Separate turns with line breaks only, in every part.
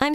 I'm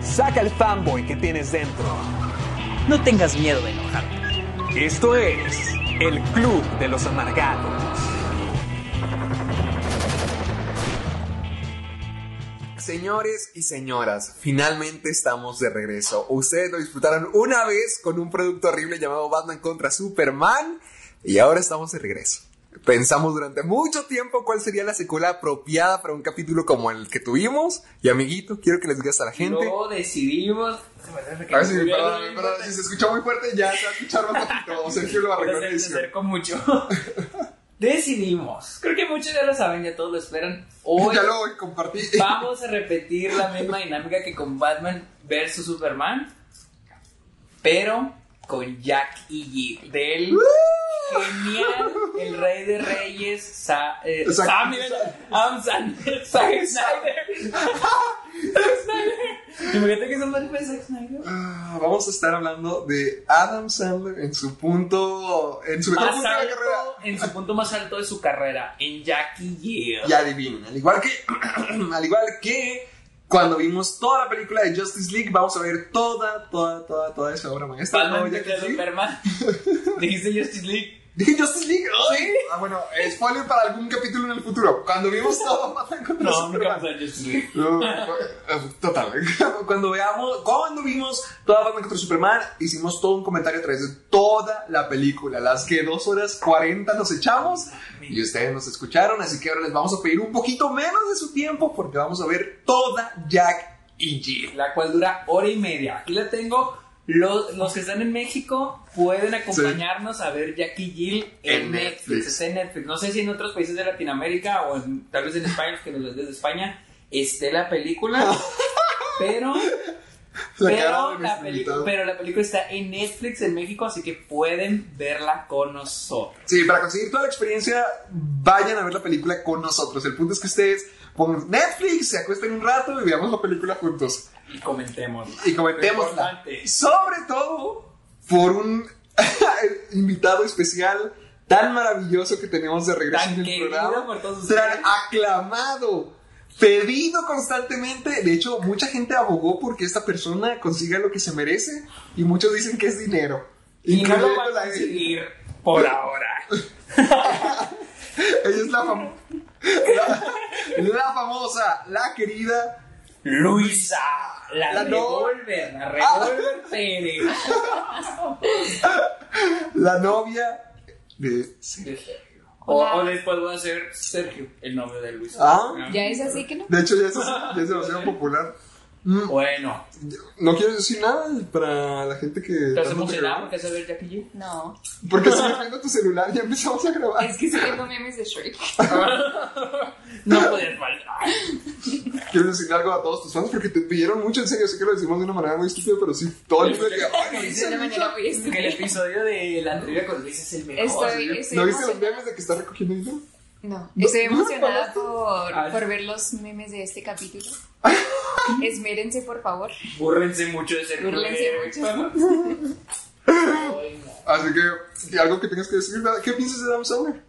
Saca el fanboy que tienes dentro.
No tengas miedo de enojarte.
Esto es el Club de los Amargados. Señores y señoras, finalmente estamos de regreso. Ustedes lo disfrutaron una vez con un producto horrible llamado Batman contra Superman y ahora estamos de regreso. Pensamos durante mucho tiempo cuál sería la secuela apropiada para un capítulo como el que tuvimos. Y amiguito, quiero que les digas a la gente.
No decidimos.
A ver si, perdón, perdón, si se escucha muy fuerte, ya se va a escuchar más poquito. Sergio lo
Pero
arregló en
se- se
edición.
acercó mucho. Decidimos. Creo que muchos ya lo saben, ya todos lo esperan. Hoy
Ya lo compartí.
vamos a repetir la misma dinámica que con Batman vs Superman, pero con Jack y Jill del genial, el rey de reyes, Sa- eh,
Zack-
Samuel, Am Samuel, Zack Snyder. Zack Snyder. Imagínate que es un de Zack Snyder.
Ah, Vamos a estar hablando de Adam Sandler en su punto, en su mejor
Más
punto de la
alto,
carrera.
en su punto más alto de su carrera, en Jackie Gill.
Y adivinen, al igual que, al igual que cuando vimos toda la película de Justice League, vamos a ver toda, toda, toda, toda esa obra maestra.
Batman
¿no? Ya
contra
que sí.
Superman. Dijiste Justice League.
Dije Justice League, ¡ay! Ah, bueno, spoiler para algún capítulo en el futuro. Cuando vimos todo Batman contra
No, nunca
Superman.
vamos a ver Justice League.
No, fue- Total. Cuando veamos, cuando vimos toda Batman contra Superman, hicimos todo un comentario a través de toda la película. Las que 2 horas 40 nos echamos y ustedes nos escucharon, así que ahora les vamos a pedir un poquito menos de su tiempo porque vamos a ver toda Jack y Jill.
La cual dura hora y media. Aquí la tengo. Los, los que están en México pueden acompañarnos a ver Jackie Gill en,
En
Netflix.
Netflix.
Está en Netflix. No sé si en otros países de Latinoamérica o en- tal vez en España, los que nos ven desde España, esté la película. pero
La cara
pero,
de
la
nuestro
peli-
invitado.
pero la película está en Netflix en México, así que pueden verla con nosotros.
Sí, para conseguir toda la experiencia, vayan a ver la película con nosotros. El punto es que ustedes pongan Netflix, se acuesten un rato y veamos la película juntos.
Y comentemos.
y comentémosla.
Importante.
Sobre todo por un invitado especial tan maravilloso que tenemos de regreso
Tan
en el
querido
programa.
por todos ustedes.
tan aclamado, pedido constantemente. De hecho, mucha gente abogó porque esta persona consiga lo que se merece y muchos dicen que es dinero.
Y no lo
Incluyendo
van
la
a conseguir por ahora.
Ella es la, fam- la- la famosa, la querida.
Luisa, la, Ah.
La no-
revólver, la revólver Pérez.
La novia de
De Sergio. O,
Hola.
o después voy a ser Sergio, el novio de Luisa.
Ah.
Ya es así que no.
De hecho, ya es, ya es demasiado popular.
Bueno,
No quiero decir nada para la gente que.
¿estás
tanto te
emocionado
graba.
porque saber Jackie G?
No.
Porque estoy viendo tu celular, ya empezamos a grabar.
Es que estoy viendo memes de Shrek.
No podías faltar.
Quiero decirle algo a todos tus fans porque te pidieron mucho en serio. Sé que lo decimos de una manera muy estúpida, pero sí, todo el mundo que. "Ay, no
De
hice
una
mucho".
manera muy
Que el
estúpida.
episodio de la entrevista con Luisa es el mejor.
Estoy, estoy
¿No viste los
emocionada-
memes de que está recogiendo dinero?
No, estoy
no los
emocionada
Ay.
por, por ver los memes de este capítulo. Esmérense, por favor.
Búrrense mucho de Sergio.
Búrrense mucho.
Así que, y algo que tengas que decir, ¿verdad? ¿qué piensas de Adam Sandler?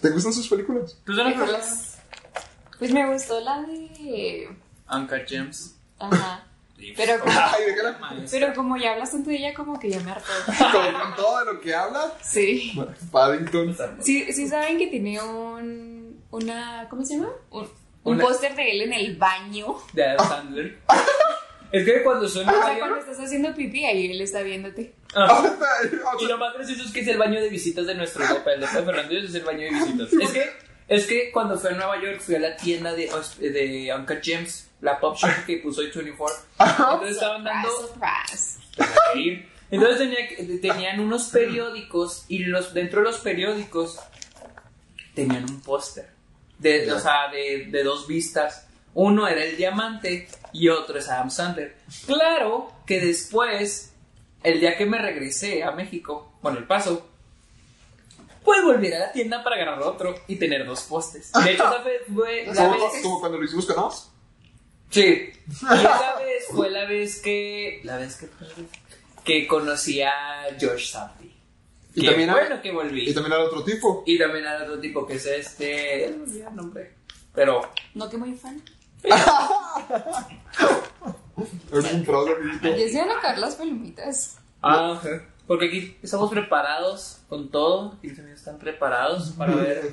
¿Te gustan sus películas?
¿Tú sabes cuál es?
Pues me gustó la de.
Anka James.
Ajá. Pero como,
Ay, déjala.
pero como ya hablas tanto de ella, como que ya me hartó.
Con, con todo de lo que habla,
Sí.
Paddington.
Sí, sí saben que tiene un. Una. ¿Cómo se llama? Un, un
Una-
póster de él en el baño.
De Adam Sandler. Es que cuando suena
O
el
sea, cuando
baño.
estás haciendo pipí, ahí él está viéndote.
Ah.
O
Y
sea,
lo más gracioso es que es el baño de visitas de nuestro papá. El de Fernández es el baño de visitas. Es que, es que cuando fui a Nueva York, fui a la tienda de, de Uncle James, la pop shop que puso 24. Entonces estaban dando
Surprise, surprise.
reír. Entonces tenía que- tenían unos periódicos y los dentro de los periódicos tenían un póster. De, O sea, de, de dos vistas. Uno era el diamante y otro es Adam Sandler. Claro que después, el día que me regresé a México, bueno, el paso, pues volví a la tienda para agarrar otro y tener dos postes. De hecho, esa vez fue la
Como,
vez-
como cuando lo hicimos con Oz.
Sí. Y esa vez fue la vez que. La vez que. Que conocí a George Santi.
Y
Qué
también a-
bueno que volví.
Y también al otro tipo.
Y también al otro tipo que es este. No me olvidé el nombre. Pero.
No que muy fan.
Es un problema.
Yo sé anotar las palomitas.
Ah, porque aquí estamos preparados con todo. Y los amigos están preparados para ver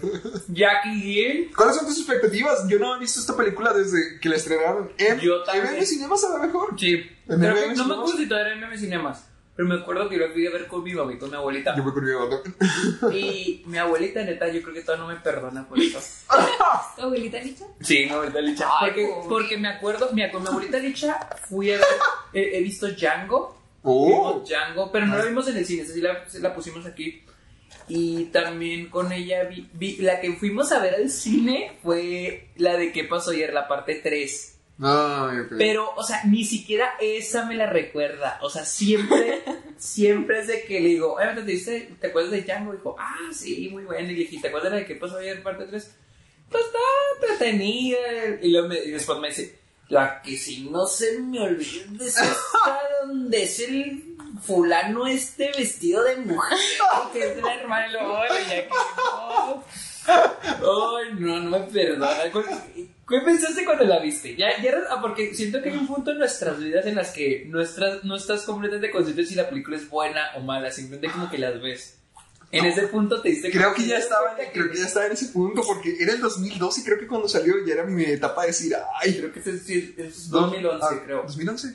Jackie Gill.
¿Cuáles son tus expectativas? Yo no he visto esta película desde que la estrenaron en
Yo también.
en Cinemas a lo mejor.
Sí.
¿En
Creo
MM
que- no me
Cinemas?
acuerdo si todavía era MM Cinemas. Pero me acuerdo que lo fui a ver con mi mamá y con mi abuelita.
Yo me curioso.
Y mi abuelita, neta, yo creo que todavía no me perdona por eso.
¿Tu abuelita Licha?
Sí, mi abuelita Licha.
Ay,
porque,
pobre.
porque me acuerdo, mira, con mi abuelita Licha fui a ver, he, he visto Django.
Oh.
Vimos Django, pero no la vimos en el cine, esa sí la, la pusimos aquí. Y también con ella vi, vi- la que fuimos a ver al cine fue la de ¿Qué pasó ayer? La parte 3.
Ay, ok.
Pero, o sea, ni siquiera esa me la recuerda. O sea, siempre, siempre es de que le digo, "Ay, ¿te, diste- ¿te acuerdas de Django? Dijo, ah, sí, muy bueno. Y le dije, ¿te acuerdas de la de qué pasó ayer, parte 3? Pues está entretenida. Y, luego me- y después me dice, la que si no se me olvida es esta donde es el fulano este vestido de mujer. Que es la hermana de lo bueno, ya que... no. Ay, no, no me perdona. ¿Cu- ¿Qué pensaste cuando la viste? Ya, ya, ah, porque siento que hay un punto en nuestras vidas en las que nuestras, no estás completamente consciente si la película es buena o mala, simplemente como que las ves. En ese punto te diste
Creo que
te
ya
das
estaba,
cuenta
creo que ya estaba en ese punto porque era el 2012 creo que cuando salió ya era mi etapa de decir, ay,
Creo que es, es- es 2011,
ah,
creo.
2011.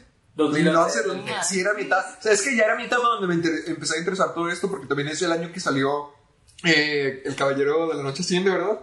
2011,
2011,
2011, sí, era mi etapa. O sea, es que ya era mi etapa donde me inter- empecé a interesar todo esto porque también es el año que salió eh, El Caballero de la Noche Asciende, ¿verdad?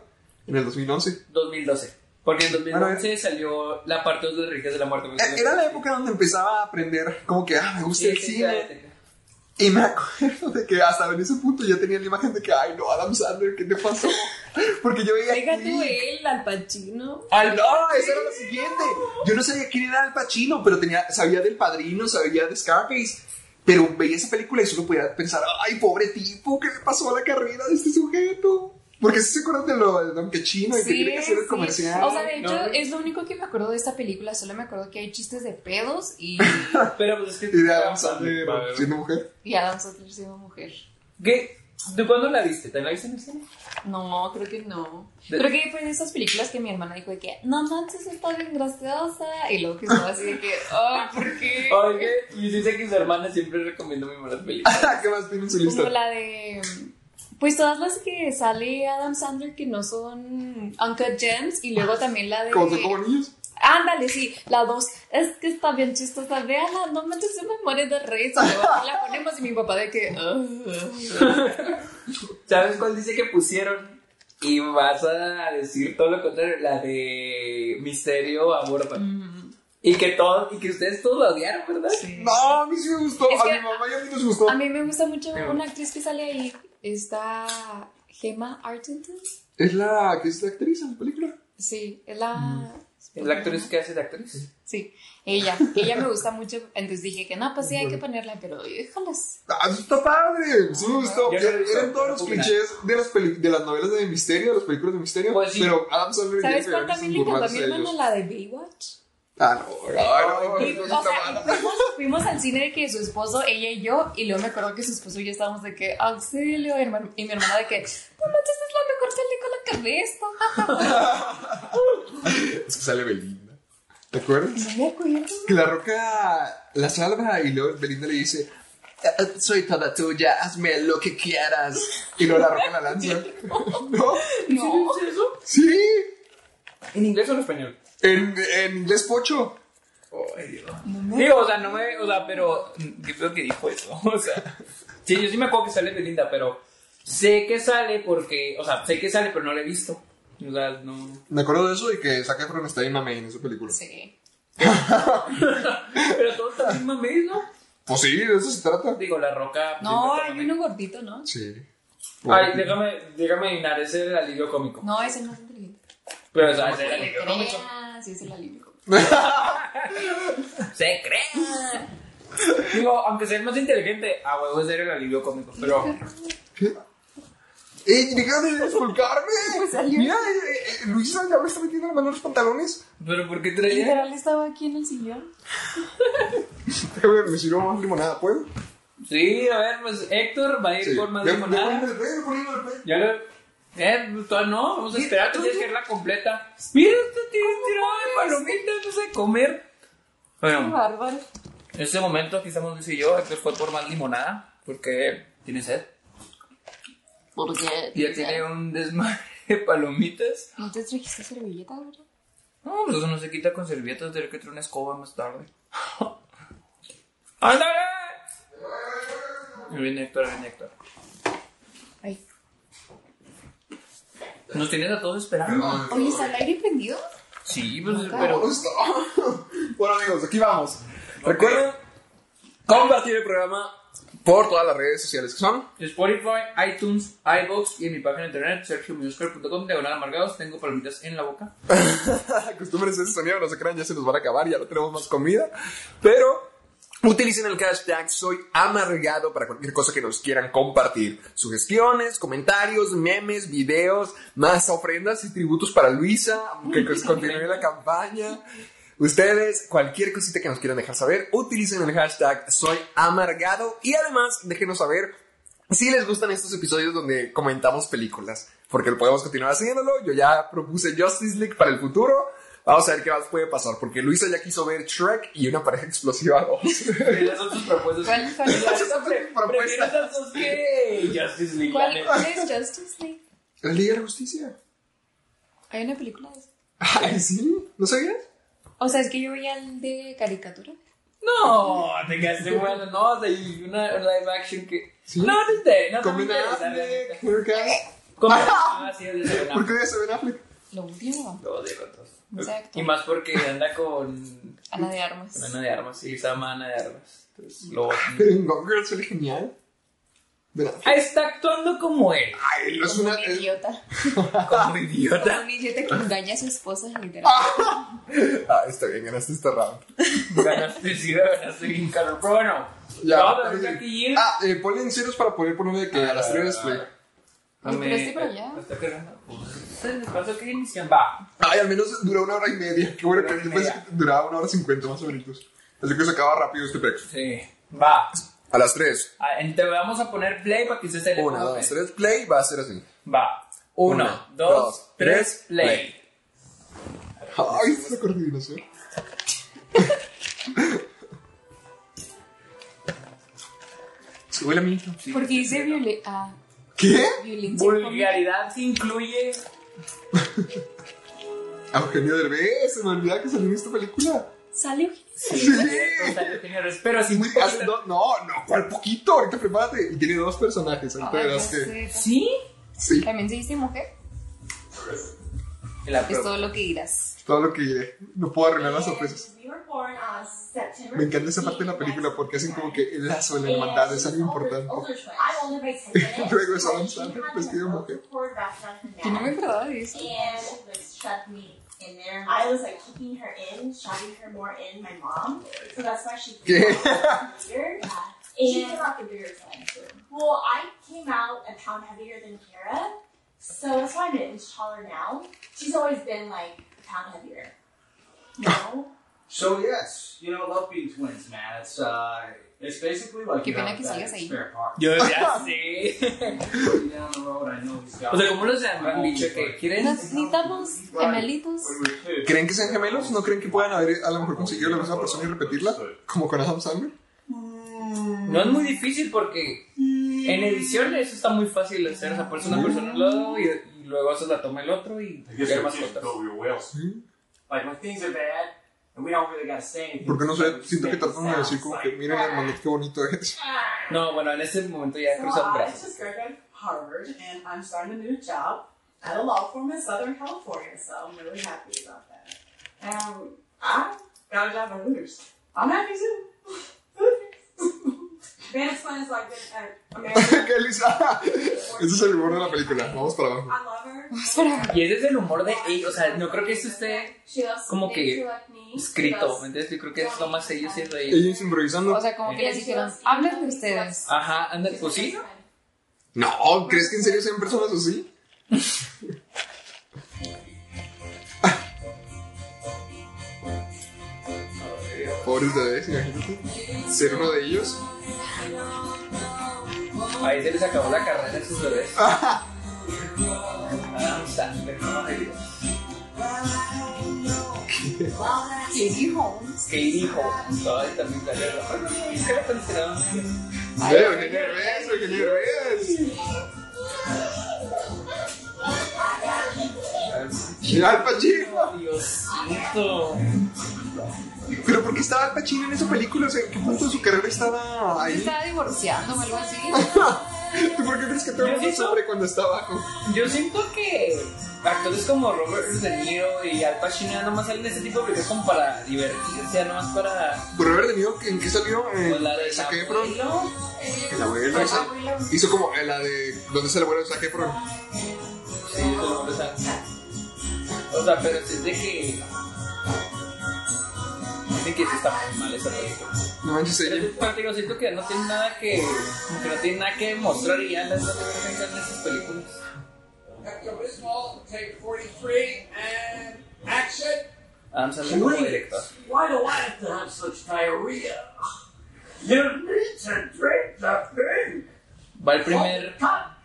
En el 2011.
2012. Porque
Ah,
en 2011
Bueno,
salió la parte 2 de Riqueza de la Muerte. pues,
E- eh. Era la época donde empezaba a aprender como que, ah, me gusta
Sí,
el
sí,
cine.
sí, sí.
Y me acuerdo de que hasta en ese punto ya tenía la imagen de que, ay, no, Adam Sandler, ¿qué te pasó? Porque yo veía.
Deja
Click.
tú él, al Pacino.
Al- no, esa era la siguiente. Yo no sabía quién era Al Pacino, pero tenía, sabía del Padrino, sabía de Scarface. Pero veía esa película y solo podía pensar, ay, pobre tipo, ¿qué le pasó a la carrera de este sujeto? Porque si se acuerdan de lo de Don Quechino y que tiene que hacer el
sí.
comercial.
O sea, de hecho,
¿no?
es lo único que me acuerdo de esta película. Solo me acuerdo que hay chistes de pedos y,
Pero pues es que.
Y de Adam Sandler siendo mujer.
y Adam Sandler siendo mujer.
¿Qué? ¿De cuándo la viste? ¿Te la viste en el cine?
No, creo que no.
De-
Creo que fue de esas películas que mi hermana dijo de que no manches, está bien graciosa. Y luego que estaba así de que, ay, ¿por qué?
Oye, y dice que su hermana siempre recomienda muy malas películas.
¿Qué más tiene en su
Como
lista?
la de. Pues todas las que sale Adam Sandler que no son Uncut Gems y luego también la de.
Como son como niños.
Ándale, sí, la dos. Es que está bien chistosa. Veanla, no manches, se me muere de risa. Luego aquí la ponemos y mi papá de que. "Ugh".
¿Sabes cuál dice que pusieron? Y vas a decir todo lo contrario, la de Misterio a bordo. Y que todos, y que ustedes todos la odiaron, ¿verdad? Mm. Sí.
No, a mí sí me gustó.
Es
a
que-
mi mamá y a mí nos gustó.
A mí me gusta mucho una actriz que sale ahí. Está. Gemma Arterton.
Es la que es la actriz en la película.
Sí, es la.
¿La actriz que hace de actriz?
Sí, ella. Ella me gusta mucho. Entonces dije que no, pues sí, hay que ponerla, pero déjalas.
Ah, eso está padre, sí me gustó.
Yo no lo he visto,
Eran todos los
no puedo
clichés de las, peli- de las novelas de misterio, de las películas de misterio.
Pues sí.
Pero Adam Sandler y
¿Sabes
Jennifer
cuál
Aniston
también le encantó a
burlándose
mi
de
hermana?
ellos.
La de Baywatch.
Ah, no, no, no,
Y,
no,
o
no, no,
sea,
no,
y fuimos, fuimos al cine de que su esposo, ella y yo, y luego me acuerdo que su esposo y yo estábamos de que, auxilio, hermano, y mi hermana de que, no manches, es la mejor película que ves, papá".
Es que sale Belinda. ¿Te acuerdas?
No me acuerdo.
Que la roca la salva y luego Belinda le dice: "Eh, Soy toda tuya, hazme lo que quieras. Y luego la roca la lanza. ¿No?
No.
¿Es eso?
Sí.
¿En inglés o en español?
En, en inglés pocho.
Digo, o sea, no me. O sea, pero. mm, ¿Qué pedo que dijo eso? O sea. Sí, yo sí me acuerdo que sale Belinda, pero. Sé que sale porque. O sea, sé que sale, pero no la he visto. O sea, no.
Me acuerdo de eso y que Zac Efron está ahí mame en esa película.
Sí.
Pero todos también mames, ¿no?
Pues sí, de eso se trata.
Digo, la roca.
No,
sí,
hay uno gordito, ¿no?
Sí.
Ay, déjame, déjame llenar ese del alivio cómico.
No, ese no es inteligente.
Pero, o sea, ese es el
Se
alivio cómico.
crea, sí, es el alivio.
Se crea. Digo, aunque sea el más inteligente, a huevo es el alivio cómico. Pero,
¡Ey, ¡Eh, deja de esculcarme!
salió.
Mira, eh, eh, Luisa ya me está metiendo la mano en los pantalones.
pero ¿por qué traía?
Literal estaba aquí en el sillón.
Déjame, me sirvo más limonada, ¿puedo?
Sí, a ver, pues Héctor va a ir
Sí.
por más
Ya-
limonada.
ya ponle el rey, ya ponle el rey.
Ya lo. Eh, pues, todavía no, vamos a esperar, tú tienes que verla completa. Mira, tú tienes tirado de palomitas, no sé comer.
Qué
Bueno,
bárbaro.
en este momento aquí estamos Luis y yo, Héctor fue por más limonada, porque tiene sed.
Porque.
Y ya tiene un desmadre de palomitas.
¿No te trajiste servilleta, verdad?
No, pues eso no se quita con servilletas, tener que traer una escoba más tarde. ¡Ándale! Ahí Viene Héctor, ahí viene Héctor.
Ay.
¿Nos tienes a todos esperando?
Oye, ¿está el aire prendido?
Sí, pues,
Pero
pero...
esto- Bueno, amigos, aquí vamos. Recuerden compartir el programa por todas las redes sociales que son.
Spotify, iTunes, iBox y en mi página de internet sergiomuscar.com diagonal amargados. Tengo palomitas en la boca.
Acostumbres ese sonido, no se crean, ya se nos van a acabar, ya no tenemos más comida. Pero utilicen el hashtag Soy Amargado para cualquier cosa que nos quieran compartir. Sugestiones, comentarios, memes, videos, más ofrendas y tributos para Luisa, que pues continúe la campaña. Ustedes, cualquier cosita que nos quieran dejar saber, utilicen el hashtag Soy Amargado y además déjenos saber si les gustan estos episodios donde comentamos películas, porque lo podemos continuar haciéndolo. Yo ya propuse Justice League para el futuro. Vamos a ver qué más puede pasar, porque Luisa ya quiso ver Shrek y una pareja explosiva 2.
Esas son sus propuestas.
¿Cuál- cuál es?
Esas son sus
Propuestas.
propuestas? esas dos que Justice League. la
¿Cuál,
neta.
cuál es Justice League?
¿La Liga de la Justicia?
Hay una película de eso.
Ay, sí, ¿no sabías?
O sea, es que yo veía el de caricatura.
No, te quedaste bueno. No, o sea, y una live action que... No, no te... No, te
Con Ben
interesa, la neta.
Affleck, Kirk Hammett.
Con- Ah, sí, odio ese
¿Por qué
Ben
odias a Ben Affleck?
Lo último.
Affleck. Lo odio con todos.
Exacto.
Y más porque anda con...
Ana de Armas.
con Ana de Armas. Sí, se llama Ana de Armas. Entonces, lo odio.
Pero en Gone Girl sale genial. Ben Affleck.
Ah, Está actuando como él.
Ay, no es
Como
una...
un idiota.
Como idiota.
Como un idiota que engaña a su esposa, literal.
Ah, está bien, ganaste este round.
Ganaste, sí, ganaste bien calor. Pero bueno,
Ya.
vamos a ver Jackie Jill.
Ah, eh, ponle en ceros para poder ponerle que a las 3 play.
Ay, pero este para allá.
Está cargando. Entonces, ¿Cuánto que inician? Va.
Ay, al menos duró una hora y media. Qué bueno que
Una hora y
yo pensé
media.
que duraba una hora cincuenta más o menos. Así que se acaba rápido este pex.
Sí. Va.
A las tres.
Ah, en- Te vamos a poner play para que usted se le
Una,
ponga.
dos, tres, play, va a ser así.
Va. Uno,
Una,
dos,
dos,
tres,
tres,
play.
play. Ay, es una coordinación. Sube la mía.
Porque dice viole- ah,
¿Qué?
violencia.
Vulgaridad se incluye.
Eugenio Derbez, se me olvidaba que salió en esta película.
Sale Eugenio.
Sí. Pero así muy
Hace
poquito.
dos- No, no, ¿cuál poquito? Ahorita prepárate. Y tiene dos personajes, ahorita
Ay,
verás
ya
que...
Ah, sé. pues,
¿Sí?
Sí,
También se dice mujer.
La
Es
pro-
todo lo que dirás.
todo lo que diré. No puedo arruinar las sorpresas.
Me
Me encanta esa parte de la película porque hacen como que el lazo de la hermandad es algo importante.
Luego es avanzar vestido de mujer.
Yo no me acordaba de eso.
¿Qué?
She came out the bigger side too. Well, I came out a pound heavier than Kara, so that's why I'm an inch taller now. She's always been like a pound heavier. No.
So yes, you know, I love being twins, man. It's uh, it's basically like
Qué
you know,
pena que
that
sigas ahí.
spare part.
Yo ya sé.
Way down the road, I know he's got.
O sea, ¿cómo les han dicho que quieren?
Nos necesitamos gemelitos.
When we were kids,
¿Creen que sean gemelos? ¿No creen que puedan haber a lo mejor conseguido la misma persona y repetirla? Como con Adam Sandler.
No es muy difícil porque en edición eso está muy fácil de hacer. O sea, pones una persona al lado y, y luego haces la toma el otro y
I guess
crear
we're kids,
mascotas.
but we were whales. Like when things are bad and we don't really gotta say anything.
Porque no sé,
sometimes we
siento que
just make
tratan de decir
sounds
como
like,
que miren hermano, qué bonito es.
No, bueno, en ese momento ya
So
cruzan
I
brazos.
just graduated Harvard and I'm starting a new job at a law firm in Southern California, so I'm really happy about that. Um, I got a job at Hooters. I'm happy too. Hooters.
Vantage Point is like the uh, American.
¿Qué Lisa? Ese es el humor de la película. Vamos para abajo.
I love her.
Y ese es el humor de ellos. O sea, no creo que eso esté
She loves
Como
me,
que
she loved me, she
escrito.
loves-
¿Me entiendes? Yo creo que es lo más ellos siendo ellos.
Ellos improvisando.
O sea, como que les dijeron, hablen de ustedes.
Ajá, anda, pues sí.
No, ¿crees que en serio sean personas así? Pobres bebés, imagínate. Ser uno de ellos.
Ahí se les acabó la carrera a sus bebés. Ah, Adam Sandler, no, ay, Dios.
Katie Holmes.
Katie Holmes. Ay, también salió la Es que la cancelaron.
Veo, qué Derbez, qué Derbez. Mira Al Pacino.
Diosito.
Pero ¿por qué estaba Al Pacino en esa película? O sea, ¿en qué punto de su carrera estaba
Se
ahí?
estaba divorciando o algo así.
¿Tú por qué crees que todo el
Yo
mundo
siento-
sobre cuando está abajo?
Yo siento que actores como Robert De Niro y Al Pacino ya nomás salen de ese tipo de videos como para divertirse, ya nomás para
Por haber tenido, ¿en qué salió? Eh,
volar de
Zac
la
Efron. El abuelo. o sea, Hizo como eh, la de. ¿Dónde se el abuelo de Zac Efron?
Sí, eso lo voy a usar. O sea, pero es de que. Dicen que sí está muy mal esa película.
No manches,
Pero
ella.
es como te digo, siento que no tiene nada que. Como que no tiene nada que mostrar y ya las las las- en esas películas. Adam Sandler Ah, como director.
Why do I have to have such diarrhea? You need to drink the thing.
Va el primer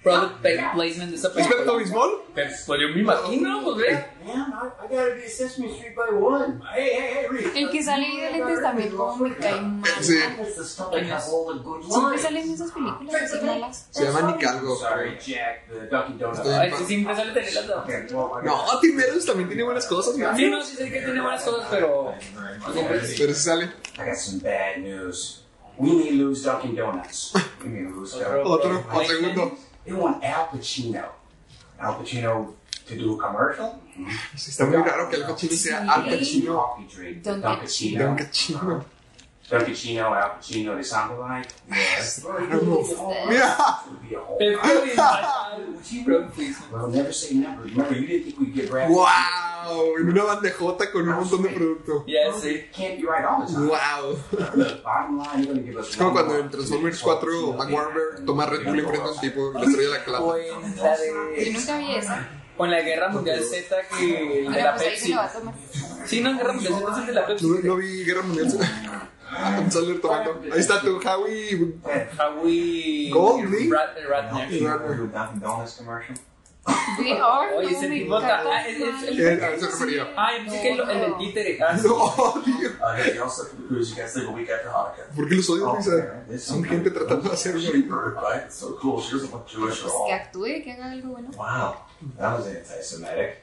product pa- placement de esa
¿Es Pepto
película.
Bismol?
Pues pues yo me imagino, pues ve.
Man, I, I gotta be Sesame Street by one. Hey, hey, hey, Reed.
El que sale ahí de lentes también como me cae mal.
Sí.
That's the stuff that has all the good
Siempre
lines.
salen esas películas así malas.
Se llama Nick algo.
Sorry, Jack, the Dunkin' Donut.
Ay, sí, siempre sale telelando.
Okay, well, I gotta-
No, Tim Meadows también tiene buenas cosas, ¿no?
Sí, no, sí sé que tiene buenas cosas, pero. Siempre es-
Pero se sale.
I got some bad news. We need to lose Dunkin' Donuts. We need to lose Dunkin'
Otro, otro segundo.
They want Al Pacino. Al Pacino to do a commercial? Mm-hmm.
Sí, está muy raro que Al Pacino sea Al Pacino.
Coffee drink.
Don
Don
Pacino.
Don Pacino.
Don Pacino, Al Pacino, they sound alike. Yes.
Mira, Ah.
Pepto Bismol. Product placement.
Well, never say never. Remember, you didn't think we'd get Brad Pitt.
wow, en una bandejota con un montón de producto.
Ya sé.
Can't be right all the time.
Wow.
Look, bottom line, you're gonna give us
Como
one
cuando
more.
en Transformers 4 Mark Wahlberg toma Red Bull enfrente a un tipo y le estrella la
O
clava.
en la
Yo
de.
nunca vi esa.
O en la guerra mundial Z que. el de
Bueno,
la
pues ahí se
Pepsi.
la va a tomar.
Sí, no, en guerra mundial Z es el de la Pepsi.
No, no vi Guerra Mundial. Adam Sandler tomando. Ahí está tu Howie.
Howie.
Goldie.
Rat- Ratner.
You ever heard of Dunkin' Donuts commercial?
We are.
Oye, ese
Oh
tipo está. ah, es- es- el-
Eh, A eso se refería.
Ah, yo pensé que lo- el del títere. Ah, sí.
No, tío.
Uh, they also concludes you guys live a week after Hanukkah.
¿Por qué los odio,
Oh,
Lisa?
man, it's
Son
some
gente
kind of-
tratando de hacer
She
un
heard, right? It's so cool. She doesn't look Jewish at
Pues
all.
Que actúe, que haga algo bueno.
Wow, that was anti-Semitic.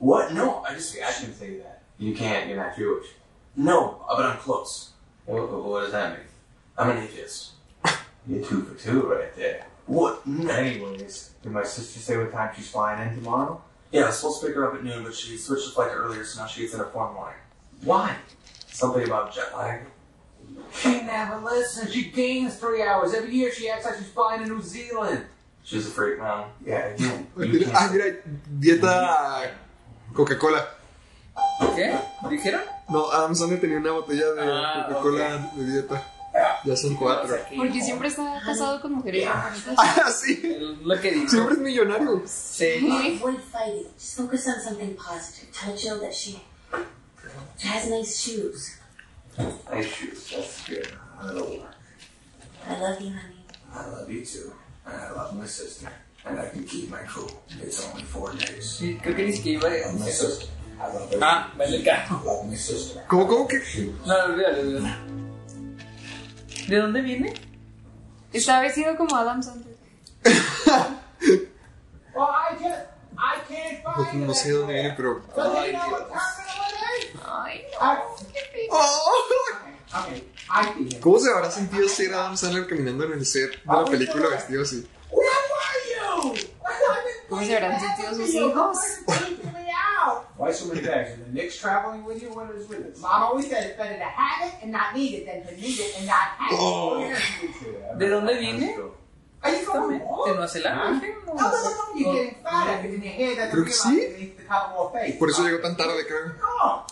What? No, I just I shouldn't say that. You can't. You're not Jewish. No, uh, but I'm close. What, what does that mean? I'm an atheist. You're two for two right there. What? Anyways, did my sister say what time she's flying in tomorrow? Yeah, I was supposed to pick her up at noon, but she switched the flight to earlier, so now she gets in at four in the morning. Why? Something about jet lag. She never listens. She gains three hours every year. She acts like she's flying to New Zealand. She's a freak, man. Yeah, again.
Mira, Ah, mira, dieta Coca-Cola.
¿Qué? ¿Dijeron?
No, Adam Sandler tenía una botella de
Ah,
Coca-Cola de dieta. Ya son cuatro.
Porque siempre está casado con mujeres bonitas.
Ah, sí. pues.
Lo que dijo.
Siempre es millonario.
Sí.
Avoid fighting. Just focus on something positive. Tell Jill that she has nice shoes.
Nice shoes. That's good. I love
I love you, honey.
I love you too. And I love my sister. And I can keep my cool. It's only four days.
Sí, Creo que ni siquiera iba
I
a
Ah,
love my sister. I love her.
Ah, vale el carro.
I love my sister.
¿Cómo, cómo que?
No, olvídalo, olvídalo. ¿De dónde viene?
Está vestido como Adam Sandler.
Well, I just, I can't
No sé de dónde viene, pero.
Ay, Dios.
Ay,
¡Oh!
Okay, I see him.
¿Cómo se habrá sentido ser Adam Sandler caminando en el set de la película vestido así?
Where were you? I thought
¿Cómo se habrán sentido sus hijos?
you were out. Why so many bags? Are the Knicks traveling with you? What is with it?
Mom always said it's better to have it and not need it than to need it and not have it.
Oh.
¿De dónde viene?
Are you from Vermont?
¿De Nueva Zelanda?
No, no, no, no, you're getting
Oh.
fat because in your head doesn't
Creo que
realize
sí.
it needs to cover more face.
Por eso llegó tan tarde, creo.
Oh,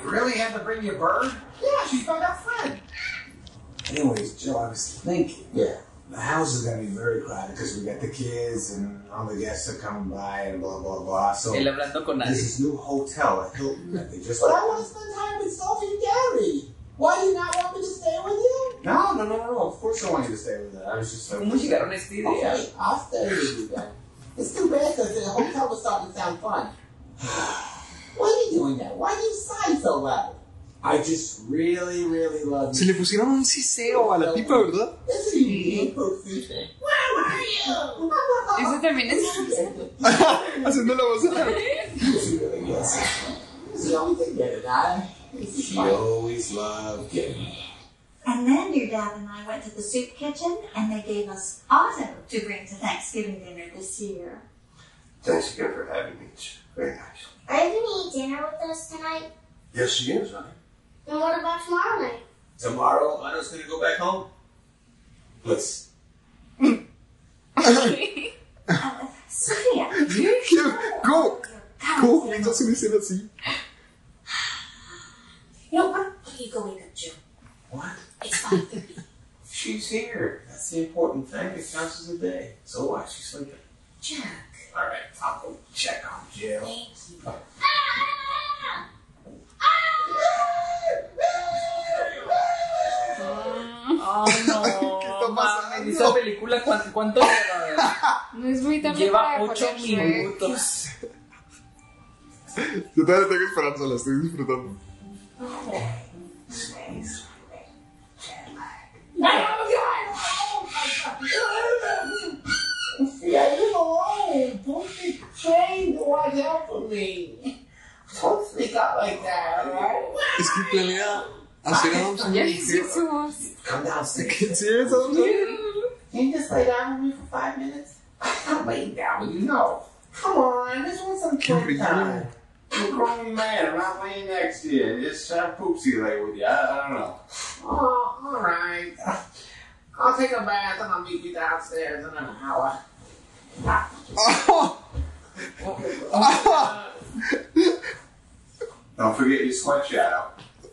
You really had to bring your bird?
yeah, she's from that friend.
Anyways, Joe, I was thinking. Yeah. The house is gonna be very crowded because we got the kids and all the guests are coming by and blah blah blah. So
Él hablando con
there's
nadie.
this new hotel at Hilton that they just
But I want to spend time with Sophie and Gary. Why do you not want me to stay with you?
No, no, no, no, no. Of course I want you to stay with that. I was just
¿Cómo llegaron a este esta idea?
Okay, I'll stay with you then. It's too bad because the hotel was starting to sound fun. Why are you doing that? Why do you sigh so loud?
I just really, really love
Se le pusieron un siseo a la pipa, ¿verdad?
This is unique, Pookie. Where are you?
Eso también es.
Haciendo la voz.
you. Really yes.
It's the only thing that I. This is
She
fun.
always loved getting.
And then your dad and I went to the soup kitchen and they gave us auto to bring to Thanksgiving dinner this year.
Thanks again for having me. It's very nice.
Are you going to eat dinner with us tonight?
Yes, she is, honey.
And what about tomorrow night?
Tomorrow, Lionel's gonna go back home. Let's.
Sophia,
¿Qué? ¿Cómo? ¿Cómo piensas una escena así?
you know, why don't you go wake up Joe?
What?
It's 5.30.
She's here. That's the important thing. It counts as a day. So what? She's sleeping.
Jack,
All right, I'll go check on Jill. Oh,
thank you.
Oh, no.
¿Qué está
mames,
pasando?
esa película, ¿cuán- ¿cuánto lleva?
No es muy tarde
Lleva
para
8
ponerse.
minutos.
Yo todavía tengo esperanza, la estoy disfrutando.
Yeah, leave alone. Don't be trying to watch out for me. Don't speak up like that, alright?
Es que planea hacer a Adam
Ya
Sandler.
hizo su voz.
Come downstairs.
¿Qué? ¿Sí es Adam Sandler?
Can you just lay down with me for five minutes? I'm laying down with you. No. Come on, this was some
Qué
quick time.
horrible.
I'm a grown man. I'm not laying next to you. Just try to poopsie lay with you. I, I don't know.
Oh, alright. I'll take a bath and I'll meet you downstairs in an hour.
Don't forget your sweat shadow.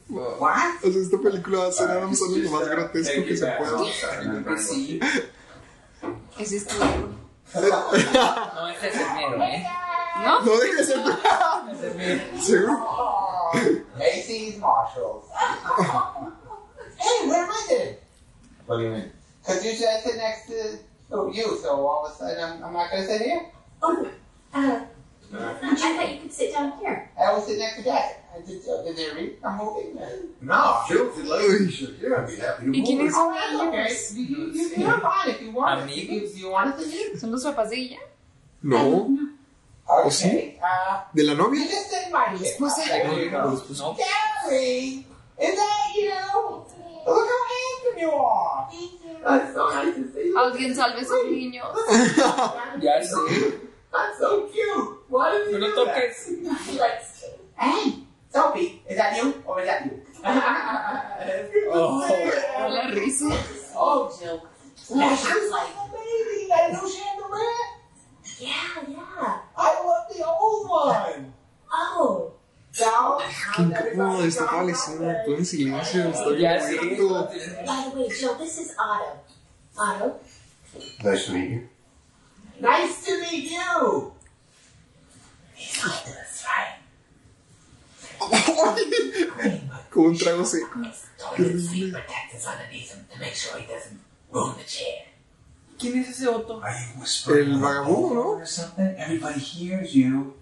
What?
O sea, esta película va a ser Adam Sandler lo más
Just, uh,
grotesco
take
que
it
se
back
pueda.
outside and then
Creo que sí.
Ese es tu ego.
No, este es el mero, ¿eh?
No dejes de ser Seguro.
AC's Marshalls. hey, where am I then?
What do you mean?
Because usually I sit next to oh, you, so all of a sudden I'm, I'm not going to sit here.
Oh, uh, I thought you could sit down here.
I always sit next to Jack. I just, uh, is there a reason I'm moving?
No, Jill, if you like it, you're here. I'd be happy to
¿Y quién
move.
es
Oh, that's okay.
ellos?
You, you, you, you're fine if you want it.
Amigos.
You, you want it to you.
¿Son los papás de ella?
No.
Okay.
sí?
Uh,
¿De la
you
novia?
just invited him.
Pues, eh,
There you go. No,
Gary, is that you? Look how handsome you are.
Thank you.
That's so nice to see you.
Alguien salve a sus niños.
ya sé.
That's so cute. Why
No
did you
lo
do that?
toques.
Hey, Sophie, is that you or is that you?
A La risa.
oh, Jill. That sounds like amazing. That new chandelier.
Yeah, yeah.
I love the old one.
Oh,
Now,
Qué incómodo de esta pala, es una todo en silencio. Está
Ya
bien
sé.
muerto.
by the way, Joe, this is Otto. Otto,
Nice to meet you.
nice to meet you.
Con un trago seco.
Mm-hmm.
¿Quién es ese Otto?
Are you whispering?
El vagabundo, ¿no?
Or something? Everybody hears you.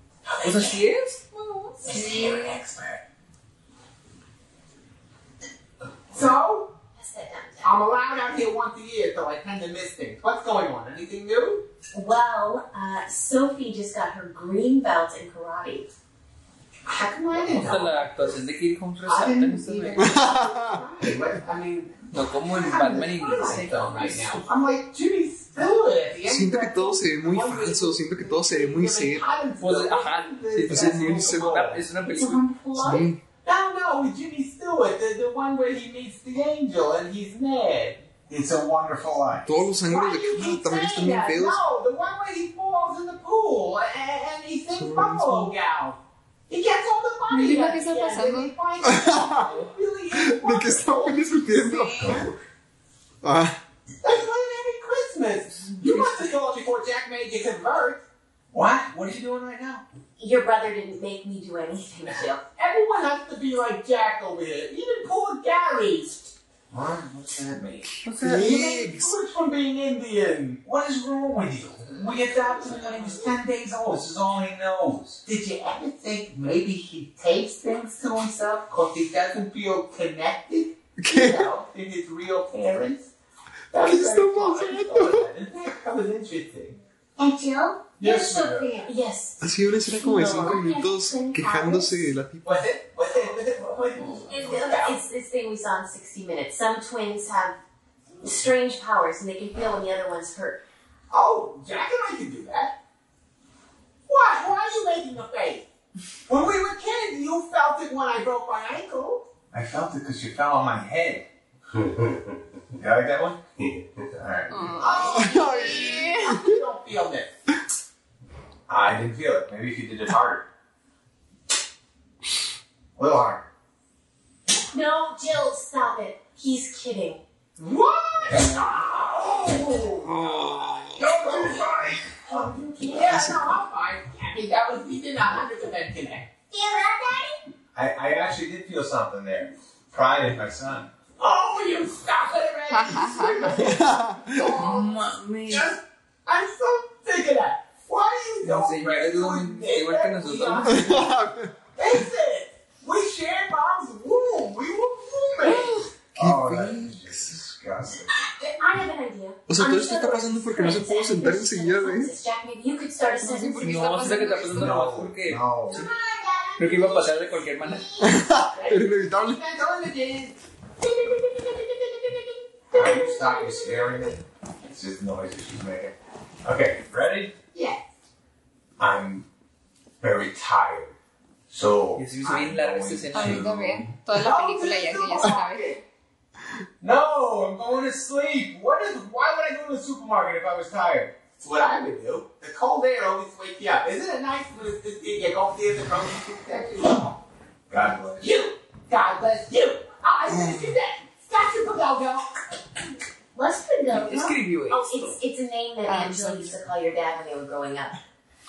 O sea, ¿sí es?
So,
pass that down.
I'm allowed out here once a year, so I tend to miss things. What's going on? Anything new?
Well, uh, Sophie just got her green belt in karate.
How come I
O
didn't
sea,
know?
la actuación de Kirk Holmes
I
resalta en
didn't
este
even.
momento.
Right, what- I mean,
No como en Batman Invincible right now.
I'm like, Jimmy stole it at the end.
Siento que todo se ve muy falso, siento que todo se ve muy serio.
Pues, ajá. sí,
O sea, es muy seco.
es una película.
Sí.
No, no, with Jimmy Stewart, the, the one where he meets the angel and he's mad. It's a wonderful life.
Todos los ángulos de cámara
Keep
también están
saying
muy
that.
feos.
No, the one where he falls in the pool and, and he sings Buffalo Gal. He gets all the money.
Mira
at
qué está
the end and he
pasando.
finds out. It really is
¿De qué estamos discutiendo? Ah,
That's why they made Christmas. You must have saw it before Jack made you convert. What? What are you doing right now?
Your brother didn't make me do anything, Jill.
Everyone has to be like Jack over here. Even poor Gary.
What? What's that mean?
Pigs. from being Indian. What is wrong with you? We adopted him when he was 10 days old. This is all he knows. Did you ever think maybe he takes things to himself because he doesn't feel connected? You know, to his real parents? That was very fun. I thought about it. That was interesting.
And Jill?
Yes,
you're so
ma'am.
fair. Yes.
ha sido una escena como de 5 minutos quejándose de la tipa.
It- It's this thing we saw in 60 Minutes. Some twins have strange powers and they can feel when the other one's hurt.
Oh, Jack and I can do that. Why? Why are you making a face? When we were kids, you felt it when I broke my ankle.
I felt it because you fell on my head. you like that one? Alright.
Oh, yeah. you don't feel that.
I didn't feel it. Maybe if you did it harder. A little harder.
No, Jill, stop it. He's kidding.
What? Oh. Don't be fine. Yeah, no, I'm fine. I mean, that was, we did not 100% connect.
I, I actually did feel something there. Pride in my son.
Oh, you stop it already.
Mami.
Just, I'm so sick of that. Why do you
La
don't
señora es lo mismo, igual que nosotros.
face it? We shared mom's womb. We were roommates.
Oh, that is just disgusting.
I have an idea.
O sea, todo esto está pasando porque no se pudo sentar enseguida, ¿eh? güey.
Jack, maybe you could start a sentence.
No, es la que está pasando nomás porque. Creo que iba a pasar de cualquier manera.
Era inevitable.
Alright, you stop you scaring me. It's just noises she's making. Okay, ready?
Yeah.
I'm very tired. So I'm going
A mí
to-
también. Toda la película ya que ya sabe.
No, I'm going to sleep. What is? Why would I go to the supermarket if I was tired?
It's what I would do. The cold air always wakes you up. Isn't it nice when it's, it's, you go there the grocery section?
God bless.
You! God bless you! I said you that! Stop your Pagogo!
Lester Gogo.
Es que vivió
Oh,
esto.
it's, it's a name that Angela used to call your dad when they were growing up.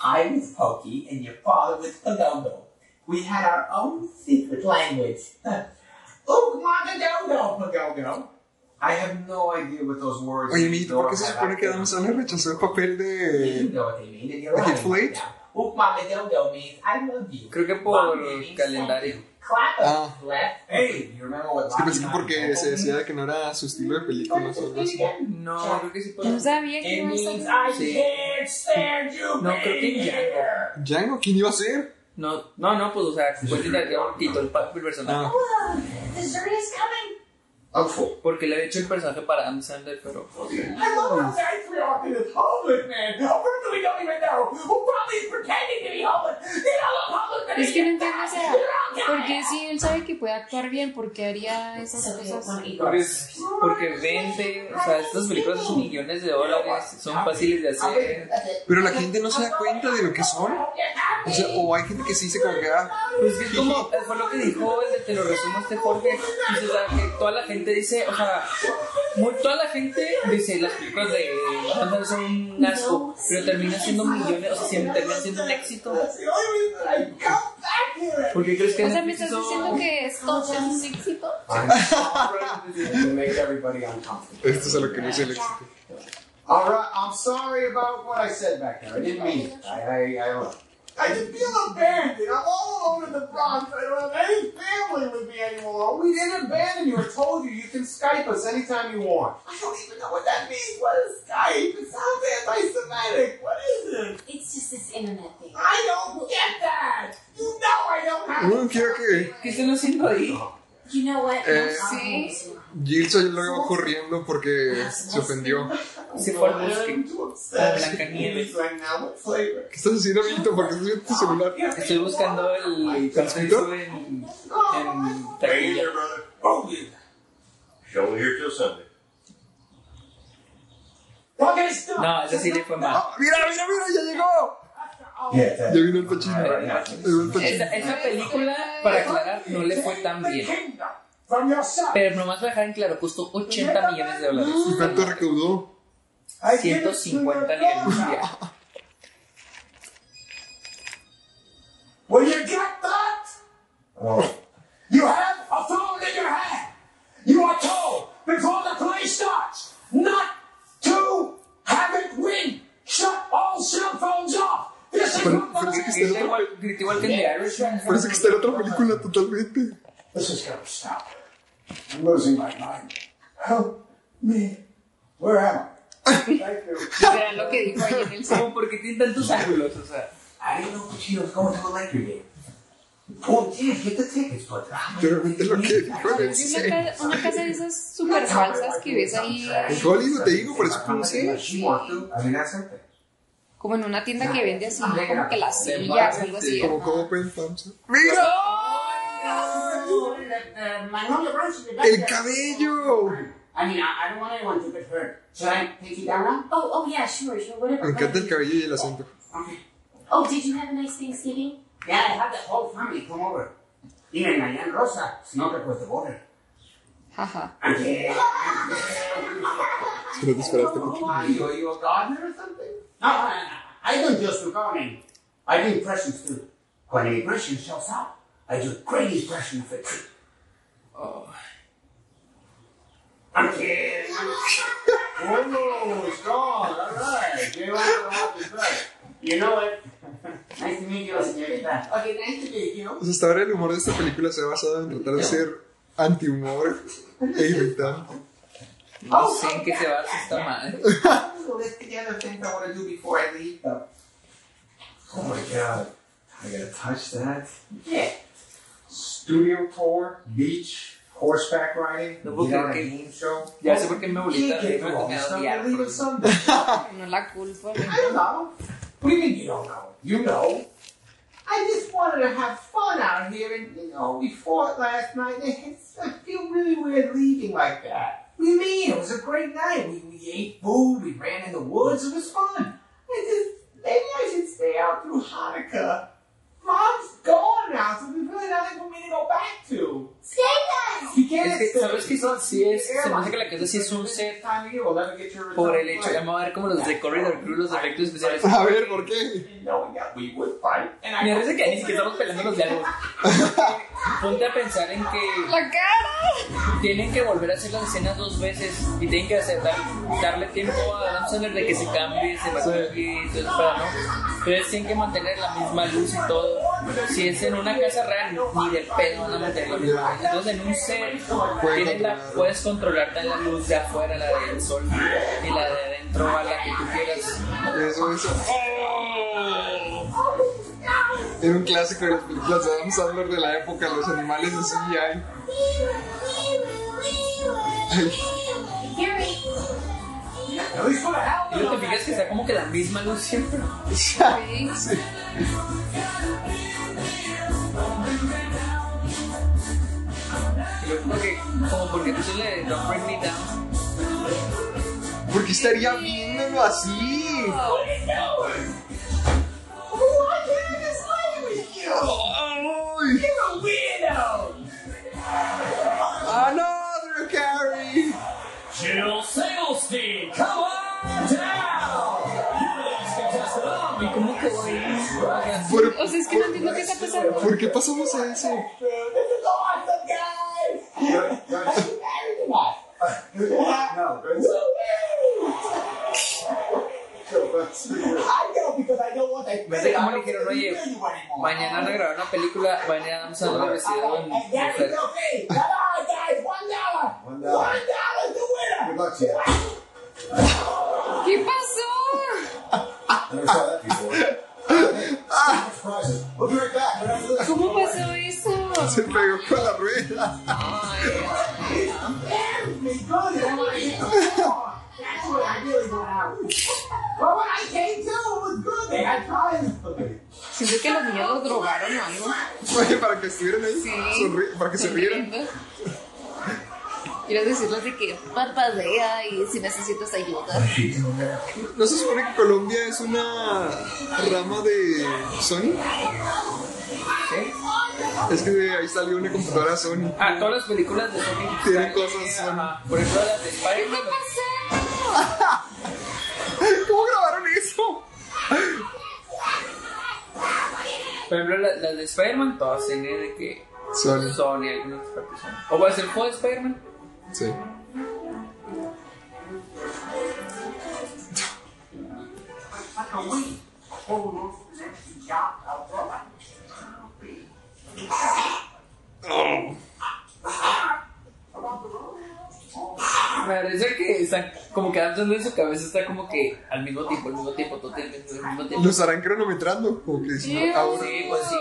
I was Pokey and your father was Pagogo. We had our own secret language. Oh, Oog Magadogo Pagogo!
I have no idea what those words
Oye, mijito, ¿por qué se
don't have
supone que Adam
acronyms.
Sandler rechazó el papel de. de Hateful Eight?
Oog Magadogo means I love you.
Creo que por calendario.
Clap
Ah.
us, left. Hey, you remember what
Es que pensé
Latin
que porque
means?
se decía de que no era su estilo de películas o algo así.
No, creo que sí por.
No sabía que
It
iba a
means
estar.
I
Sí.
can't stand you
No, creo que
being
ya.
here.
¿Django? ¿Quién iba a ser?
No, no, no, pues o sea, Quentin Tarantino quitó el, pa- el personaje.
Ah,
Dessert is coming.
Porque le había hecho el personaje para Adam Sandler, pero.
I love how nice we are to this homeless man. Who we don't even know. Who probably is pretending to be homeless. They all look homeless. but
Es
they
que no entiendo, o
die.
sea,
They're all
porque
dying.
si él sabe que puede actuar bien, ¿por qué haría esas cosas?
Porque, es- pues, porque vende, o sea, estas películas son millones de dólares, son fáciles de hacer.
Pero la gente no se da cuenta de lo que son. O sea, o hay gente que sí se como que, ah,
Pues que es como, fue lo que dijo el de Te lo resumo este Jorge. dice, o sea, que toda la gente dice, o sea, muy- toda la gente dice, las películas de Adam Sandler son un asco, pero termina siendo millones, o sea, siempre termina siendo un éxito.
That's the only reason I come back here.
¿Por qué crees que
O sea, ¿me
Netflix
estás
hizo-
diciendo que esto es un éxito?
To make everybody uncomfortable.
esto es a lo que no es el éxito.
All right, I'm sorry about what I said back there. I didn't mean it. I, I, I look. I just feel abandoned. I'm all alone in the Bronx. I don't have any family with me anymore. We didn't abandon you. I told you you can Skype us anytime you want. I don't even know what that means. What is Skype? It sounds anti-Semitic. What is it?
It's just this internet thing.
I don't get that. You know I don't have.
No quiero que.
¿Qué están haciendo ahí?
You know what?
Eh,
Sí.
Gilson lo veo corriendo porque se ofendió.
Se fue al bosque. A Blancanieves.
¿Qué estás haciendo, Vito? ¿Por qué estás viendo tu celular?
Estoy buscando el
¿Transcrito?
en.
Hang in there, brother. Oh, yeah. Show me here till Sunday.
No, ese sí le fue mal.
¡Mira, mira, mira! ¡Ya llegó!
Yeah,
Ya vino el pachino.
Esa, esa película, para aclarar, no le fue tan bien. Pero nomás para dejar en claro, costó 80 millones de dólares.
¿Y cuánto recaudó?
150 a nivel mundial.
Will you get that?
Oh.
You have a phone in your hand. You are told before the play starts not to have it ring. Shut all cell phones off. This is what the
Grita igual, grita igual que el de Irishman.
Parece que está en otra película totalmente.
This is gonna stop. I'm losing my mind. Help me. Where am I?
Verán lo que dijo ahí en el Como porque tiene tantos ángulos, o sea.
I didn't know Pacino was going to a Laker game. Well, yeah, get the tickets, but I
Literalmente lo que dijo en el
Es una, ca- una casa de esas súper falsas que ves ahí.
En Hollywood, te digo, por eso conocí.
I mean, that's it.
Como en una tienda que vende así, como que las
De
sillas, algo así.
Como como pensamos.
¡El
cabello!
I mean, I, I don't want anyone to get hurt. Should I take you down now?
Oh, oh yeah, sure, sure, whatever.
Me encanta el cabello y el acento.
Oh, did you have a nice Thanksgiving?
Yeah, I have the whole family come over. Even my aunt Rosa, it's not across the border.
Haha.
Se lo disparaste mucho.
Why, you, are you a gardener or something? No, no, no, no. I don't just do gardening. I do impressions too. When an impression shows up, I do a great impression of it. Oh. I'm kidding. oh, it's gone. All right. You know what the back. You know it. nice to meet you, señorita. Okay, nice to meet you.
O sea, hasta ahora el humor de esta película se ha basado en tratar de ser antihumor e irritante.
No sé en qué se basa esta madre.
So that's the other things I want to do before I leave.
Oh my god. I gotta touch that.
Yeah.
Studio tour, beach, horseback riding,
No puedo
get on a
creer que-
game show.
Ya sé por qué mi abuelita
Yeah,
me
get lost.
me
Stop
odiaba
and leave
por
us
eso.
Sunday.
No la culpo.
What do you mean you don't know? You know.
I just wanted to have fun out here, and you know, we fought last night, and it's, I feel really weird leaving like that. What do you mean? It was a great night. We, we ate food, we ran in the woods, it was fun. I just, maybe I should stay out through Hanukkah. Mom's gone now, so there's really nothing for me to go back to. Stay there! You can't
Es que,
stay.
¿sabes qué? Sí es, se me hace que la casa sí es un set
Time of year, we'll never get your
por el
return
hecho.
flight.
Vamos a ver como los de Corridor Crew, los efectos especiales.
A ver, ¿por qué?
Me parece que ni siquiera estamos pelando los diálogos. Ponte a pensar en que.
¡La cara!
Tienen que volver a hacer las escenas dos veces y tienen que hacer, dar- darle tiempo a Adam Sandler de que se cambie, se maquille, entonces para no. Entonces tienen que mantener la misma luz y todo. Si es en una casa real, ni del pedo van a mantener la misma luz. Entonces en un set tienes la- puedes controlar tan la luz de afuera, la del sol y la de adentro, a la que tú quieras.
Eso, eso. Era un clásico de las películas de Adam Sandler de la época, los animales de CGI.
Y lo te fijas que está como que la misma luz siempre.
Sí.
Yo creo que como porque tú le Don't Bring Me Down.
Porque estaría viéndolo así. Ay. Another carry.
Jill Sailstein, come on down!
¿Y cómo que voy?
Por-
O sea, es que no entiendo qué está pasando.
¿Por qué pasamos a eso?
No,
I know because I know what I
Me hace como le dijeron, oye, mañana van a grabar una película, mañana Adam Sandler vestido en mujer.
Good luck to you.
¿Qué pasó?
Never saw that before. Surprises. We'll be right back. right after this.
¿Cómo pasó eso?
Se pegó con la rueda.
Very good. I wanna hit the ball. That's what I really went out. But when I came to, it was good. They had time.
Siento que los niños los drogaron o algo.
para que estuvieran ahí, sonri- para que se rieran.
Sonriendo. Quiero decirles de que parpadea y si necesitas ayuda.
¿No se supone que Colombia es una rama de Sony? Es que de ahí salió una computadora Sony.
Ah, todas las películas de Sony.
Tienen cosas Sony.
Por ejemplo, las de Spider-Man.
¿Cómo grabaron eso?
Por ejemplo, la- las de Spider-Man, todas tienen de que.
Sony.
Sony, algunas partes Sony. ¿O va a ser el juego de Spider-Man?
Sí.
Me parece que está como que Adam Sandler en su cabeza está como que al mismo tiempo, al mismo tiempo, totalmente al mismo tiempo.
¿Lo estarán cronometrando? ¿O qué?
Sí,
Ahora.
pues sí.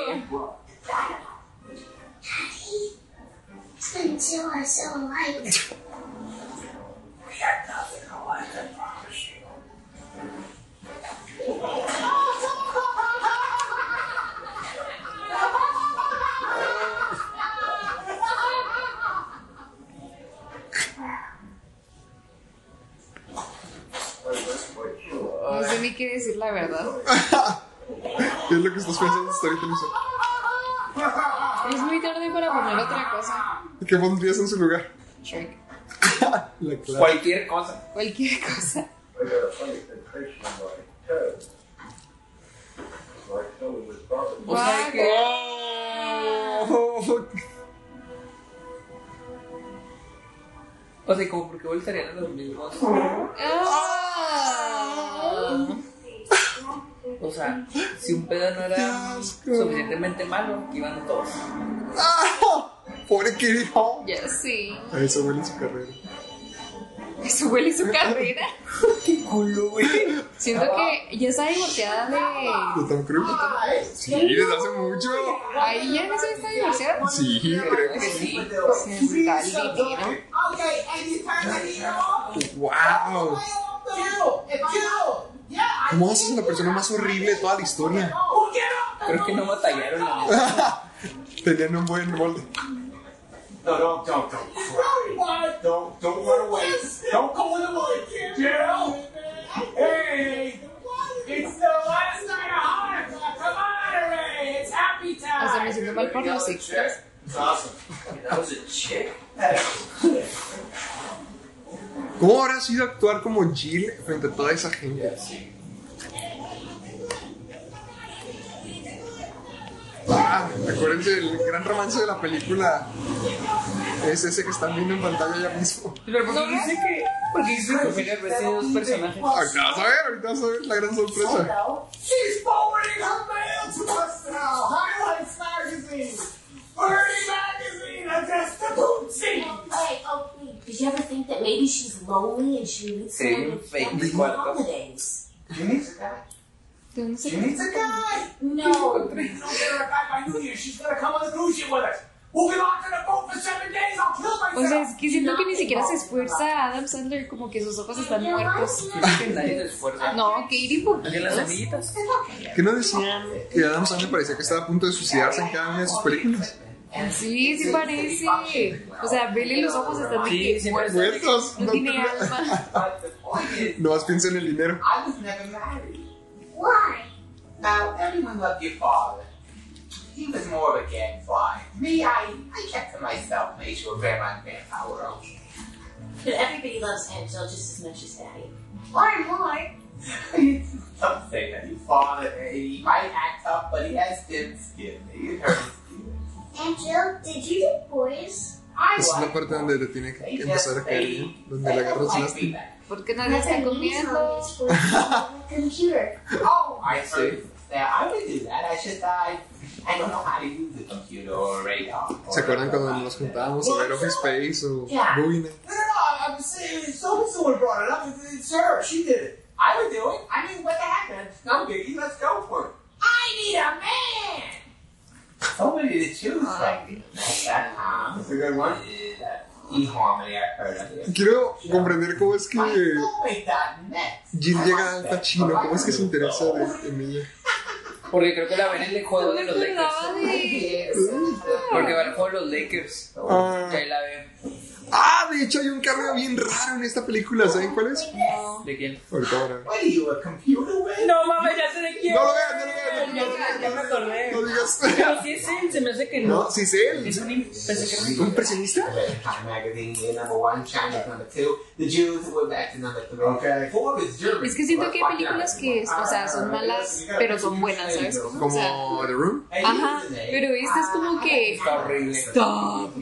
Until I saw light.
No sé ni qué decir la verdad.
¿Qué es lo que estás pensando ahorita, Luisa?
Es muy tarde para poner otra cosa.
¿Qué pondrías en su lugar?
Shrek.
La clave.
Cualquier cosa.
Cualquier cosa.
O sea que.
¡Ah!
O sea, como porque voltarían a los mismos. O sea, si un pedo no era suficientemente malo, iban todos.
Pobre Kitty Hall.
Ya sí.
A eso huele su carrera.
Eso huele su carrera.
Qué culo, güey.
Siento que ya está divorciada de.
¿De Tom Cruise? Sí, desde hace mucho.
Ahí ya no se está divorciada.
Sí, creo que
sí.
Okay, and you turn the heat off.
¡Wow!
Kill, kill. Yeah, I
¿Cómo haces la persona más horrible de toda la historia?
know. Get up.
Creo que no batallaron la neta.
Tenían un buen molde.
No, don't, don't, don't cry. Don't, don't run away. Don't go in the woods. Gerald. Hey,
It's the last night of Hanukkah. Come on, Ray. It's happy time.
O sea, me siento mal por los extras.
it's awesome. That was a chick.
¿Cómo habrá sido actuar como Jill frente a toda esa gente? Ah, acuérdense del gran romance de la película. Es ese que están viendo en pantalla ya mismo.
Pero porque dice que. Porque dice que mira, parece dos personajes.
Ahorita Ah, vas a ver, ahorita vas a ver la gran sorpresa.
She's forwarding her mail to us now. Highlights magazine. Birdie magazine. A destitute
Hey, oh, wait, did you ever think that maybe she's lonely and she needs
Sí,
someone to
fake
spend the
cuarto.
holidays?
Yo no sé
She needs a guy.
No.
Please don't get her back by New Year. She's gonna come on the cruise ship with us. We'll be locked in a boat for seven days. I'll kill myself.
O sea, es que siento que ni siquiera se esfuerza Adam Sandler, como que sus ojos están muertos.
Que nadie se esfuerza.
Ah, No, Katie
Que las
poquitos.
amiguitas.
¿Qué no decían que Adam Sandler parecía que estaba a punto de suicidarse en cada una de sus películas?
Sí, sí parece. O sea, vele los ojos están de
Sí,
que
siempre está-
Muertos.
no
No,
tiene alma.
no más piensa en el dinero.
I was never married.
Why?
Now, everyone loved your father. He was more of a gadfly. Me, I, I kept to myself, made sure grandma and grandpa were okay.
But everybody loves Angela just as much as Daddy.
Or more.
it's tough to say that your father, eh, he might act tough, but he has thin skin. It hurts.
And Jill, did you get boys?
I
Esa es la
like
parte donde te tiene que empezar a caer, ¿no? donde le agarras
like me
lástima.
back.
Porque nadie está comiendo.
computer.
Oh, I see. Now, I would do that. I should die. I don't know how to use a computer or a radar. or
¿Se acuerdan
whatever.
cuando nos juntábamos a ver Office Space o
Yeah.
Buina?
No, no, no, I- I'm saying someone, someone brought it up. It's, it's her. She did it. I would do it. I mean, what the heck, man? No biggie. Let's go for it. I need a man.
so many to choose from.
That's a good one.
eHarmony, I heard of it.
Quiero comprender cómo es que
Wait, that next.
Jill llega al Pacino, cómo es que se interesa de, en ella.
Porque creo que la ven en el juego de los Lakers. Porque
Porque
va al juego de los Lakers.
Ah.
Que ahí la ven.
Ah, de hecho hay un cambio bien raro en esta película, ¿saben cuál es?
¿De quién?
Ahorita van a ver.
No mames, ya sé de quién.
No lo vean, no lo vean, no
Ya-
lo vean,
Ya me acordé.
No digas.
Pero si es él, se me hace que no.
No, sí es él.
Es un im- pensé que era un-
¿Un impresionista?
Time magazine did number one, China at number two, the Jews went back to number three. Okay. Four is Germany.
Es que siento que hay películas que, o sea,
Ah,
son malas, pero son buenas, ¿sabes? cómo? O sea,
Como The Room.
ajá, pero esta es como que.
Está horrible.
Stop.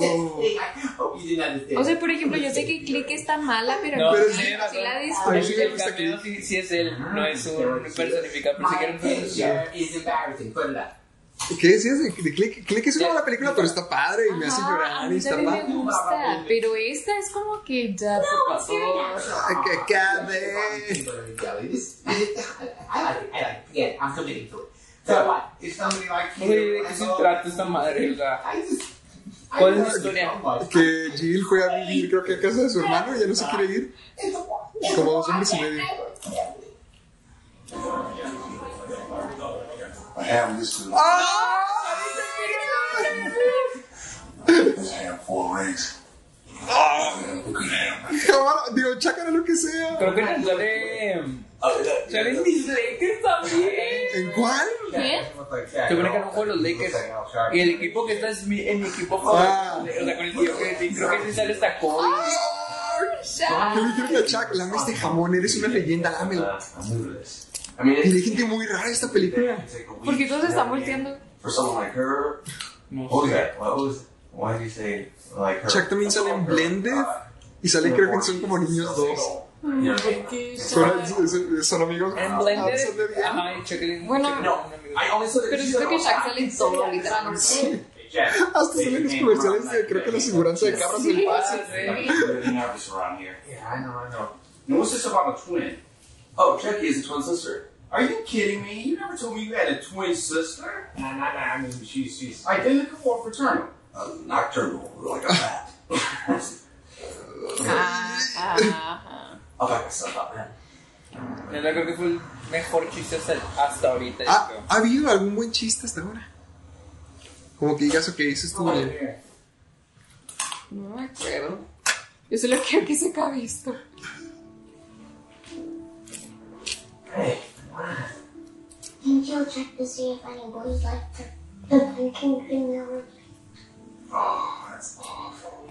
Hope you didn't understand.
O sea, por ejemplo, yo sé que Click es tan mala, pero
No,
no,
pero
sí
Ah, sí,
la
El,
disfruto.
el cameo sí, sí es él, no es un personificado. Pensé que era un personificado.
is embarrassing. Put it up.
¿Qué decías de, de Click? Click es una mala película, pero está padre y me hace
Ah, A
llorar y
mí
está
también me
padre.
gusta, pero esta es como que ya, por favor.
Que acabe.
This, this, I like it. I like it. Again, I'm committing to it. So what? If somebody like
No sé de
you,
qué se trata esta madre, o sea. ¿Cuál es la historia?
Que Jill fue a vivir, creo que a casa de su hermano y ya no se quiere ir. Como dos hombres y medio.
I have listened. I have four rings.
Cámara, digo, chácala lo que sea.
Creo que nos sale. Salen mis Lakers también.
¿En cuál?
¿Quién?
Se supone que no juego los Lakers. Y el equipo que está es mi, en mi equipo favorito. O sea, con el tío que sí, creo que sí sale esta Kobe.
Yo le quiero que a Chuck, lame este jamón, eres una leyenda, lámelo. Y hay gente muy rara esta película.
¿Por qué todos están volteando?
For someone like her, what was that? What was? Why did you say like her?
Chuck también sale en Blended y salen, creo que son como niños dos. Son, son- son amigos. Ah,
En
absolutamente.
Blender. Ajá, y chequen.
Bueno,
I only saw
pero siento que Shaq sale en todo, literal.
Hasta salen los comerciales de, creo que la aseguranza de carros del pase.
really nervous around here. Yeah, I know, I know. And what's this about a twin? Oh, Chucky is a twin sister. Are you kidding me? You never told me you had a twin sister? Nah, nah, nah. I mean, she's she's identical or fraternal. Uh, nocturnal, like a bat.
Ah,
I'll back myself up, man.
Neta, creo que fue el mejor chiste hasta, hasta ahorita. yo
¿Ha,
creo.
Ah, ha habido algún buen chiste hasta ahora? Como que digas, ok, eso estuvo bien.
No me acuerdo. Yo solo quiero que se acabe esto.
Angel checked to see if any boys liked her. The pumpkin cream yogurt.
Oh, that's awful.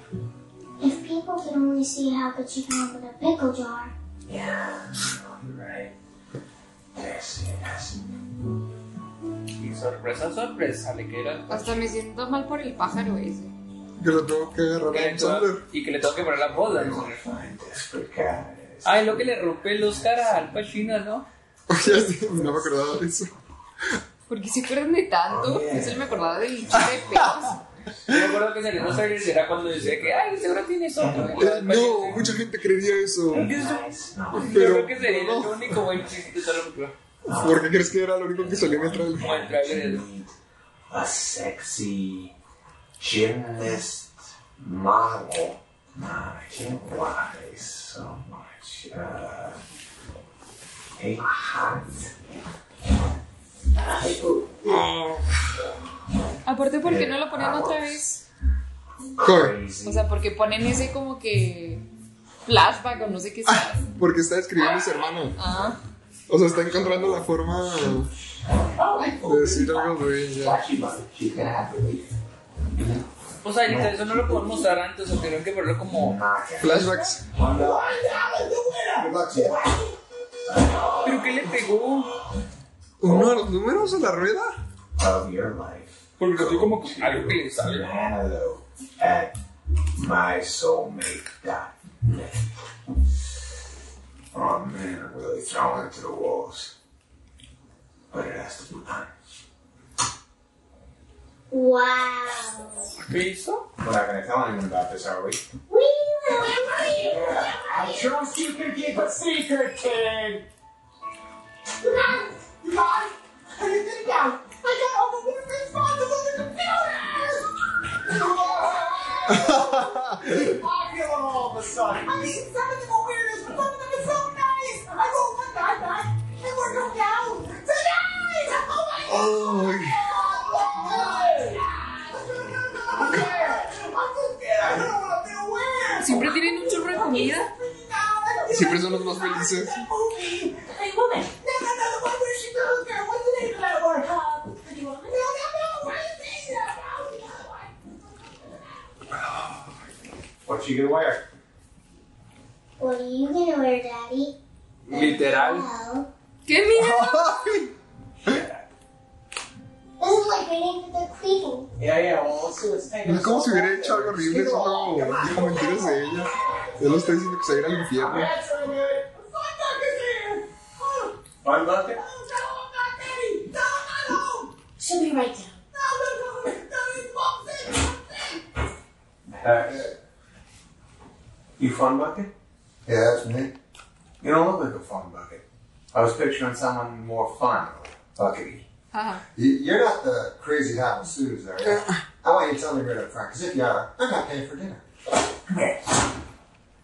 If people could only see how good she can with a pickle jar.
Yeah, you're right. Yes, yes.
Y sorpresa, sorpresa, le queda.
Hasta me siento mal por el pájaro ese.
Que lo tengo que agarrar
Que
a
le tengo-
Alexander.
Y que le tengo que poner la boda. Ay, lo que le rompe el Oscar a Al Pacino, ¿no?
Ya sé, no me acordaba de eso.
Porque se acuerdan de tanto. Yo solo me acordaba del chiste de peos.
Yo me acuerdo que salió en los trailers era cuando decía que, ay, seguro tienes otro. Y
Eh,
Al
No,
Pacino-
mucha gente creería eso.
Yo
Pero,
Pues, creo que sería el único buen chiste de toda la película.
¿por qué crees que era lo único que salió en el trailer?
Como el trailer de
A sexy gymnast model. Nah, I can't lie so much. Uh, hey, hot.
Aparte, ¿por qué no lo ponen otra vez? O
Crazy.
sea, porque ponen ese como que flashback o no sé qué sea.
Porque está escribiendo a su hermano.
Ah,
O sea, está encontrando la forma de decir algo de ella.
O sea, literal, eso no lo podemos mostrar antes, o tuvieron que ponerlo como.
Flashbacks.
¿Pero qué le pegó?
¿Uno de los números a la rueda?
Of your life.
Porque lo vio como que algo que le sale.
Manalo at mysoulmate.net. Oh man, I'm really throwing it to the walls. But it has to be done.
Wow.
¿Qué hizo?
We're not going to tell anyone about this, are we?
We remember you.
I'm sure Secret Kid, but Secret Kid! You guys! You guys! Are you
down. I got overworked responsible to computers. I feel them all of a sudden. I mean, some of them are weirdos, but some of them are so nice. I rolled one guy back, and we're going down tonight. Oh my god.
Oh,
Siempre tienen un chorro de comida.
siempre son los más felices.
Hey, woman. No, no, no, the one where she goes there. What's the name of that one? Uh, pretty woman? No, no, no. Where's the name of that one?
What's she gonna wear?
What are you gonna wear, Daddy?
Literal.
Well,
¡Qué miedo!
this is like waiting for the queen.
Yeah, yeah, well, let's see what's taking
Es como si hubiera hecho algo horrible diciendo diciendo mentiras de ella. Él lo está diciendo que se va a ir al infierno.
That's right, man. The fun duck is here. Oh,
Fun bucket?
oh, no, I'm not ready. No, I'm not home.
She'll be right down.
No, no, no, no, it's mom's in.
Uh, you fun bucket? Yeah, that's me. You don't look like a fun bucket. I was picturing someone more fun, buckety.
You- You're not the crazy hot masseuse, are you? I want you to tell me right up front, because if you are, I'm not paying for dinner.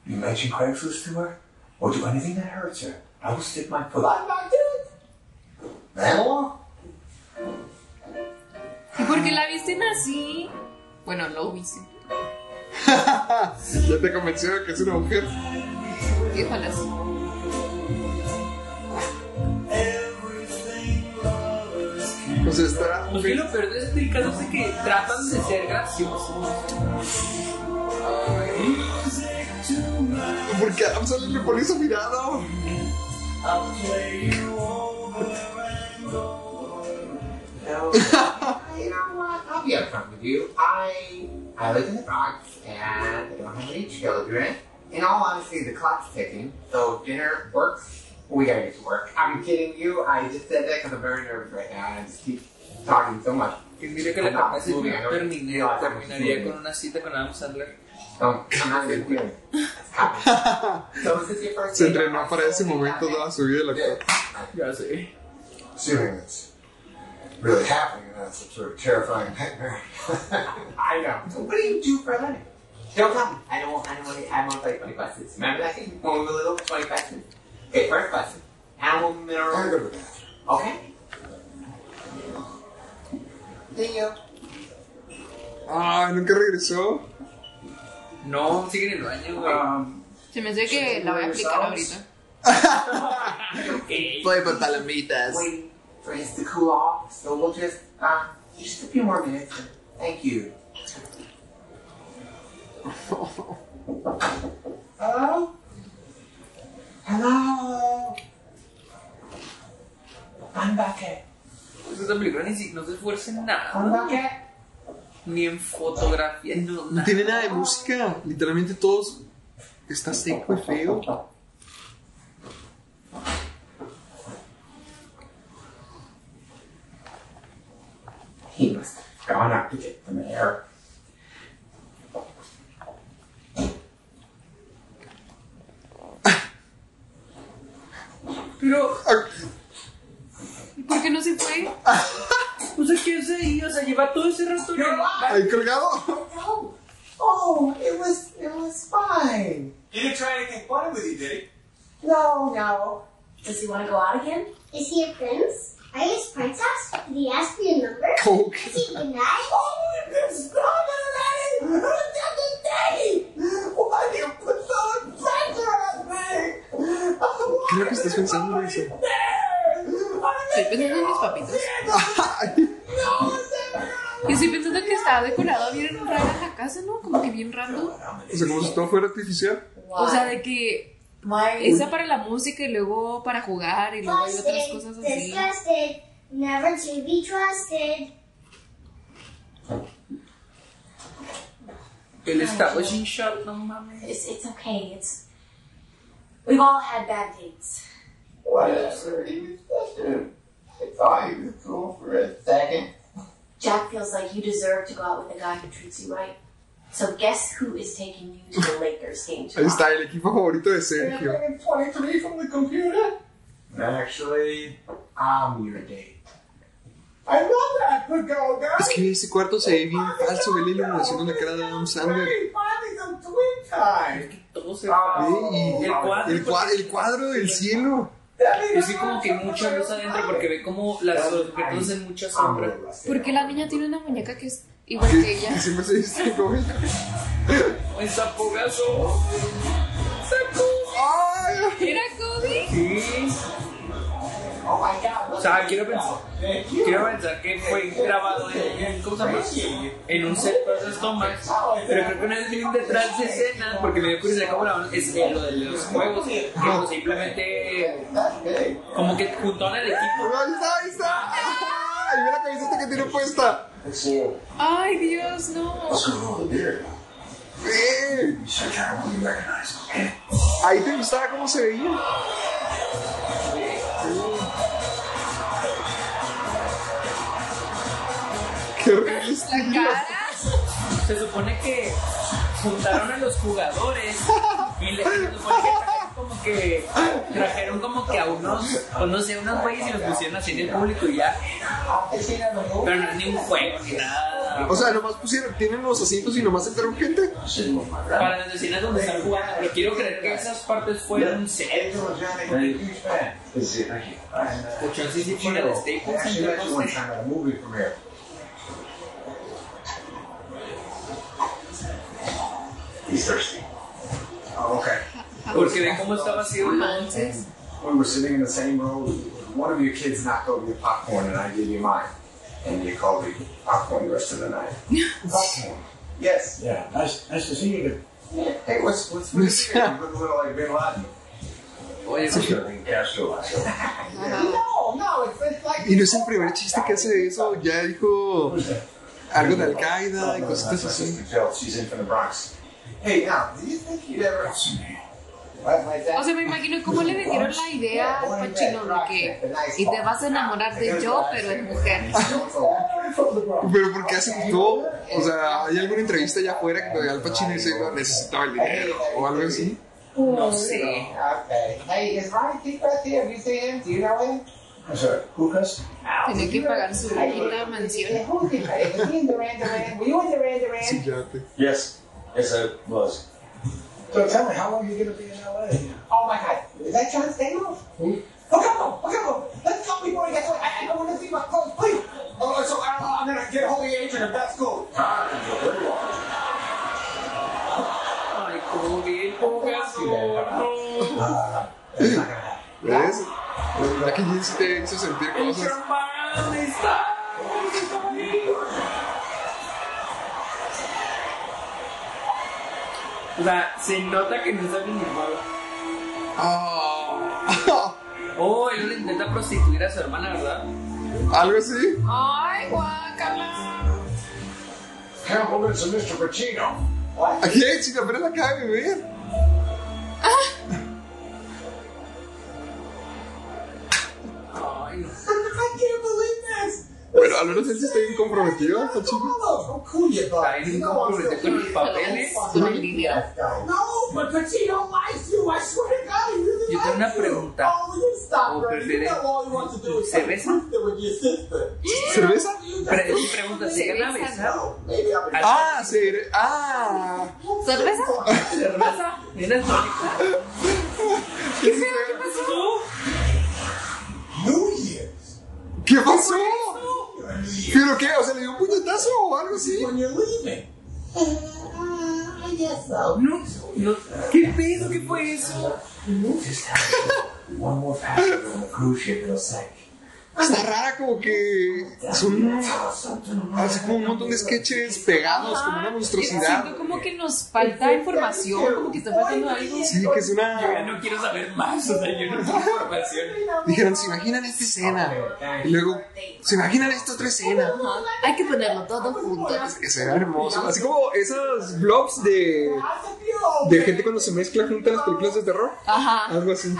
You mention Craigslist to her, or do anything that hurts her. I will stick my foot.
Fun buck, dude.
Mammal?
¿Y por qué la visten así? Bueno, lo visten.
Ya te convenció de que es una mujer.
Y ojalá sí.
O sea, está.
Lo que lo peor de este caso es de que tratan de ser graciosos.
Porque Adam Sandler le pone su mirada.
Uh, You know what? I'll be upfront with you. I I live in the Bronx and I don't have any children. In all honesty, the clock's ticking, so dinner works. We gotta get to work. I'm kidding you. I just said that because I'm very nervous right now and I just keep talking so much.
Tendría que la
Ah,
I'm not
capaz de
moving. I don't
terminé,
realize how much
terminaría
moving.
con una cita con Adam Sandler.
Um, I'm not even kidding. So is this your first
Se
date?
entrenó para ese momento toda su vida, el actor.
Ya sé.
Assuming it's really happening and not some sort of terrifying nightmare.
I know. So what do you do for a living? Don't tell me. I don't want. I don't want. I won't play funny questions. Remember that thing when we were little? Funny questions. Okay, first question. Animal, mineral.
I'm gonna go to the bathroom.
Okay. See you.
Ay, nunca regresó.
No, siguen en el baño, güey.
Ah.
Se me hace que la voy a aplicar ahorita.
Voy por palomitas.
Wait for his to cool off. So we'll just uh, just a few more minutes. and Thank you. Hello. Hello. I'm back at.
Pues esta película ni si, no se esfuerza en
Ah,
I'm
nada.
back at.
Ni en fotografía, no,
No
nada.
tiene nada de música. Literalmente todos. Está seco y feo.
He must have gone out to get the mayor.
Pero,
¿Y por qué no se fue?
o sea, ¿qué hace ahí? O sea, lleva todo ese rato en el baño.
Ahí colgado.
No. Oh, it was it was fine.
He didn't try anything funny with you, did he?
No, no.
Does he want to go out again?
Is he a prince? Are you his princess? Did he ask for your number?
Coke.
Is he nice?
Oh, it's coming, Lenny. It's the day. Why do you put so much pressure on me? Why
Creo que estás
is
pensando en eso.
nobody there? I'm
Estoy pensando en mis papitas.
Ay,
no one's ever gonna
Y estoy pensando que está decorado bien rara la casa, ¿no? Como que bien random.
O sea, como si todo fuera artificial.
O sea, de que esa para la música y luego para jugar y luego hay otras cosas
Trusted,
así.
disgusted, never to be trusted.
El establishing shot, no mames.
It's, it's okay. It's we've all had bad dates.
Whatever. He was such a. I thought he was cool for a second.
Jack feels like you deserve to go out with a guy who treats you right. So guess who is taking you to the Lakers game
Ahí
tomorrow?
está, el equipo favorito de Sergio.
Reporting to me from the computer.
Actually,
I'm your date. I love that Pagoda!
Es que ese cuarto se ve bien falso, ve la iluminación en la cara de Adam Sandler.
Hey, finally some twin time!
Todo se
Ve, y
El cuadro,
Ah,
pues,
el, cua- el cuadro del cielo.
Es que como que mucha luz adentro porque ve como las los objetos hacen mucha sombra.
Porque la niña tiene una muñeca que es igual que ella.
Se me hace este como el-
¡Un sapogazo!
¿Era Kobe?
Sí. O sea, quiero pensar, quiero pensar que fue grabado en, ¿cómo se llama? en un set para esas tomas, pero creo que una vez vi un detrás de escena, porque me dio curiosidad cómo grabaron es eh, lo de los juegos, que pues, simplemente como que juntaron el equipo.
¡Ahí está, ahí está! ¡Ay, ve la camiseta que tiene puesta!
Ay, Dios, no.
Ve. Ahí te gustaba cómo se veía. ¡Qué horrible!
La cara.
Se supone que juntaron a los jugadores y le, se supone que trajeron como que trajeron como que a unos, o no sé, unos güeyes y los pusieron así en el público y ya. Pero no es ni un juego ni nada.
O sea, nomás pusieron, tienen los asientos y nomás entraron gente.
para las escenas donde están jugando, pero quiero creer que esas partes fueron set. O chance sí fue la de Staples Center, no sé.
He's thirsty.
Oh, okay.
Porque ve cómo estaba haciendo
Manches.
When we're sitting in the same row, one of your kids knocked over your popcorn and I gave you mine. And you called me popcorn the rest of the night. popcorn. Yes.
Yeah, nice, nice to see you.
Hey, what's what's with you? You look a little like Bin Laden.
Oye,
No, no, it's, it's like.
Y no es el primer chiste que hace eso, ya dijo algo de Al Qaeda y cositas así.
She's in from the Bronx. Hey, now, do you think you'd ever? What, like
O sea, me imagino cómo le vendieron la idea al Pacino de que y te vas a enamorar de yo, pero es mujer.
Pero ¿por qué aceptó? O sea, ¿hay alguna entrevista allá afuera que Al Pacino dice no necesitaba el dinero o algo así?
No sé.
Okay. Hey, is Ronnie Deep right there? Have you seen him? Do you know him?
I'm sorry, who does?
Tenía que pagar su bonita mansión.
Who's he? Is he in Duran Duran? Were you in Duran Duran?
Yes, yes, I was. So tell me, how long are you going to be in Hmm? LA?
Oh my God! Is that John Stamos? Look out! Look out! Let's go before he gets away. I, I, I want to see my clothes, please.
Oh, so I, I'm gonna get a hold of the agent if that's cool.
Ay, cómo vi el jugazo.
¿Ves? Aquí sí te hizo sentir
El
cosas.
champán, ¿dónde está? O sea, se nota que no está bien armado.
Ah.
Oh, él le intenta prostituir a su hermana, ¿verdad?
¿Algo así?
Ay, guacala.
Compliments of Mr. Pacino.
Aquí hay chica, apenas la acaba de beber.
Ay, no.
I can't believe this.
Bueno, al menos él sí está bien comprometido, está chico.
Hello, how cool you
Está
are.
bien
No, I'm
comprometido con los
still
papeles.
Con el dinero.
No, but Pacino likes you. I swear to God, he really
Yo
likes
tengo
you.
una pregunta.
Oh, you
¿O
stop, Bernie. You
prefieren
know all you want to do is
¿Se
have
besan?
pizza with your sister.
¿Cerveza?
You
Pre-
just-
mi pregunta, ¿se gana besar?
Maybe I'll be.
Ah, sí. Ah.
¿Cerveza?
¿Cerveza? ¿Mira tónica?
¿Qué,
New Year's.
¿Qué pasó? ¿Pero qué? O sea, ¿le dio un puñetazo o algo así?
When you're leaving. Uh, I guess so.
No, no. ¿Qué pedo? ¿Qué fue eso?
Just have one more passenger on the cruise ship, it'll sink.
Está rara como que son así como un montón de sketches pegados, como una
Ajá, Siento
monstruosidad.
como que nos falta información, como que está faltando algo.
Sí, que es
Yo ya
una...
no quiero saber más, o sea, yo no quiero información.
Dijeron, ¿se imaginan esta escena? Y luego, ¿se imaginan esta otra escena?
Hay que ponerlo todo junto.
Será hermoso. Así como esos vlogs de, de gente cuando se mezcla junto a las películas de terror.
Ajá.
Algo así.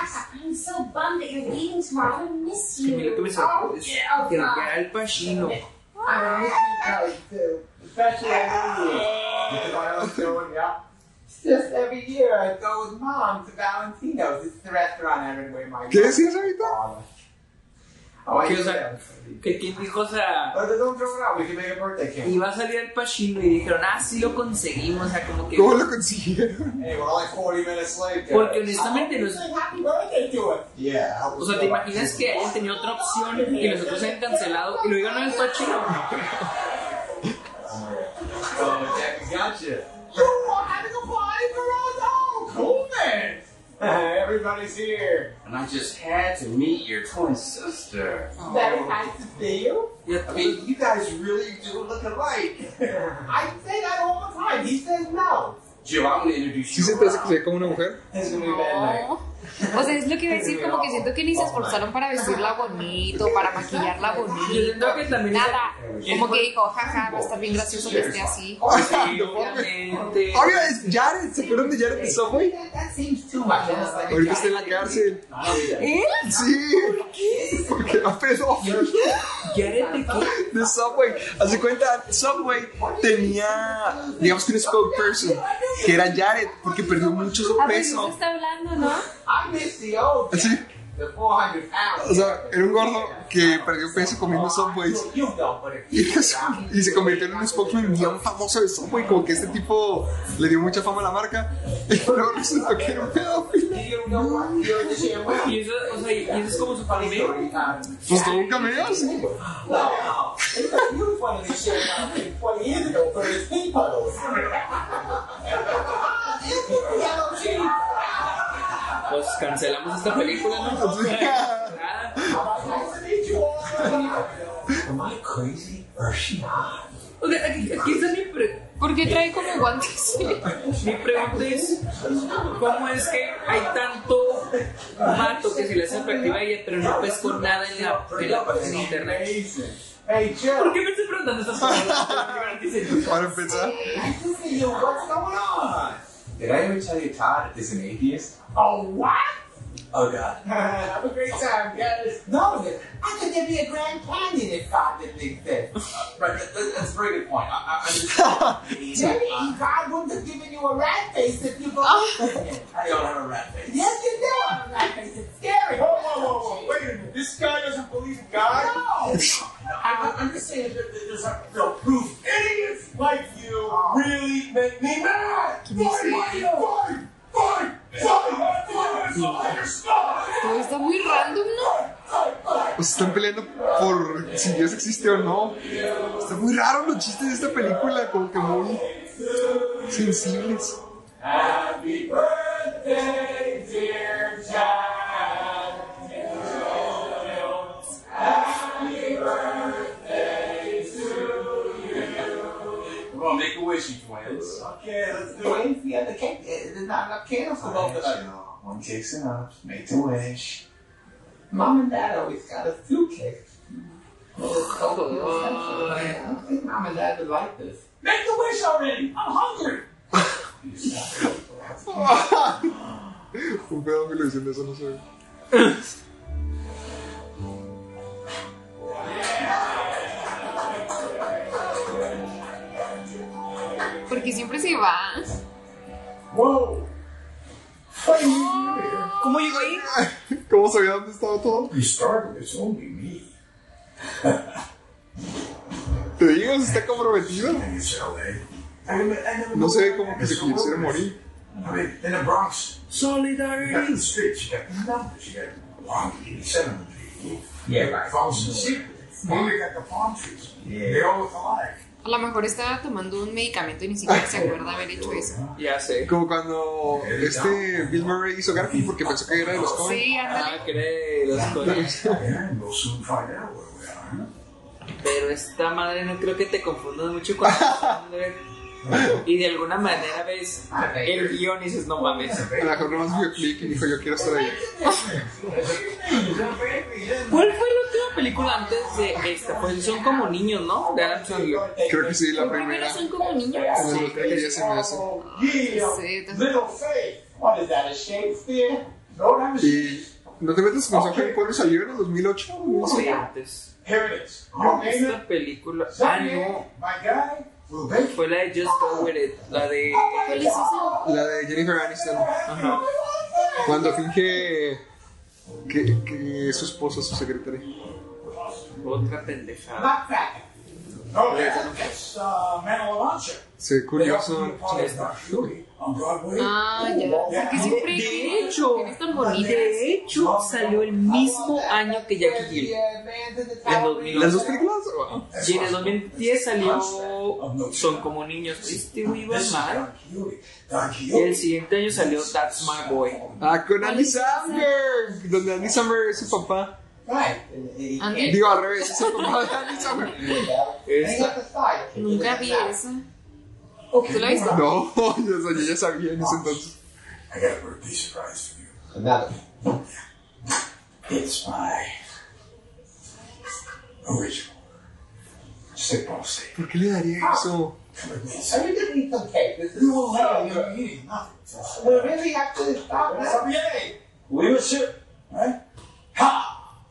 I'm so bummed that you're leaving tomorrow. I miss
Y mira que me
you.
sorprendes. Que no queda el pachino.
I miss you guys too. Especially at New Year's. Just every year I go with mom to Valentino's. It's the restaurant I ran away my
¿Qué decías ahorita?
father.
Oh, I
que, o
knew
sea,
that.
que quién dijo, o sea...
But they don't throw it out. We can make a birthday cake.
Y va a salir el Pachino y dijeron, ah, sí lo conseguimos, o sea, como que...
¿Cómo lo consiguieron? Hey, we're only 40 minutes late.
Porque honestamente no es...
Happy birthday to it. Yeah. I
O
was
sea,
about-
¿te imaginas que hayan tenido otra opción y los otros hayan cancelado y lo digan al Pachino?
Oh, Jack, we got you.
You are having a party for us all. Cool, man.
Everybody's here.
And I just had to meet your twin sister.
Very nice to see you.
I mean, you guys really do look alike.
I say that all the time. He says no.
Jill, I'm gonna introduce
¿Sí se te hace que se ve como una mujer?
O sea, es lo que iba a decir, como que siento que ni se esforzaron para vestirla bonito, para maquillarla bonito.
Siento que también...
Nada. Como que dijo, jaja, va a estar bien gracioso que esté así.
obviamente.
Obviamente, Jared, ¿se acuerdan de Jared de Subway?
That seems too much. Almost like a
Ahorita está
guy.
en la cárcel.
¿Él?
Sí. Porque va preso.
¿Jared de
qué? De Subway. Hace cuenta, Subway tenía, digamos que un spokesperson, que era Jared, porque perdió mucho su
no
peso.
está hablando, ¿no?
I miss the old
Así,
the 400 pounds.
o sea, era un gordo que perdió peso comiendo Subways.
You know, but if
Y, es- y se convirtió en un spokesman bien famoso de Subway, como que este tipo le dio mucha fama a la marca. Y luego resultó que era un pedófilo.
you know what, you're the shit.
Y eso, o sea, y eso es como su palmeo.
Pues tuvo un cameo, sí.
No, no. You one of this shit about 20 years ago for his pee puddles. It's the yellow cheese.
Pues cancelamos esta película, ¿no?
Nice to meet you all.
Am I crazy or is she hot?
O sea, aquí, aquí está mi, pre-
¿Por qué trae como guantes?
mi pregunta es, ¿cómo es que hay tanto mato que se le hace atractiva a ella, pero no pesco nada en la, en la en internet?
Hey, Joe.
¿Por qué me estoy preguntando estas cosas?
Para empezar.
Nice to see you. What's going on?
Did I ever tell you Todd is an atheist?
Oh, what?
Oh god.
Have a great time, guys. No, how could there be a Grand Canyon if God didn't exist?
Right, that, that, that's a very good point. I, I, I'm just,
Maybe
uh,
God wouldn't have given you a rat face if you believed.
I don't have a rat face.
yes, you do have a rat face. It's scary.
Whoa, whoa, whoa, whoa. Wait a minute. This guy doesn't believe in God?
No.
I, I, I'm just saying that that there's not real proof. Idiots like you really make me mad! Fight, fight, fight, fight, fight, fight, fight, you're stuck.
Todo está muy random, ¿no?
Pues están peleando por si Dios existe o no. Está muy raro los chistes de esta película, como que muy sensibles.
Happy birthday, dear Jack. Happy birthday to
Come on, make a wish, you twins.
Okay, let's do it. Yeah, the cake. eh, There's not enough candles for both of us.
One cake's enough. Make the wish.
Mom and Dad always got us two cakes.
Oh,
I think Mom and Dad would like this. Make the wish already. I'm hungry.
Un pedófilo diciendo eso no se ve.
Porque siempre se va.
Whoa.
¿Cómo llegó ahí?
¿Cómo sabía dónde estaba todo?
You started, it's only me.
Te digo, está comprometida.
It's LA. I mean, I never
No se ve
knew-
como que
It's
se
the
quisiera
wilderness.
morir.
I mean, in the Bronx, you got the
Solidarity.
streets, you got the numbers, you got one eighty-seven hundred eighty.
Yeah,
You got
right.
Folsom City. Well, you got the palm trees.
Yeah.
They all look alike.
A lo mejor estaba tomando un medicamento y ni siquiera se acuerda haber hecho eso.
Ya sé.
Como cuando este Bill Murray hizo Garfield porque pensó que era de los Coen.
Sí, ándale.
Ah, cree las cosas.
And we'll soon find out where we are.
Pero esta madre no creo que te confundas mucho con Y de alguna manera ves el guión y dices, no mames.
A lo mejor nomás vio click y dijo, yo quiero estar ahí.
¿Cuál fue la última película antes de esta? Pues son como niños, ¿no? De Adam Sandler.
Creo que sí, la
Primero
primera.
son como niños.
En el 2010 se me hace.
Oh,
Sí, entonces-
Little Faith. What is that, a Shakespeare? No, that was
Y no te metas con San Juan salió en el 2008. No
Sí,
sé.
antes.
Here it is.
Creo que Esta película. Ah, no.
My guy will bake
Fue la de Just Go With It. La de.
¿Cuál es esa?
La de Jennifer Aniston.
Ajá.
Cuando finge que, que su esposa es su secretaria.
Otra pendejada.
Backpack.
Okay, it's uh, Manalabancha.
Se ve curioso.
On Broadway.
Ah, ya. Porque siempre hay
De hecho,
tan bonitas.
de hecho, salió el mismo año que Jackie Jill. En 2011.
¿Las dos películas?
Y en el 2010 salió Son como niños, este güey va mal. Y el siguiente año salió That's My Boy.
Ah, con Andy Samberg, donde Andy Samberg es su papá.
Andy.
Digo al revés, es el papá de Andy Samberg. Esta-
Nunca vi eso. ¿Tú lo viste?
No, yo, o sea, yo ya sabía en ese entonces.
I got a birthday surprise for you. Another. It's my original Sigma steak.
¿Por qué le daría eso?
Come with me.
I need to eat some cake. This is
You will love you're eating nothing.
We really have to stop
It's
now.
up, yay! We will ship, right? Ha!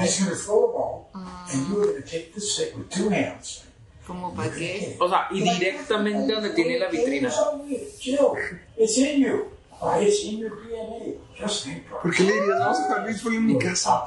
He's gonna throw a ball, and you are gonna take the stick with two hands.
¿Cómo para qué?
O sea, y directamente donde tiene la vitrina.
Jill, it's in you. Uh, It's in your DNA. Just think, bro.
¿Por qué le dirías vamos a jugar béisbol en mi casa?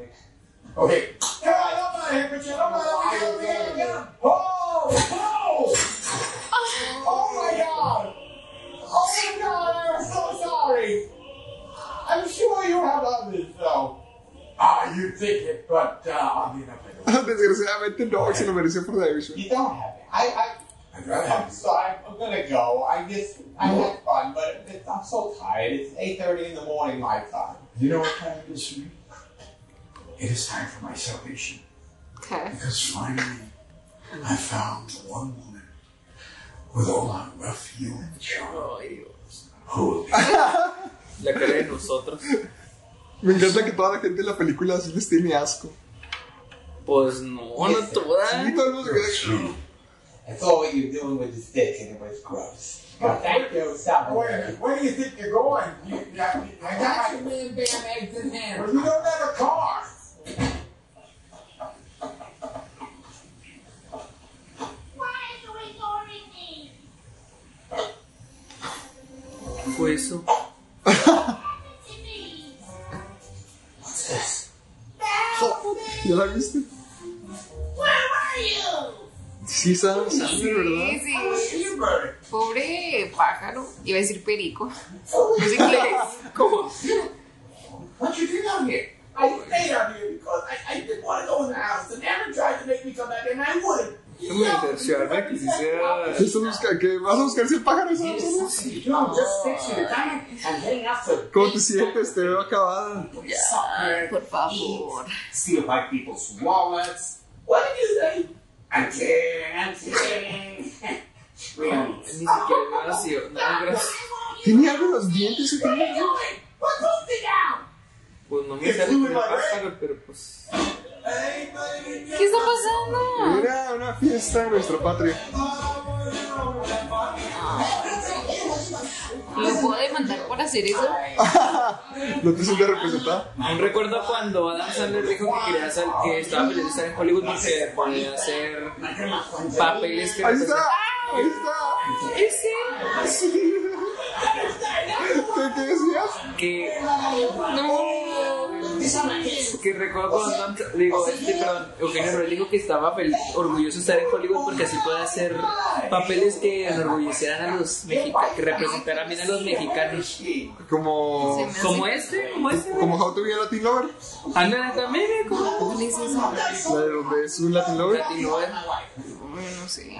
Okay. Come on, help my
eh!
hand, Richard. Help my hand. Help my hand. Get him. Oh! Oh! Oh my god! Oh my god, I'm so sorry! I'm sure you have done this, though. Ah, you think it, but uh, oddly enough, I
Desgraciadamente no, se lo mereció por The Irishman.
You don't have it. I, I, I'm sorry. I'm gonna go. I just, I had fun, but it, I'm so tired. It's 8:30 in the morning my time.
You know what time it is for me? It is time for my salvation.
Okay.
Because finally, I found the one woman with all our rough human charm. Who will be
La cara de nosotros.
Me encanta que toda la gente de la película así les tiene asco.
Pues no, no toda.
Sí, todo el mundo se queda-
I saw what you were doing with the stick, and it was gross. But thank you, Salvador.
Oh, Where, where do you think you're going? You, I, I got you.
man bam eggs in hand.
Well, you don't have a car.
Why are you ignoring me?
¿Qué fue eso?
To me.
What's this?
¿Ya la viste?
Where were you?
Sí, esa sangre,
Sí,
¿verdad?
sí.
Hubert.
Pobre pájaro. Iba a decir perico. No sé qué es.
¿Cómo?
What you doing out here?
I stayed out here because I, I didn't want to go in the house, and Aaron tried to make me come back, and I would.
Déjame cerciorarme que si sea.
¿Qué estás buscando? ¿Qué? ¿Vas a buscar si el pájaro es algo?
You know, I'm just fixing it. I'm, I'm heading out to
¿Cómo te sientes? Te veo acabada.
somewhere.
Por favor.
steal my people's wallets. What did you say? I'm kidding, I'm kidding.
Ni siquiera es gracioso. No es gracioso.
Tiene algo en los dientes. ¿o qué?
Pues no me sale el pájaro, pero pues.
¿Qué está pasando?
Era una fiesta de nuestra patria.
¿Lo puedo demandar por hacer eso?
¿No te sientes representada?
Aún recuerdo cuando Adam Sandler dijo que quería hacer, que estaba feliz de estar en Hollywood porque podía hacer papeles que
¡Ahí está! ¡Ahí
¿Es él?
está! Sí. ¿Qué, qué decías?
Que,
No.
que recuerdo cuando Adam, digo, este, perdón, Eugenio Ruiz dijo que estaba fel- orgulloso de estar en Hollywood porque así podía hacer papeles que enorgullecieran a los mexicanos, que representaran bien a los mexicanos.
Como...
Como este, como este.
Como How to be a Latin Lover.
Ándale también, eh, como
¿Cuál es eso?
La de donde es un Latin Lover.
Latino, eh.
bueno, sí.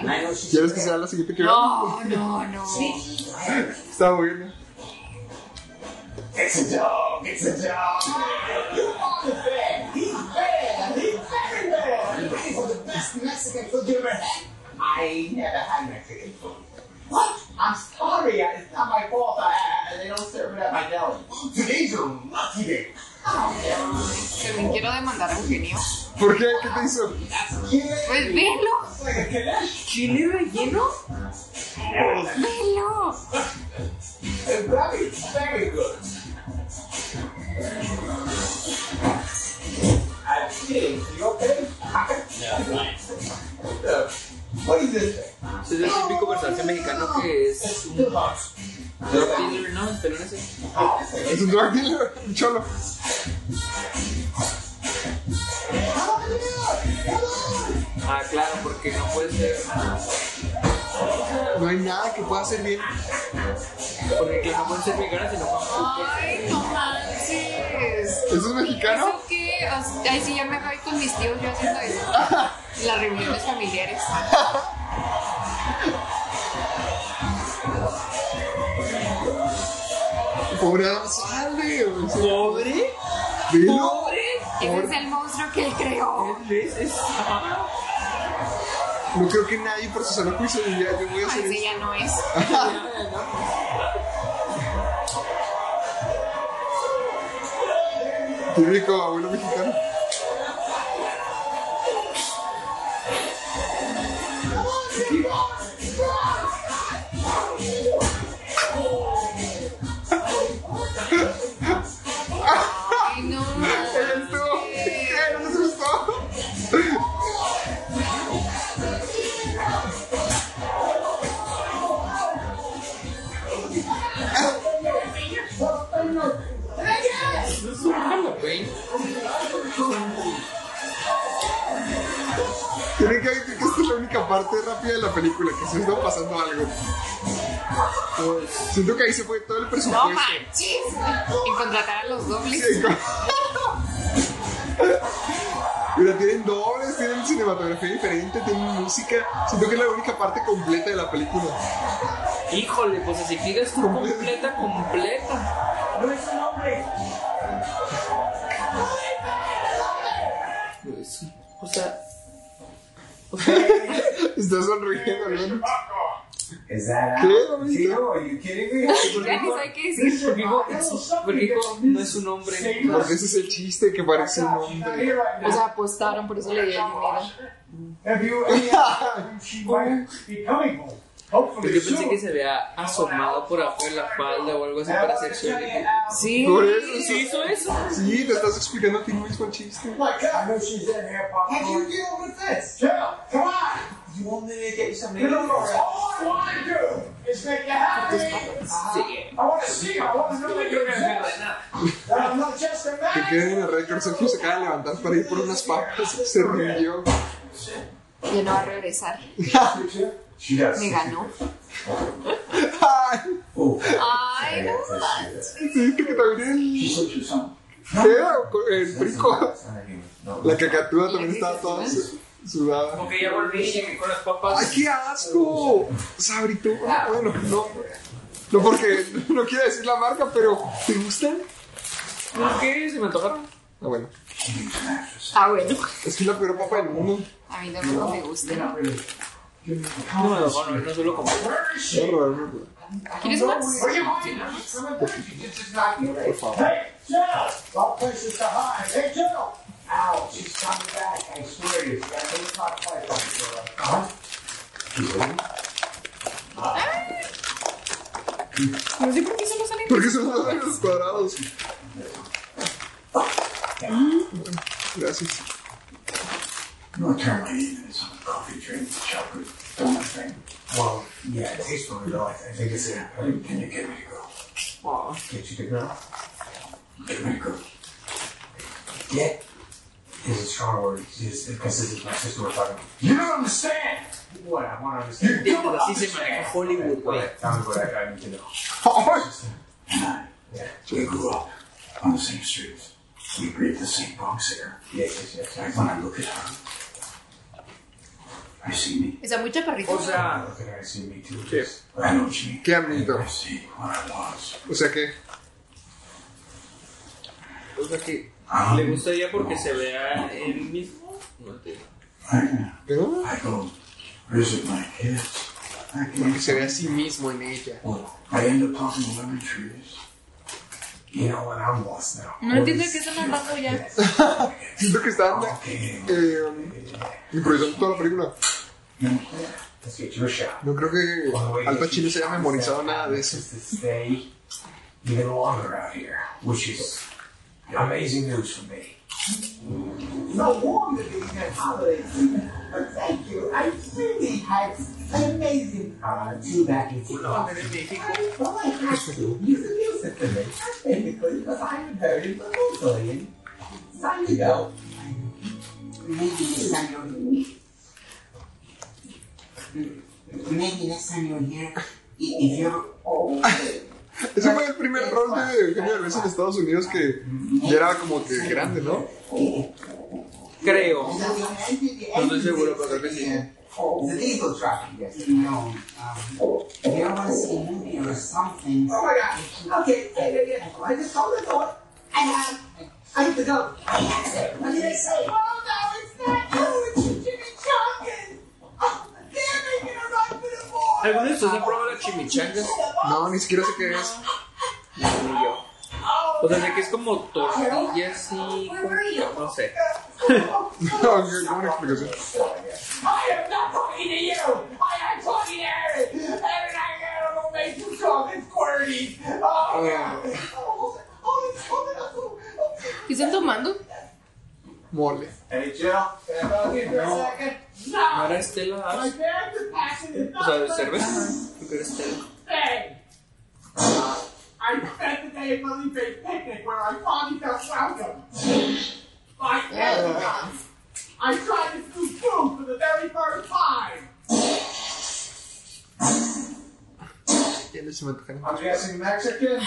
¿Quieres que sea la siguiente que
No, no, no.
veamos? Está ¿eh? buena.
It's a dog, it's a dog. You are the bear. He's bear. He's very bear. He's the best Mexican food you ever had. I never had Mexican food. What? I'm sorry. I- It's not my fault. I, I- they don't serve it at my deli. Today's a lucky day.
También quiero demandar a Eugenio.
¿Por qué? ¿Qué te hizo?
Pues velo.
¿Chile relleno?
Velo.
That is very good. I'm kidding. You okay? Uh, What is this thing?
Es el típico personaje mexicano que es un drug dealer, ¿no? El pelón ese.
Es un drug dealer, un cholo.
Ah, claro, porque no puede ser.
No hay nada que pueda hacer bien.
Porque que no pueden ser mexicanos sino con
Ay, no manches.
¿Eso es mexicano?
¿Eso qué? O sea, Ay, sí, ya me voy con mis tíos yo haciendo eso. Las reuniones familiares.
Pobre Adam Sandler.
¿Pobre?
Velo.
Ese es el monstruo que él creó.
No creo que nadie por su sano juicio diría, yo voy a hacer
Ay,
eso.
sí, ya no es.
Típico abuelo mexicano.
Ay, no.
Eres tú. ¿Qué? ¿No les gustó? Tienen que admitir que esta es la única parte rápida de la película, que se está pasando algo. Pues, Siento que ahí se fue todo el
No
presupuesto.
manches. Y contratar a los dobles.
Sí, co- Mira, tienen dobles, tienen cinematografía diferente, tienen música. Siento que es la única parte completa de la película.
Híjole, pues así que digas tú completa, completa. No es un hombre. Pues O sea,
Está sonriendo, ¿no?
Is that
¿Qué?
out?
¿No viste?
Tio, are you kidding me?
Ya ni sé qué decir.
porque digo, porque digo, no es un hombre.
Porque ese es el chiste que parece un hombre.
O sea, apostaron, por eso le di el dinero.
Have you any idea when she might be coming home?
Porque
Hopefully
yo pensé
soon.
que se vea asomado por afuera de la falda o algo así para ser suerte.
Sí.
Por eso,
¿Sí hizo eso?
Sí, te estás explicando a ti mismo el chiste.
My God, I know she's in here, Papa.
How do you deal with this? Jill, come on.
You want me to get you something?
You know, all I want to do is make you happy.
Sí.
I want to see you. I want to know that you exist. That I'm not just a
Que
man.
queden en el récord. Sergio se acaba de levantar para ir por unas papas. Se rindió.
Ya no va a regresar.
She does.
Me ganó.
Ay,
Oh,
Ay, no.
sí, que también
she slipped you something.
el, feo, el brinco.
That's not even- no.
La cacatúa también estaba toda su- sudada.
Porque ya volví y llegué con las
¡Ay,
papas.
qué asco! Sabrito. ah, Bueno, no. No porque no quiero decir la marca, pero ¿te gustan?
¿Por qué? Se me antojaron.
Ah, bueno.
Ah, bueno.
Es que es la peor papa del mundo.
A mí tampoco me gusta.
No me antojaron, no suelo comer.
Voy a robar una,
¿Quieres más?
It's just not you.
por favor.
Hey, Jill. All places to hide. Hey, Jill. Ow, she's coming back. I swear to you. That thing's not quite right, Jill.
No sé por qué solo salen.
Porque son los daños cuadrados. Gracias.
I'm gonna turn my name into some coffee drink, chocolate, donut thing. Well, yeah, it tastes really good. I think it's it. Can you get me to go?
Oh.
Get you to go? Get me to go. Get is a strong word because this is my sister we're talking about.
You don't understand.
What I want to understand.
You don't
Así se maneja Hollywood, güey.
Okay, tell me what I, I need to know. Yeah.
We grew up on the same street. We breathed the same bronx air.
Yes, yes, yes.
Like when I look at her,
I see me.
O sea, muy chaparrito.
O sea,
¿Qué? ¿Qué, amiguito? O sea que.
O sea que
Um,
le gustaría porque se vea él mismo. No entiendo.
¿Pero?
Visit my kids.
Porque se ve a sí mismo en ella.
I end up talking to lemon trees. You know what? I'm lost now.
No entiendo qué son las patrullas.
Siento que están eh, improvisando toda la película.
Let's get you a shot.
No creo que Al Pacino se haya memorizado nada de eso.
Stay even longer out here, which is amazing news for me.
So warm to be in that holiday season. But thank you. I really had an amazing uh, time. Too bad you took off. Well, I had to. He's a music to me. Technically, because I'm very Mongolian. Time to go. Maybe it's on your
Maybe next time you're here, i- if you're old,
Ese fue el primer rol de Eugenio Derbez en Estados Unidos que ya era como que grande, ¿no?
Creo.
No
estoy seguro, pero creo que sí.
the diesel truck, you know, um, if you ever want to see a movie or something,
Oh my gosh. Okay, yeah, yeah, yeah. I just told the door. I have. I have to go. I have to. What did I say? Oh, no, it's not you. It's your Jimmy Johnson. Oh, damn it. You're right for the ball.
¿Alguno de ustedes ha probado las chimichangas?
No, ni siquiera sé qué es.
Ni yo. O sea, sé que es como tortillas y. No sé.
No, qué buena explicación.
I am not talking to you. I am talking to Aaron. Aaron, I am going to make you strong and squirty. Oh, God. Oh, hold it, hold it up.
¿Qué están tomando?
Mole.
Hey, Jill.
Can I talk to you for a
No.
second?
¿No
No.
era Estela
My
Arce?
parents' passion is
O sea, de
not for
cerveza. Creo que era Estela.
Hey! I spent the day at Lily Bay's picnic where I finally felt welcome. By everyone. I tried to do food for the very first time.
Ya no se me antojaron.
I'm guessing Mexican?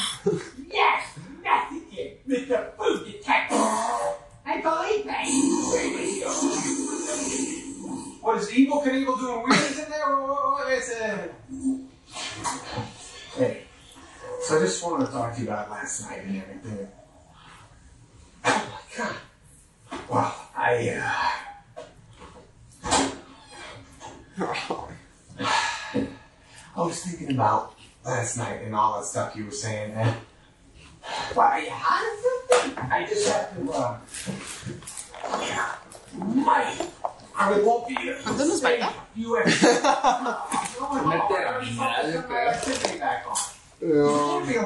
Yes, Mexican, Mr. Food Detective. And Felipe, where were you?
What is Evil Knievel doing weird in there? What- what- what is it? Hey, so I just wanted to talk to you about last night and everything. Oh my god. Well, I, uh. I was thinking about last night and all that stuff you were saying, and.
Why, you hot or something? I just have to, uh.
uh,
Mike, I would love for you to. say You have.
Eh,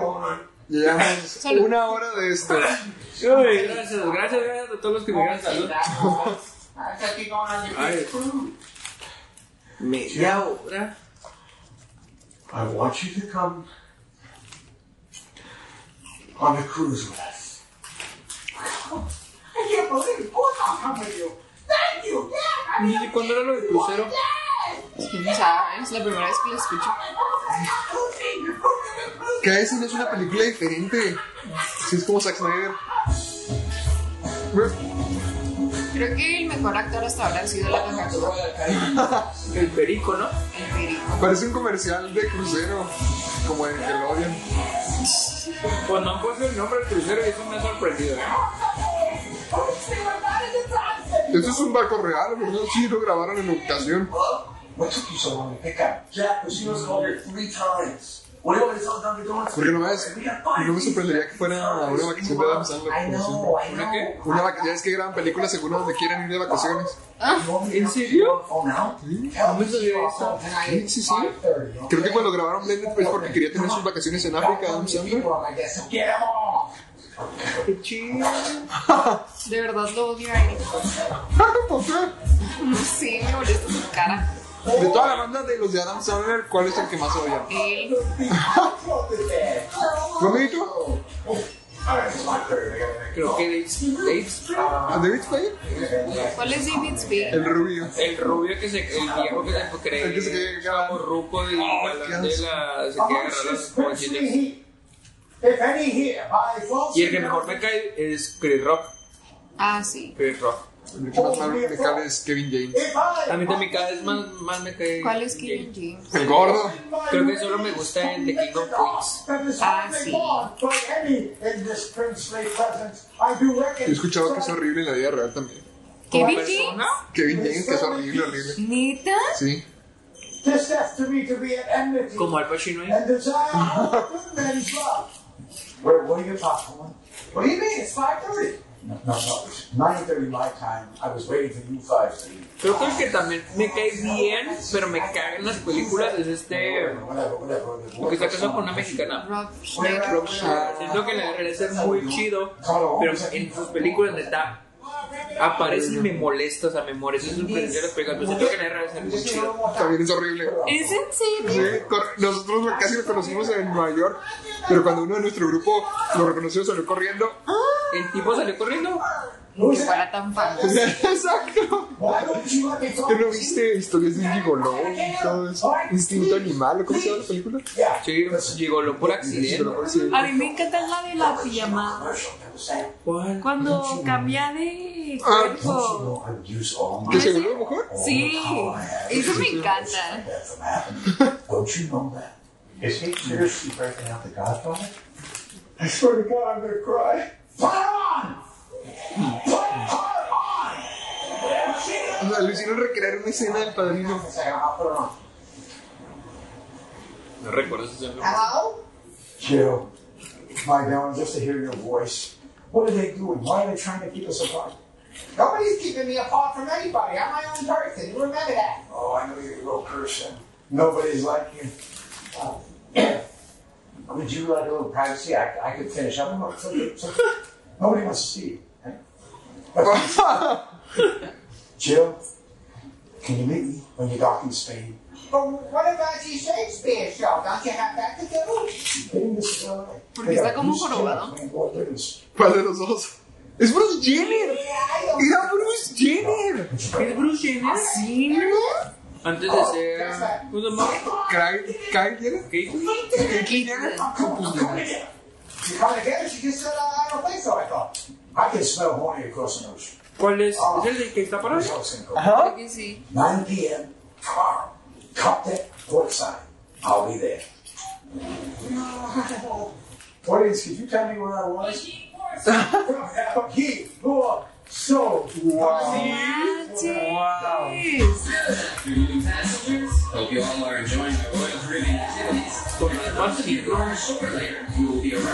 Llevamos una hora de esto.
Uy, gracias, gracias, gracias a todos los que me dieron salud. Ay. Media hora.
I want you to come on a cruise with us.
I can't believe it. Of course I'll come with you. Thank you. Yeah, I mean,
¿Y cuándo era lo del crucero?
¿Quién sabe? Es la primera vez que lo escucho.
Cada vez es una película diferente. Si es como Zack Snyder.
Creo que el mejor actor hasta ahora ha sido la caricatura.
El perico, ¿no?
El perico.
Parece un comercial de crucero. Como de Nickelodeon.
Pues no puse el nombre del crucero y eso me ha sorprendido. ¿eh?
Esto es un barco real, ¿verdad? Sí, lo grabaron en ocasión.
What took you so long to pick up? Jack, but she was called here three times. What do you want me to tell Dunkin' Donuts?
Porque no, es, no me sorprendería que fuera una vacación de Adam Sandler. como siempre.
¿Una qué?
Una vacación, ya es que graban películas según a donde quieren ir de vacaciones.
¿En serio?
Sí.
No me sabía eso.
Sí, sí, sí. Creo que cuando grabaron Blended es porque quería tener sus vacaciones en África, Adam Sandler.
Qué chido.
De verdad lo odio a Eric.
¿Por qué?
No sé, me molesta su cara.
De toda la banda de los de Adam Sandler, ¿cuál es el que más odian?
Él.
¿Romito?
Creo que Dave, Dave
¿A David Spade?
¿Cuál es David Spade?
El rubio.
El rubio que se. El viejo que se cree.
El que se cree
Ruco y galán de la. Se
How
quiere
much
agarrar las
is Princely
jovencitas.
Heat? If any here, by false
Y el que mejor me cae es Chris Rock.
Ah, sí.
Chris Rock.
El bicho más malo que me cabe es Kevin James.
A mí también cada vez más, más me cae.
¿Cuál es Kevin James?
El gordo.
Creo que solo me gusta el de King of Queens.
Ah, sí.
He escuchado que es horrible en la vida real también.
¿Kevin
persona?
James?
Kevin James, que es horrible, horrible.
¿Nita?
Sí.
This has to me to be an enmity.
Como Al Pacino ¿eh? ahí.
And desire all good men's love.
Where, where are you popcorn?
What do you mean? It's 5.30.
No, no, no. Nine thirty my time. I was waiting for you five thirty.
Creo que el que también me cae bien, pero me cagan las películas es este. Lo que se casó con una mexicana.
Rob Schneider.
Rob Schneider. Siento que la realidad es muy chido, pero en sus películas neta aparece y me molesta, o sea, me molesta su presencia en las películas, pero Ah, siento que la realidad es muy chido.
También es horrible.
¿Es en
Sí,
serio?
cor- nosotros lo- casi lo conocimos en Nueva York, pero cuando uno de nuestro grupo lo reconoció salió corriendo.
El tipo salió corriendo.
Ni Que fuera tan famoso.
Exacto. ¿Tú no viste historias de un gigoló y todo eso? Instinto animal, ¿o ¿cómo se llama la película?
Sí, llegó por accidente.
Gigoló, sí.
A mí me encanta la de la pijamada.
¿Cuál?
Cuando cambia de
Ah,
cuerpo.
¿Que se volvió mejor?
Sí,
Ah,
eso me encanta.
Don't you know that? Is he seriously breaking out the Godfather?
I swear to God, I'm gonna cry.
O sea, lo hicieron recrear una escena del padrino.
No recuerdo si se llama.
Hello?
Jill, my darling, just to hear your voice. What are they doing? Why are they trying to keep us apart?
Nobody's keeping me apart from anybody. I'm my own person. Remember that.
Oh, I know you're a little person. Nobody's like you. Uh, would you like a little privacy? I, I could finish up. Oh, it's okay, it's okay. Nobody wants to see you. eh? Jill, can you meet me when you're back in Spain?
But what about your Shakespeare show? Don't you have that to do?
Getting this is LA.
Porque está como jorobado.
¿Cuál de los dos? ¡Es Bruce Jenner! ¡Era Bruce Jenner!
¿Es Bruce Jenner?
Sí,
Ah, Antes de ser. ¿Cómo se llama?
¿Kyle Kyle Jenner?
Caitlyn.
¿Caitlyn Jenner? Pues Jenner.
You come together? She just said, I don't think so. I thought.
I can smell horny across the ocean.
¿Cuál es? ¿Es el de que está parado?
It's all single.
creo que sí.
9 p.m. Tomorrow. Cop that port sign. I'll be there. Audience, could you tell me where I was?
He, who, so,
Manches.
Hope you all are enjoying my royal caribbean activities.
Ah,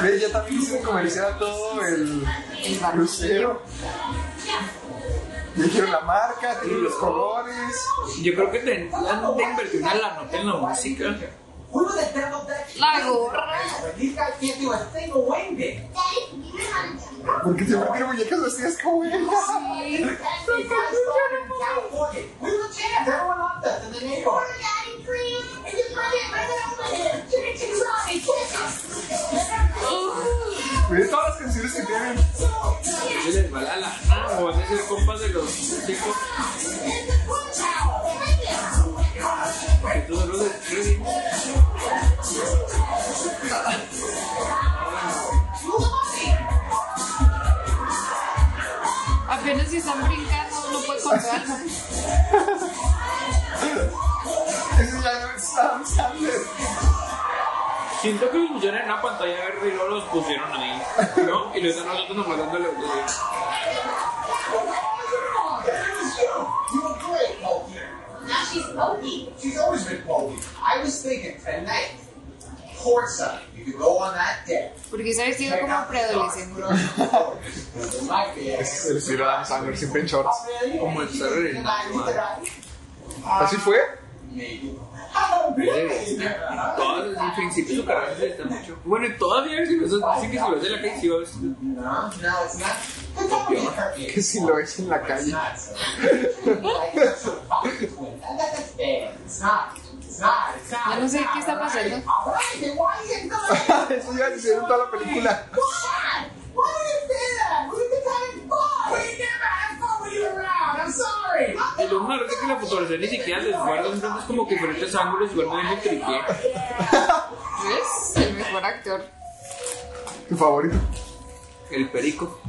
Ve, ya también hicieron comercial todo el
El barquillo.
crucero. Ya quiero la marca, tiene los colores.
Yo creo que te han de invertir una la nota en la música.
We were the devil that you
La gorra.
but these guys can't do a single wing dance.
Porque siempre tiene muñecas vestidas como ella.
That's what you guys started in California. We were jammed. Everyone loved us in the neighborhood.
Ve todas las canciones que tienen.
Yo les va la lana o van a ser compas de los chicos. Que todos los destruyen.
Apenas si están brincando, no puede contar.
Eso ya no es Adam Sandler.
Siento que los pusieron en una pantalla verde y luego los pusieron ahí. ¿No? Y luego nosotros nos mandándole a
You were great, Pokey. Now she's Pokey. She's always been Pokey. I was thinking tonight, courtside, you could go on that deck.
Porque está vestido como preadolescente.
It might be a-
Es el estilo de Adam Sandler, siempre en shorts.
Como el Saturday Night Live.
¿Así fue?
Todas desde el principio de su carrera se está mucho. Bueno, y todavía si eso dicen que si lo ves de la calle, si lo ves.
No, no, it's not. It's only her.
Que si lo ves en la
It's
calle.
not. so- Like, it's a fucking twin. That- That's bad. It's not. It's not. It's not.
Ya no sé
It's
qué está
not.
pasando.
All right, then why are you going?
Eso ya lo hicieron toda la película.
Why? Why would you say that? We think having fun. We never had fun when you were around. I'm sorry.
Y luego me parece que la fotografía ni siquiera les guardan tantos como que diferentes ángulos y guardan el tripié.
¿Ves? El mejor actor.
Tu favorito.
El perico.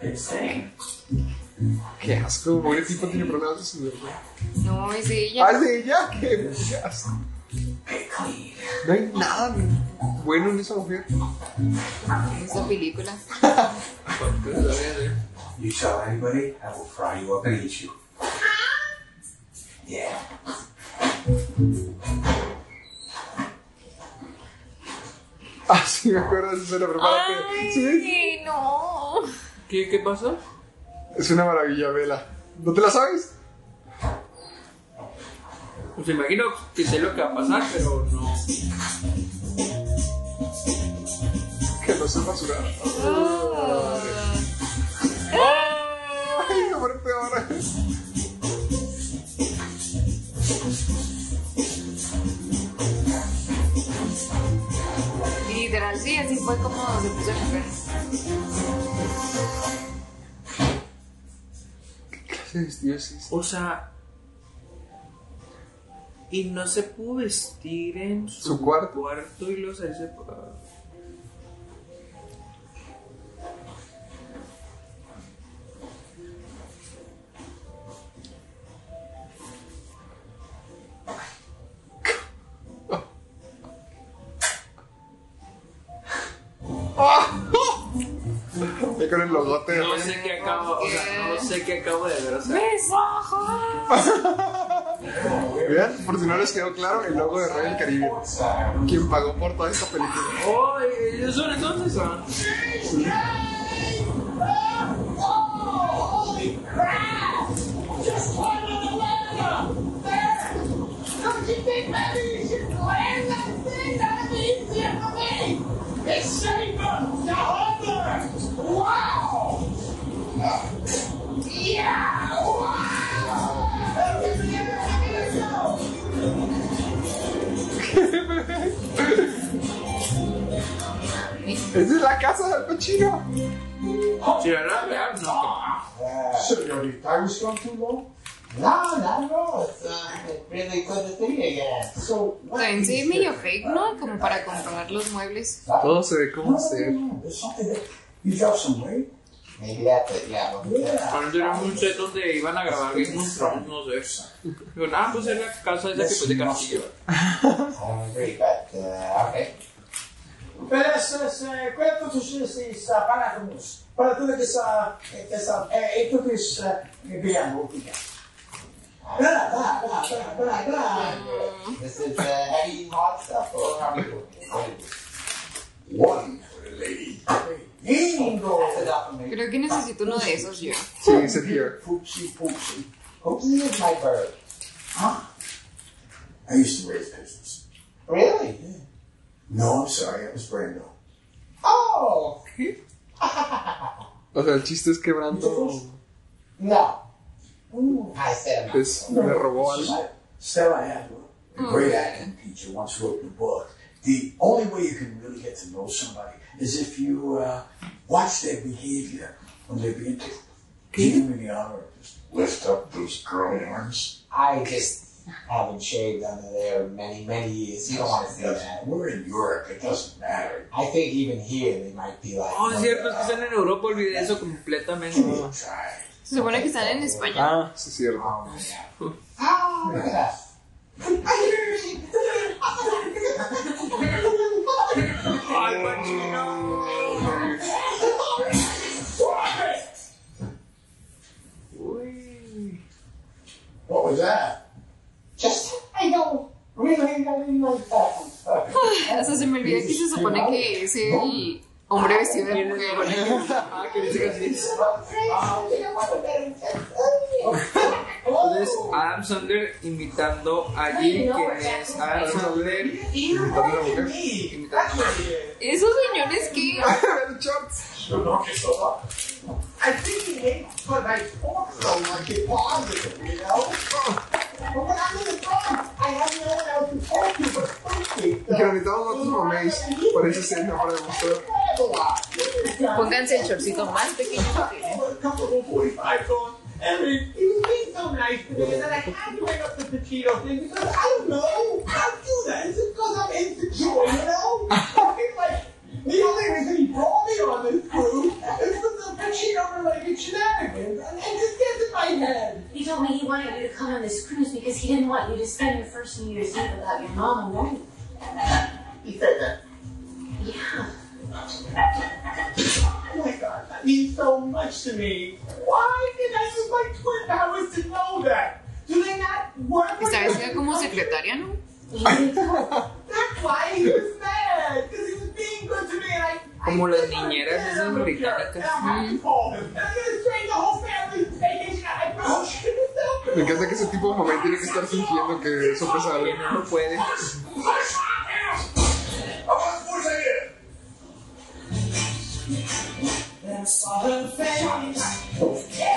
Insane.
Qué asco, pobre tipo tiene problemas de sudor.
No, es de ella.
Ah, es de ella, qué qué asco. No hay nada bueno en esa mujer.
Esa película.
You tell anybody, I will fry you up and eat you. Yeah.
Ah, sí, me acuerdo de esa escena, pero para que- sí,
Ay, no.
¿Qué, ¿Qué pasó?
Es una maravilla, vela. ¿No te la sabes?
Pues imagino que sé lo que va a pasar, pero no.
Que no se basura. Ay, amor, peor.
Literal, sí, así fue como se puso en el
O sea. Y no se pudo vestir en su,
¿Su cuarto?
y los ese.
Ahí con el logote.
No sé qué acabo, o sea, no sé qué acabo de ver, o sea.
¡Mis ojos!
Vean, por si no les quedó claro, el logo de Rey del Caribe. Quien pagó por toda esta película.
¡Oh! ¿Ellos son entonces? ah?
Just one on the left! There! Don't you think maybe you should land that thing? That'd be easier for me! It's Shaver! The Hunter! Wow! Yeah! Wow!
Esa es la casa del cochino.
Sí, ¿verdad? No.
Senorita, I was gone too long.
No, not at all. It's uh, really good to see you again. So, what
También se ve
is
medio
this?
fake, ¿no? Como para comprobar los muebles.
Todo se ve como se ve.
There's something that you dropped some weight.
Maybe that's it, yeah. Look at that.
Antes era un set donde iban a grabar Game of Thrones, no sé. Pero nada, pues es la casa esa que fue de Castillo.
I don't agree, but uh, okay.
Pero eso es, eh, cuerpo sushi es uh, parágrafos. Para tudo que está, que está, é, é tudo isso, é bem amortiga. Bra, bra, bra, bra, bra, bra.
This is uh, have you eaten hot stuff or how are you doing?
One for the lady. Bingo!
That's enough for me.
Creo que necesito uno de esos yo.
Sí, dice here.
Poopsie, poopsie.
Whoopsie is my bird.
I used to raise pigeons.
Really?
No, I'm sorry, that was Brando.
Oh!
O sea, el chiste es que Brando
No. I said my
pues, le robó algo.
Stella Adler, a
Oh.
great acting teacher, once wrote in a book, the only way you can really get to know somebody is if you uh, watch their behavior when they're being taken. Give them the honor of just lift up those curly arms.
I just haven't shaved under there in many, many years. You don't want to see that.
We're in Europe, it doesn't matter.
I think even here they might be like,
Oh, es cierto, es que están en Europa, olvidé eso completamente.
Try.
Se supone que están en España.
Ah, sí, es cierto.
oh my god. Oh, look at that.
Ay, Pachino. Uy.
What was that?
Just,
I don't really know like that.
O sea, se me olvidó que se supone que es el hombre vestido de mujer.
Ah, que dice que así es. Entonces, Adam Sandler imitando a Jim, que es Adam Sandler imitando a
Esos señores que. oh,
Pero shorts.
I think he ate, but I thought so, like it bothered him, you know? But when I'm in the front, I have no one else to talk to but Frankie.
Y que lo necesitamos nosotros maméis. Por eso se llama para demostrar.
Pónganse el shortcito más pequeño que tienen.
A couple of 45 going, Evan, you seem so nice today that I had to bring up the Pacino thing because I don't know how to do that. Is it because I'm insecure, you know? it's like, the only reason he brought me on this crew is because of Pacino-related shenanigans. And, and this
head. He told me he wanted you to come on this cruise because he didn't want you to spend your first New Year's Eve without your mom and daddy.
He said that.
Yeah.
Oh my god, that means so much to me. Why did I use my twin powers to know that? Do they not work?
Estaba vestida como secretaria, ¿no?
That's why he was mad, because he was being good to me, and I.
Como las niñeras esas británicas.
Me encanta que ese tipo de mamá tiene que estar fingiendo que eso pesa algo. No puede.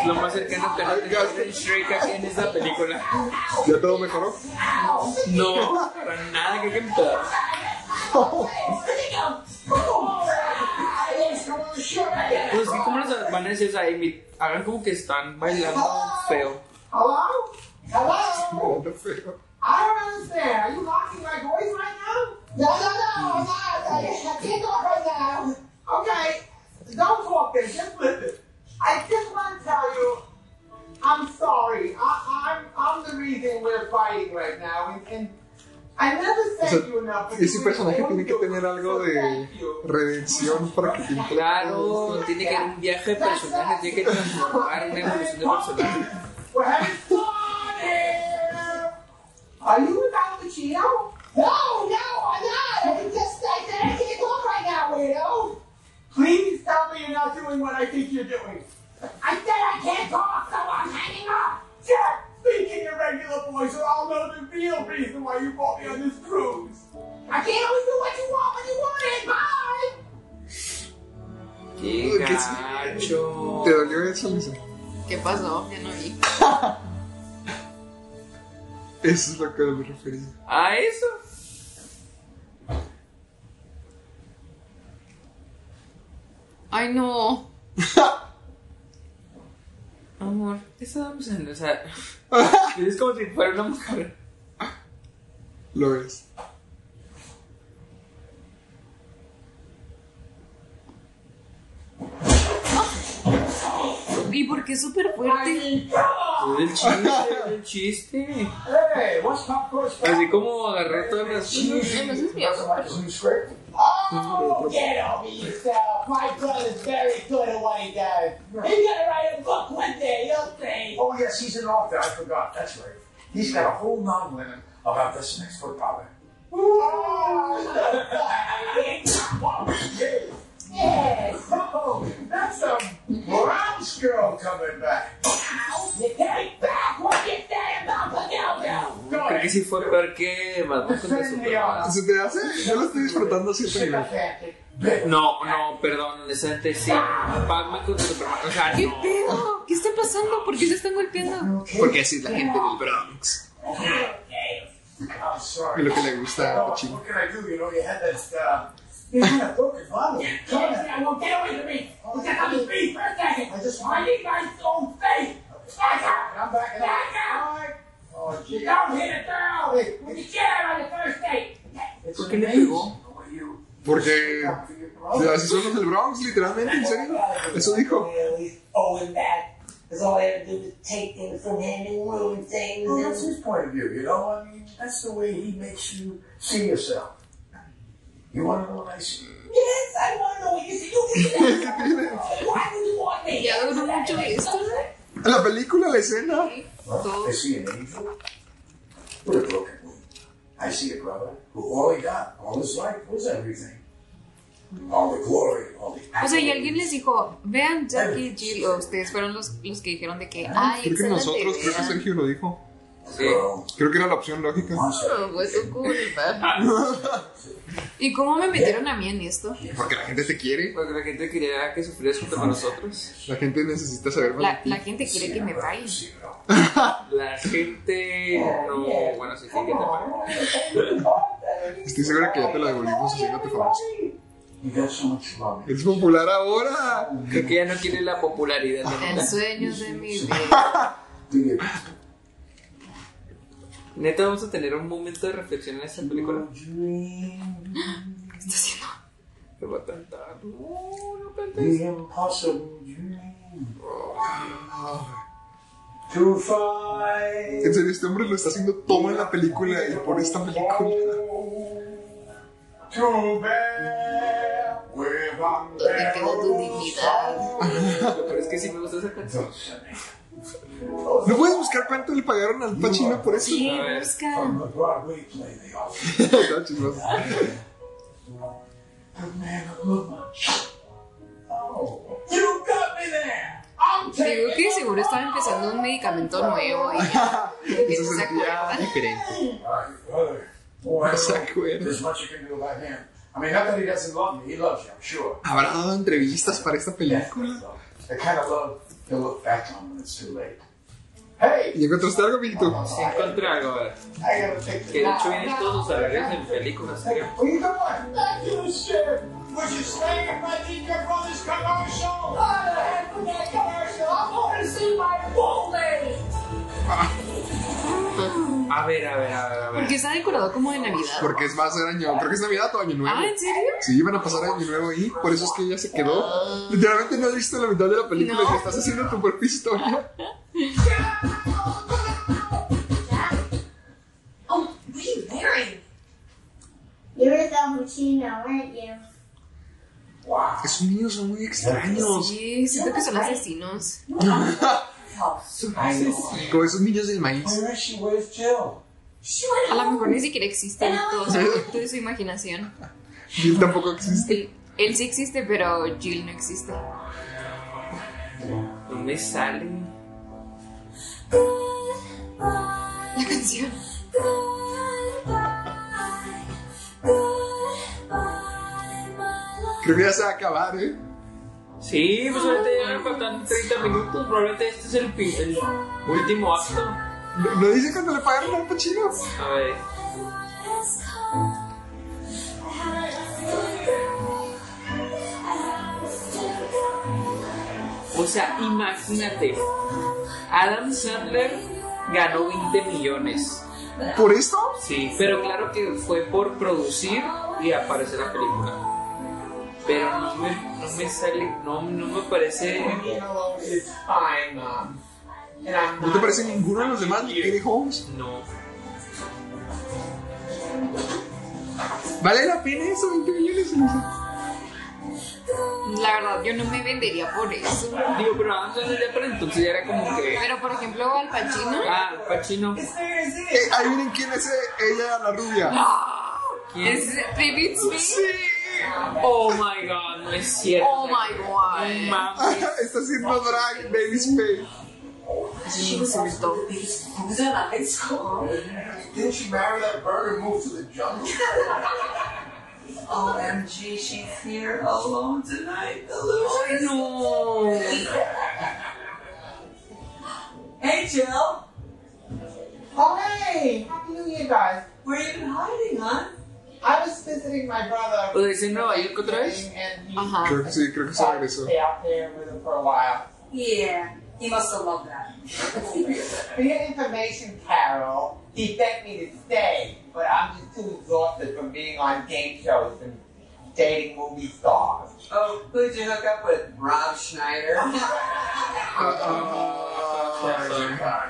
Lo más cercano que no tenemos de Shrek aquí en esta película.
¿Ya todo mejoró?
No, para nada que empezar. Pues que como los albaneses ahí mi- hagan como que están bailando feo.
Hello? Hello?
feo.
I don't understand. Are you mocking my voice right now? No, no, no, I'm not. I, I can't talk right now. Okay, don't talk then. Just listen. I just want to tell you, I'm sorry. I, I'm, I'm the reason we're fighting right now. And, and I never
O
thank
sea,
you enough. for
ese
doing
personaje
all
tiene que tener algo de redención para que te
Claro, tiene que haber un viaje de personaje, tiene que transformar una evolución de personaje.
We're having fun here! Are you with Al Pacino? No, no, I'm not! I just, I said I can't talk right now, weirdo! Please tell me you're not doing what I think you're doing. I said I can't talk, so I'm hanging up! Jack, speak in your regular voice or I'll know the real reason why you brought me on this cruise! I can't always do what you want when you want it! Bye!
Qué gacho.
¿Te dolió eso, Lisa?
¿Qué pasó? Ya no vi.
Eso es lo que me refería.
¿A eso?
Ay, no.
Amor, ¿qué estábamos hablando? O sea, es como si fuera una mujer.
Lo es.
¿Y por qué es súper fuerte?
El chiste, el chiste.
Hey, what's Pop Goes
Así como agarró todas las
Entonces, mi
Oh, get over yourself. My brother's very good at what he does. He's gonna write a book one day, you'll see.
Oh, yes, he's an author. I forgot. That's right. He's got a whole novel in him about this next foot power.
Yes.
Oh, that's a Brahms girl coming back.
Hey, back, what you say about Pinocchio? Go
Creo
ahead.
que sí fue peor que Batman contra Superman.
¿Se te hace? Yo lo estoy disfrutando a cierto nivel.
No, no, perdón, es antes sí. Batman contra Superman. O sea,
¿Qué
no.
pedo? ¿Qué está pasando? ¿Por qué se están golpeando?
Porque así es la gente del Bronx.
I'm sorry.
Y lo que le gusta a Pacino.
What can I do? You know, you had that, uh, you had that book in front of you.
I won't get away from me. Look at me speak for a second. I just I need my own faith. Back out.
I'm backing out.
Back out.
Oh,
You
gee.
don't hit a girl when you get her on the first date.
¿Por qué le pegó?
Porque así son los del Bronx, literalmente, en serio. Eso dijo.
Oh, and that. Because all I ever do is take things from him and ruin things.
Well,
Oh,
and-
that's his point of view, you know? I mean, that's the way he makes you see yourself. You want to know what I see?
Yes, I want to know what you see. You can see that. Why would you want me?
Ya duró mucho esto.
La película, la escena.
Well, I see an angel with a broken wing. I see a brother who all he got all his life was everything. All the glory, all the
O sea, y alguien les dijo, vean Jackie y Jill, o ustedes fueron los, los que dijeron de que, ay,
Ah, Creo que
excelente.
nosotros, creo que
vean".
Sergio lo dijo.
Sí.
Creo que era la opción lógica.
No, fue su culpa. ¿Y cómo me metieron a mí en esto?
Porque la gente te quiere.
Porque la gente quería que sufrieras junto con nosotros.
La gente necesita saber más.
La, la gente quiere que me vayan.
La gente. No, bueno, sí, sí, que te
Estoy segura que ya te la devolvimos haciéndote famoso.
You got so much love.
Eres popular ahora.
Creo que ya no quiere la popularidad de
El
neta.
sueño de mi vida.
Neta, vamos a tener un momento de reflexión en esta película.
¿Qué está haciendo?
Te va a cantar. No, no
The
cantes.
impossible dream.
To fight. En serio, este hombre lo está haciendo todo en la película y por esta película.
To bear with unbearable
Pero es que sí me gusta esa canción.
¿No puedes buscar cuánto le pagaron al Pachino por eso?
Sí, busca.
From the Broadway play they offer.
Está chistoso.
The man of much. Oh. You got me there! I'm
Digo
taking
que seguro estaba empezando un medicamento nuevo y que no se acuerda.
Alright, brother. Boy, there's much you can do about him. I mean, not that he doesn't love me, he loves you, I'm sure.
¿Habrá dado entrevistas para esta película?
The kind of love he'll look back on when it's too late. Hey!
¿Y encontraste algo, Víctor?
Sí, encontré algo, ¿verdad? Que de hecho vienen todos sus arreglos en películas, creo.
Where you going? Back to the ship! Would you stay if I did your brother's commercial? What the heck with that commercial? I'm going to see my bull lady!
A ver, a ver, a ver, a ver.
¿Por qué está decorado como de Navidad?
Porque es más, era año. Creo que es Navidad o Año Nuevo.
Ah, ¿en serio?
Sí, iban a pasar Año Nuevo ahí. Por eso es que ella se quedó. Literalmente no has visto la mitad de la película y te estás haciendo tu propia historia.
Oh, what are you wearing?
You were Valentino, weren't you?
Esos niños son muy extraños.
Sí, siento que son asesinos.
I know.
Como esos niños del maíz.
Where is she with Jill?
A lo mejor ni siquiera existen todos, es producto de su imaginación.
Jill tampoco existe.
Él, él sí existe, pero Jill no existe.
No me sale.
La canción.
Creo que ya se va a acabar, ¿eh?
Sí, pues ahorita ya me faltan 30 minutos. Probablemente este es el, fin- el último acto. A
¿No, no dice cuando le pagaron al Pachino?
ver. O sea, imagínate. Adam Sandler ganó 20 millones.
¿Por esto?
Sí, pero claro que fue por producir y aparecer la película. Pero no me, no me sale, no, no me parece.
Being alone is fine, Mom. And I'm
¿No te parece ninguno de los demás de Katie Holmes?
No.
¿Vale la pena eso? 20 millones. Elisa?
La verdad, yo no me vendería por eso.
Digo, pero Adam Sandler ya para entonces ya era como que.
Pero por ejemplo, Al Pacino.
Ah, Pachino.
Eh, ahí miren quién es eh, ella, la rubia.
Es David Spade.
Oh my god, no es cierto.
Oh my god.
Mames.
Está haciendo drag, Baby Spade.
Sí, me insultó.
Who's in high school?
Didn't she marry that bird and move to the jungle?
OMG, she's here alone tonight.
Ay, no.
Hey, Jill.
Oh, hey! Happy New Year, guys.
Where you been hiding, huh?
I was visiting my brother.
¿O desde Nueva York otra vez?
And he
Ajá.
Creo que sí, creo que se
decided to
regresó.
stay out there with him for a while.
Yeah, he must have loved that.
For your information, Carol, he begged me to stay, but I'm just too exhausted from being on game shows and dating movie stars.
Oh, who'd you hook up with? Rob Schneider.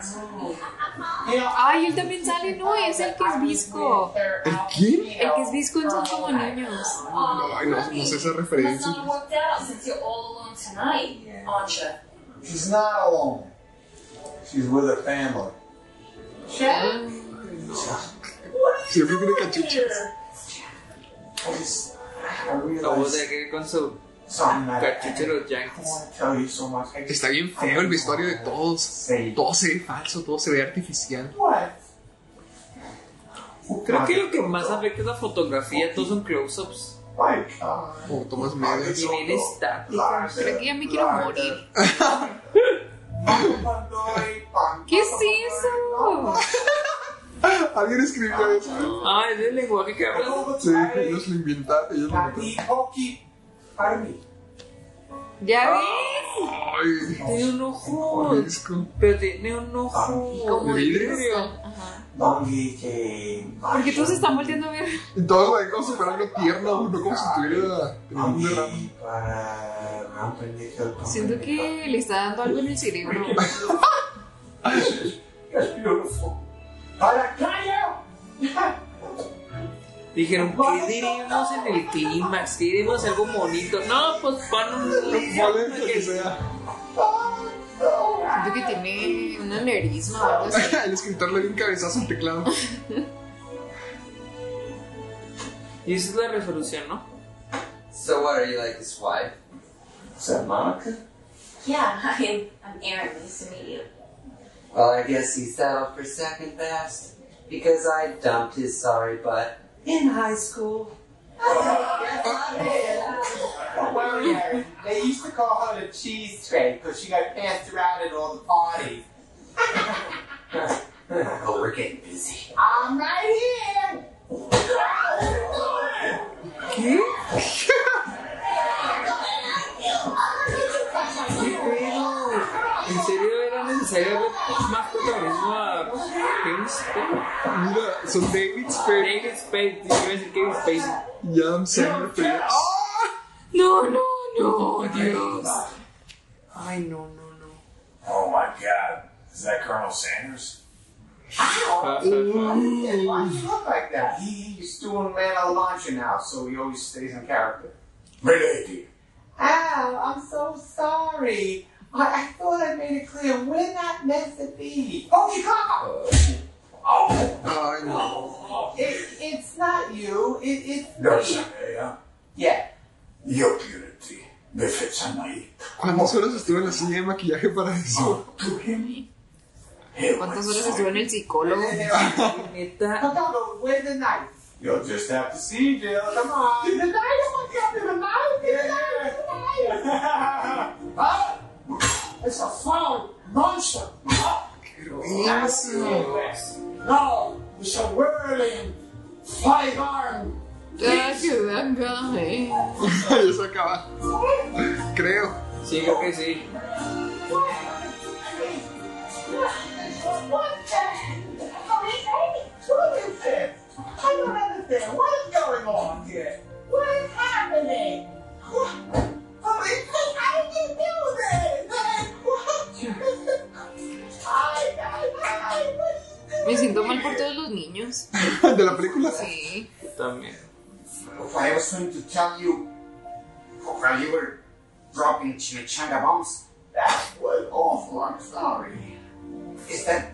You know,
Ay, él también sale, no, es el que es visco.
¿El
quién?
El que es visco en Son como niños.
No,
Um,
ay, no, no sé esa referencia.
worked out since you're all alone tonight, aren't you?
She's not alone.
She's with her family.
Siempre tiene cachuchas.
I just, I
Oh,
Acabo
realized
de que con su
something that I
cachucha de
didn't
los Yankees.
want to tell you so much. I just
Ah, Está bien feo el vestuario de todos.
say
Todo se ve falso, todo se ve artificial.
What?
Uh,
Creo que lo que más afecta es la fotografía, todos son close-ups.
my God.
O tomas medias.
Y bien estática.
Lies
Creo que ya me quiero morir. ¿Qué es eso?
Alguien escribió eso.
Ah, es el lenguaje que hablas.
Sí, ellos lo inventaron. Ellos lo inventaron.
¿Ya ves?
Ay,
Tiene un ojo.
disco.
Pero tiene un ojo.
¿De
Como de
vidrio?
cristal. Ajá.
Porque
Porque todos están volteando a ver.
Y todos lo ven como si fuera algo tierno, no como si tuviera un derrame.
Siento que le está dando algo en el cerebro.
That's beautiful. But I tell
Dijeron, ¿qué diremos en el clímax? ¿Qué diremos algo bonito? No, pues pon un. un- que sea.
Siento que tiene un aneurisma o algo así.
El escritor le dio un cabezazo al teclado.
Y esa es la resolución, ¿no?
So what are you like his wife?
Is that Monica?
Yeah, I'm, I'm Aaron. Nice to meet you.
Well, I guess he settled for second best because I dumped his sorry butt.
In high school.
Don't worry, Aaron. They used to call her the cheese tray because she got passed around at all the parties.
Oh, we're getting busy.
I'm right here.
¿Qué?
¿En serio era necesario darle más protagonismo a Kevin Spacey?
Mira, son David Spade.
David Spade, yo iba a decir Kevin Spacey.
Ya, I'm sorry, pero-
No, no, no, Dios. Ay, no, no.
Oh my god. Is that Colonel Sanders?
Why does he look like that? He, he's doing man a luncheon now, so he always stays in character.
Milady.
Al, I'm so sorry. I, I thought I made it clear we're not meant to be. Oh, you got
Oh.
Ay, no.
it, It's not you. It, it's
No,
me.
Zendaya.
Yeah.
Your beauty befits a knight.
¿Cuántas horas estuve en la silla de maquillaje para eso?
¿Cuántas horas estuvo en el psicólogo?
Come on, go, where's the knife?
You'll just have to see, Jill.
Come on. The knife, oh my God, the knife, the knife, the knife.
Ah! It's a foul monster. Ah! Now, it's a whirling, five arm.
Ah, qué verga, eh.
ya se acaba. Creo.
Sí, creo que sí.
What the heck? What is this? I don't understand. What is going on here? What is happening? What? Police, how did you do this? What? I, I, I, what is this?
Me siento mal por todos los niños.
¿De la película?
Sí.
También.
If I was going to tell you while you were dropping chimichanga bombs,
That was awful. I'm sorry.
is that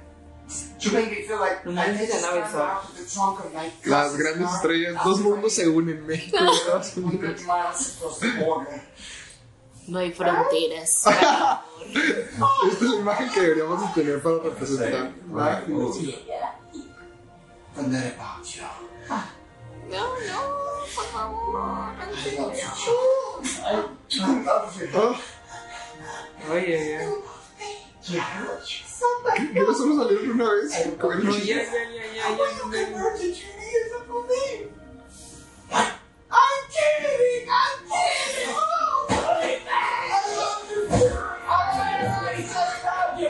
you made me feel like I
did
just
that now,
ran
it's all-
out of the trunk of my
Las
cousin's
grandes
Ah.
car
estrellas, dos mundos se unen, México y Estados Unidos.
100 miles across the
Oh.
border.
No hay fronteras.
Esta es la imagen que deberíamos de tener para representar la diversidad.
And then about you.
No, no, por favor.
I love you.
Oye, ya.
Somebody
Mira, solo salieron una vez.
No, ya, ya, ya, ya, ya. no me-
I'm kidding! I'm kidding! Oh, please, I love you!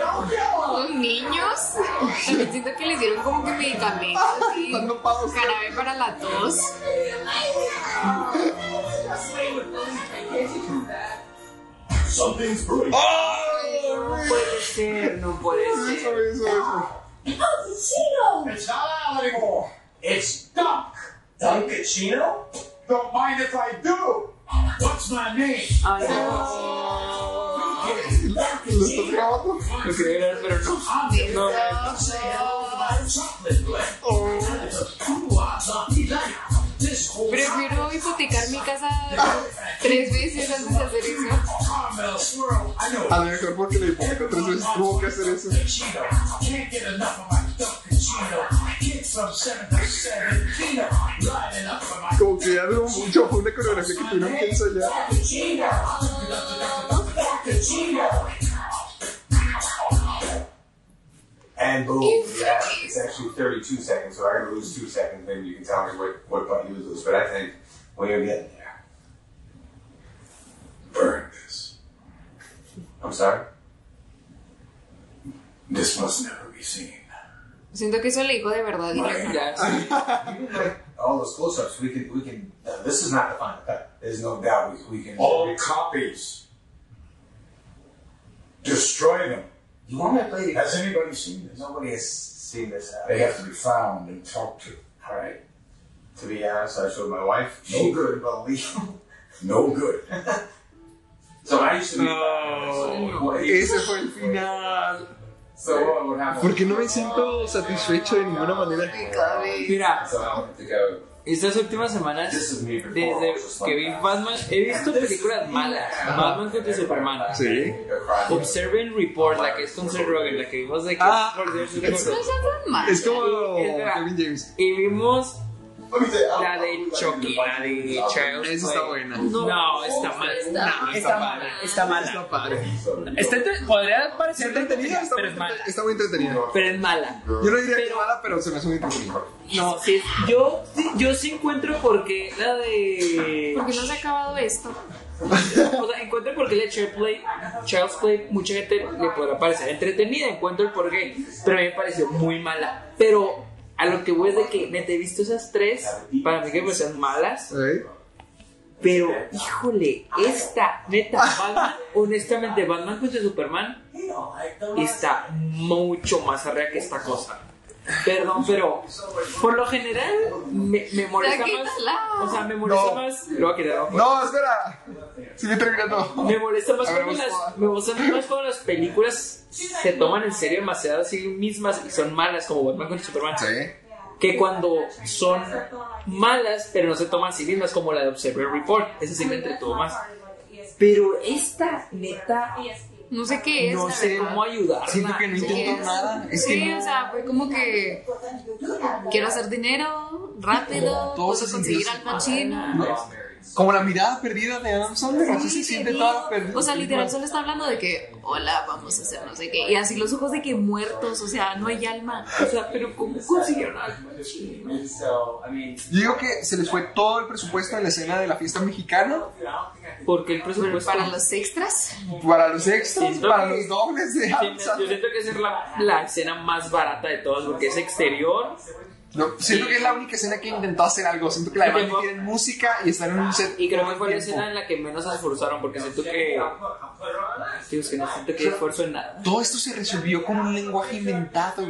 Los niños. También siento que les dieron como que medicamentos. y Jarabe para la tos.
Something's brewing.
No puede ser, no puede
Eso,
ser.
eso, eso.
It's not out anymore. It's Dunk. Dunkachino? Don't mind if I do. What's my name?
Uh,
Ay, no.
Lo estás grabando.
Lo quería ver, pero no. No,
I'm saying hello to my chocolate blend. It's a cool zombie light. This whole
Prefiero hipotecar mi casa tres veces antes de hacer eso.
caramel swirl. I know.
A lo mejor porque le hipoteca tres veces tuvo que hacer eso.
Dunkachino. Can't get enough of my Dunkachino. Kid from 707. Kino. Lining up for my
Como que ya duró mucho, fue una coreografía que tuvieron que ensayar.
And boom, yeah, it's actually 32 seconds, so I lose two seconds. Maybe you can tell me what, what button you lose, but I think we're getting there.
Burn this.
I'm sorry?
This must never be seen.
Siento que eso le dijo de verdad. y no.
Ya, sí.
Even like all those close ups, we can, we can, uh, this is not the final cut. There's no doubt we, we can.
All copies. Destroy them.
You want me to play the
Has anybody seen this?
Nobody has seen this. out.
They have to be found and talked to.
All right.
To be honest, I showed my wife.
No
She
good.
couldn't believe.
No good.
So I used to be.
Oh,
so what-
Ese fue el final.
So what would happen?
Porque no me siento satisfecho de ninguna manera.
Mira,
So I wanted to go.
estas últimas semanas,
This is me before.
desde que vi Batman, he visto películas malas. Batman contra Superman.
Sí.
Observing Report, la que es con Seth Rogen, la que vimos de que
Ah,
es por
Es
Dios,
no está tan mal.
Es como
Espera.
Kevin James.
Y vimos la de Chucky, la de Child's
Esa está buena.
No, está mal.
Está-
No, está mala. Está mala.
Está padre.
Está entre- podría parecer
Entretenida, está,
pero
muy
es mala.
entretenida, está muy entretenida.
Pero es mala.
Yo no diría que es mala, pero se me hace muy entretenida.
No, sí, yo, sí- yo sí encuentro por qué la de.
Porque no se ha acabado esto.
O sea, encuentro por qué la de Child's Play, Child's Play, mucha gente le podrá parecer entretenida, encuentro el por qué, pero a mí me pareció muy mala. Pero a lo que voy es de que, neta, he visto esas tres, para mí que me son malas,
¿Eh?
pero híjole, esta, neta, Batman, honestamente, Batman contra Superman está mucho más arriba que esta cosa. Perdón, pero por lo general me, me molesta
Quítala.
más. O sea, me molesta
No.
más. Lo voy a quitar abajo.
No, espera. Sigue terminando.
Me molesta más
A ver,
cuando
vamos
las,
a-
me molesta más cuando las películas se toman en serio demasiado a sí mismas y son malas, como Batman contra Superman.
Sí.
Que cuando son malas, pero no se toman a sí mismas, como la de Observer Report. Esa sí me entretuvo más. Pero esta, neta,
No sé qué es.
no
la
sé
verdad.
cómo ayudarla.
Siento que no
Sí,
intentó
es-
nada. Es
sí,
que no.
o sea, fue como que quiero hacer dinero rápido,
Todo se
puedo conseguir
sintió
al chino.
Como la mirada perdida de Adam Sandler. Así se
Sí, te
siente
digo.
toda perdida.
O sea, literal solo está hablando de que, hola, vamos a hacer no sé qué. Y así los ojos de que muertos, o sea, no hay alma.
O sea, pero ¿cómo consiguieron algo?
So, I mean,
Yo digo que se les fue todo el presupuesto en la escena de la fiesta mexicana
Porque el presupuesto.
Para los extras,
para los extras,
Siento
para
que-
los dobles de
Sí,
Adam
Yo
Sandler.
siento que esa es la, la escena más barata de todas, porque es exterior.
No, siento que es la única escena que intentó hacer algo. Siento que la
Y
demás
tengo-
tienen música y están en un set.
Y creo que
todo
fue
el
la
tiempo.
escena en la que menos se esforzaron, porque siento que. Dios, que no siento que hay esfuerzo en nada.
Todo esto se resolvió con un lenguaje inventado.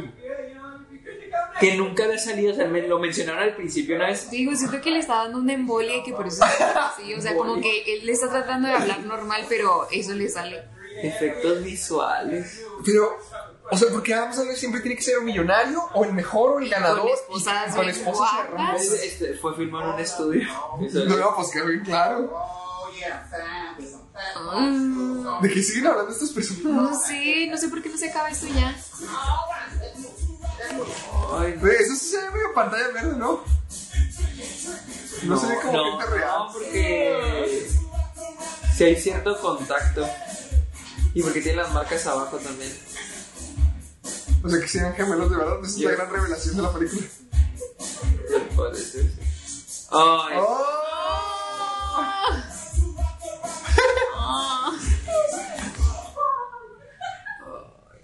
Que nunca había salido, o sea, me- lo mencionaron al principio una vez.
digo, siento que le está dando una embolia y que por eso está así. O sea, como que él le está tratando de hablar normal, pero eso le sale.
Efectos visuales.
Pero, o sea, porque Adam Sandler siempre tiene que ser o millonario, o el mejor, o el ganador.
con esposas
y con
bien
esposas
guapas.
hermosas.
Este, fue filmado en un estudio. Eso es.
No, no, pues quedó bien claro.
Oh, yeah, fat with some fat
Mm.
¿De qué siguen hablando estas
No
personas?
sé, no sé por qué no se acaba esto ya.
Ay,
Güey, Eso sí se ve medio pantalla verde, ¿no? No, se ve como
no,
gente real.
no, porque. Si hay cierto contacto. Y porque tiene las marcas abajo también.
O sea, que sean gemelos de verdad. Esa es la
Yes.
gran revelación de la película.
Parece. Ay,
¡Oh!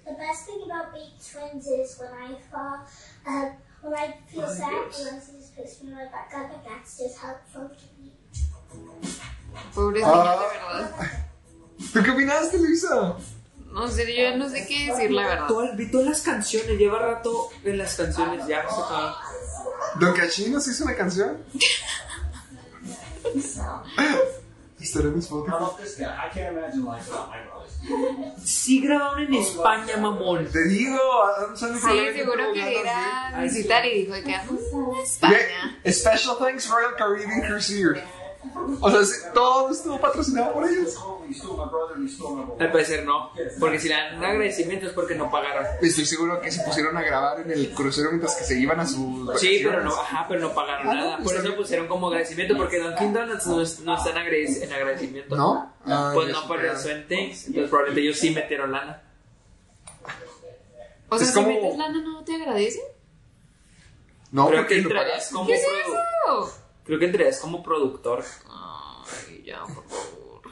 The best thing about being twins is when I fall, um, when I feel sad, when I see this place me right back up, and that's just helpful to me.
Pobre
Ah.
de verdad.
¿Tú qué opinaste, Luisa?
No sé, yo ya no sé qué decir, la verdad.
todas- vi todas las canciones, lleva rato en las canciones, ya se acabaron.
¿Don Cachín nos hizo una canción? Estaré en
how
Spotify.
Ah.
about this guy? I can't imagine life without my brothers.
Sí grabaron en España, mamón.
Te digo, Adam Sandler
Sí,
probablemente tuvo
seguro que
ganas
era visitar y dijo que "Ah,
de-
España.
Yeah, Special thanks Royal Caribbean Cruiser. O sea, sí, todo estuvo patrocinado por ellos.
You stole my brother and you stole my brother.
Al parecer no, porque si le dan un agradecimiento es porque no pagaron.
Estoy seguro que se pusieron a grabar en el crucero mientras que se iban a sus
Sí,
vacaciones.
pero no, ajá, pero no pagaron
Ah,
nada.
no,
Por
pues,
está
eso
bien.
pusieron como agradecimiento, porque Dunkin' Donuts no, es- no están agrade- en agradecimiento.
¿No? Ah,
Pues
ya
no
sé.
apareció en Things, entonces probablemente ellos sí metieron lana.
O sea,
Es
si
como-
metes lana, ¿no te agradecen?
No,
Creo que
porque lo
entrarías
pagaste.
como
¿Qué es
produ-
eso?
Creo que entrarías como productor.
Ay, ya, por favor.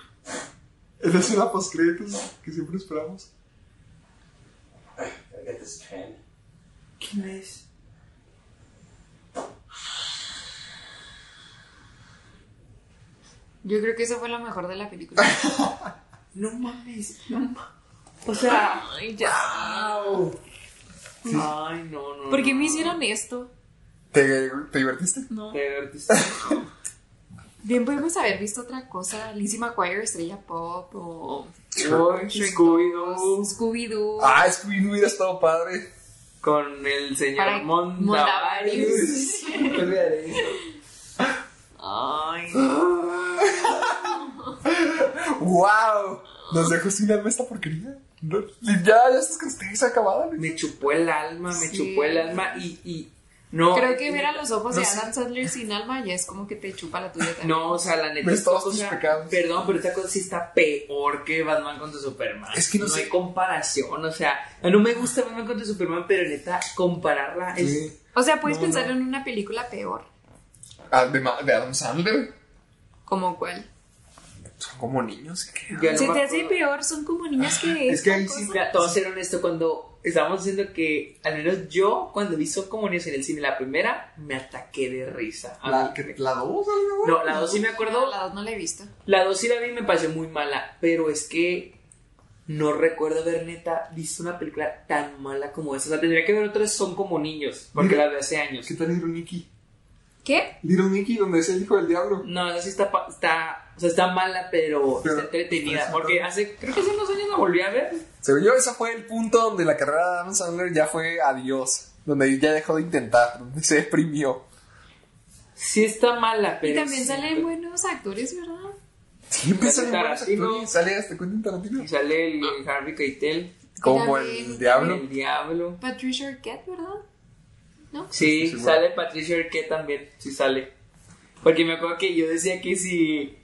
Es la escena postcréditos que siempre esperamos.
I get this pen.
¿Quién es?
Yo creo que eso fue lo mejor de la película.
No mames, no mames.
O sea,
Ay, ya. Ay, no, no.
¿por qué
no, no.
me hicieron esto?
¿Te, te divertiste?
No.
Te divertiste.
Bien, podemos haber visto otra cosa. Lizzie McGuire, estrella pop o.
Ay, Scooby-Doo.
Scooby-Doo.
Ah, Scooby-Doo hubiera estado padre.
Con el
Para-
señor Mondavarius. Olvidaré eso. Ay,
¡Wow! Nos dejó sin alma esta porquería. No, ya, ya estás con ustedes acabada.
me chupó el alma, me
Sí.
chupó el alma y, y no.
Creo que ver a los ojos
no
de
sé.
Adam Sandler sin alma ya es como que te chupa la tuya también.
No, o sea, la neta.
Ves
esta
todos tus
cosa- Perdón, pero esta cosa sí está peor que Batman contra Superman.
Es que no sé.
hay comparación, o sea, no me gusta Batman contra Superman, pero neta, compararla es.
Sí.
O sea, puedes
No,
pensar en una película peor.
Ah, de, Ma- de Adam Sandler.
¿Como cuál?
Son como niños. ¿qué?
Ya no
Se
me
te
acuerdo.
hace peor, son como niñas que.
Ah, Es que ahí
esta
sí,
cosa-
mira, te voy a ser honesto, cuando estábamos diciendo que, al menos yo, cuando vi Socomunios en el cine, la primera, me ataqué de risa. A
La,
mí-
que- la dos,
No, la dos sí me acuerdo,
La dos no la he visto.
la dos sí la vi y me pareció muy mala, pero es que no recuerdo haber neta visto una película tan mala como esa. O sea, tendría que ver otras Son como niños, porque
Mira.
la vi hace años.
¿Qué tal Little Nicky?
¿Qué?
Little Nicky, donde es el hijo del diablo.
No, esa sí está, pa- está, o sea, está mala, pero,
Pero-
está entretenida,
pero-
porque hace, creo que hace unos años la volví a ver.
Según yo, ese fue el punto donde la carrera de Adam Sandler ya fue adiós. Donde ya dejó de intentar, donde se deprimió.
Sí está mala, pero...
Y también
sí,
salen buenos actores, ¿verdad?
Siempre sale
Tarantino.
Sale hasta Quentin Tarantino.
Y sale el Harvey Keitel,
Como
También-
el diablo.
el diablo.
Patricia Arquette, ¿verdad?
Sí,
estoy seguro.
sale Patricia Arquette también, sí sale. Porque me acuerdo que yo decía que si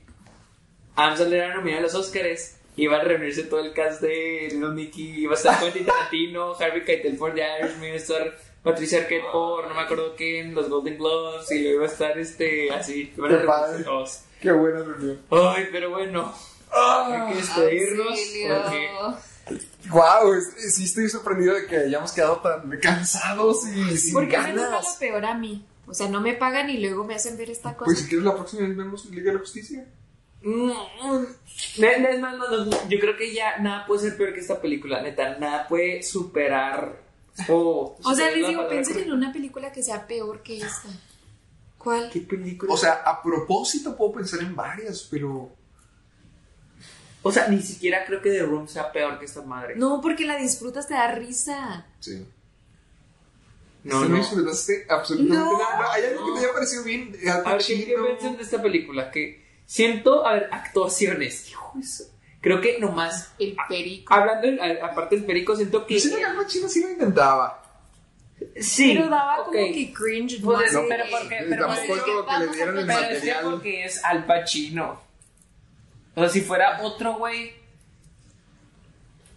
Amsel era nominado a los Oscars, iba a reunirse todo el cast de Little Nicky, iba a estar Quentin Tarantino, Harvey Keitel por The Irishman, iba a estar Patricia Arquette por no me acuerdo quién, los Golden Globes, y iba a estar este, así, iban a
Qué
reunirse
padre.
todos.
Qué buena reunión.
Ay, pero bueno, hay que despedirnos
Auxilio.
porque...
Wow, sí estoy sorprendido de que hayamos quedado tan cansados y sin
¿Por qué me toca lo
ganas.
peor a mí? O sea, no me pagan y luego me hacen ver esta cosa.
Pues si quieres la próxima vez vemos Liga de la Justicia.
Mm, Neta, Es más, no, no, yo creo que ya nada puede ser peor que esta película, neta, nada puede superar. o
o sea,
superar
les
la
digo,
palabra
piensen
correcta.
en una película que sea peor que esta. ¿Cuál?
¿Qué película?
O sea, a propósito puedo pensar en varias, pero...
o sea, ni siquiera creo que The Room sea peor que esta madre.
No, porque la disfrutas, te da risa.
Sí.
No,
No,
no.
no disfrutaste absolutamente
No.
nada. No, ¿Hay algo que te haya parecido bien? eh, Al
A ver, ¿qué, qué
Pacino.
piensan de esta película? Que siento, a ver, actuaciones. Hijo de su- Creo que nomás.
El
Ah,
perico.
Hablando, del- a- aparte del perico, siento que.
Yo siento que Al Pacino sí lo intentaba.
Sí,
pero daba
ok.
como que cringe.
Pues
más
no,
que-
pero porque-
Y
pero
eh, tampoco
pues,
es como que le dieron el
Pero es que
material.
porque es Al Pacino. O sea, si fuera otro güey.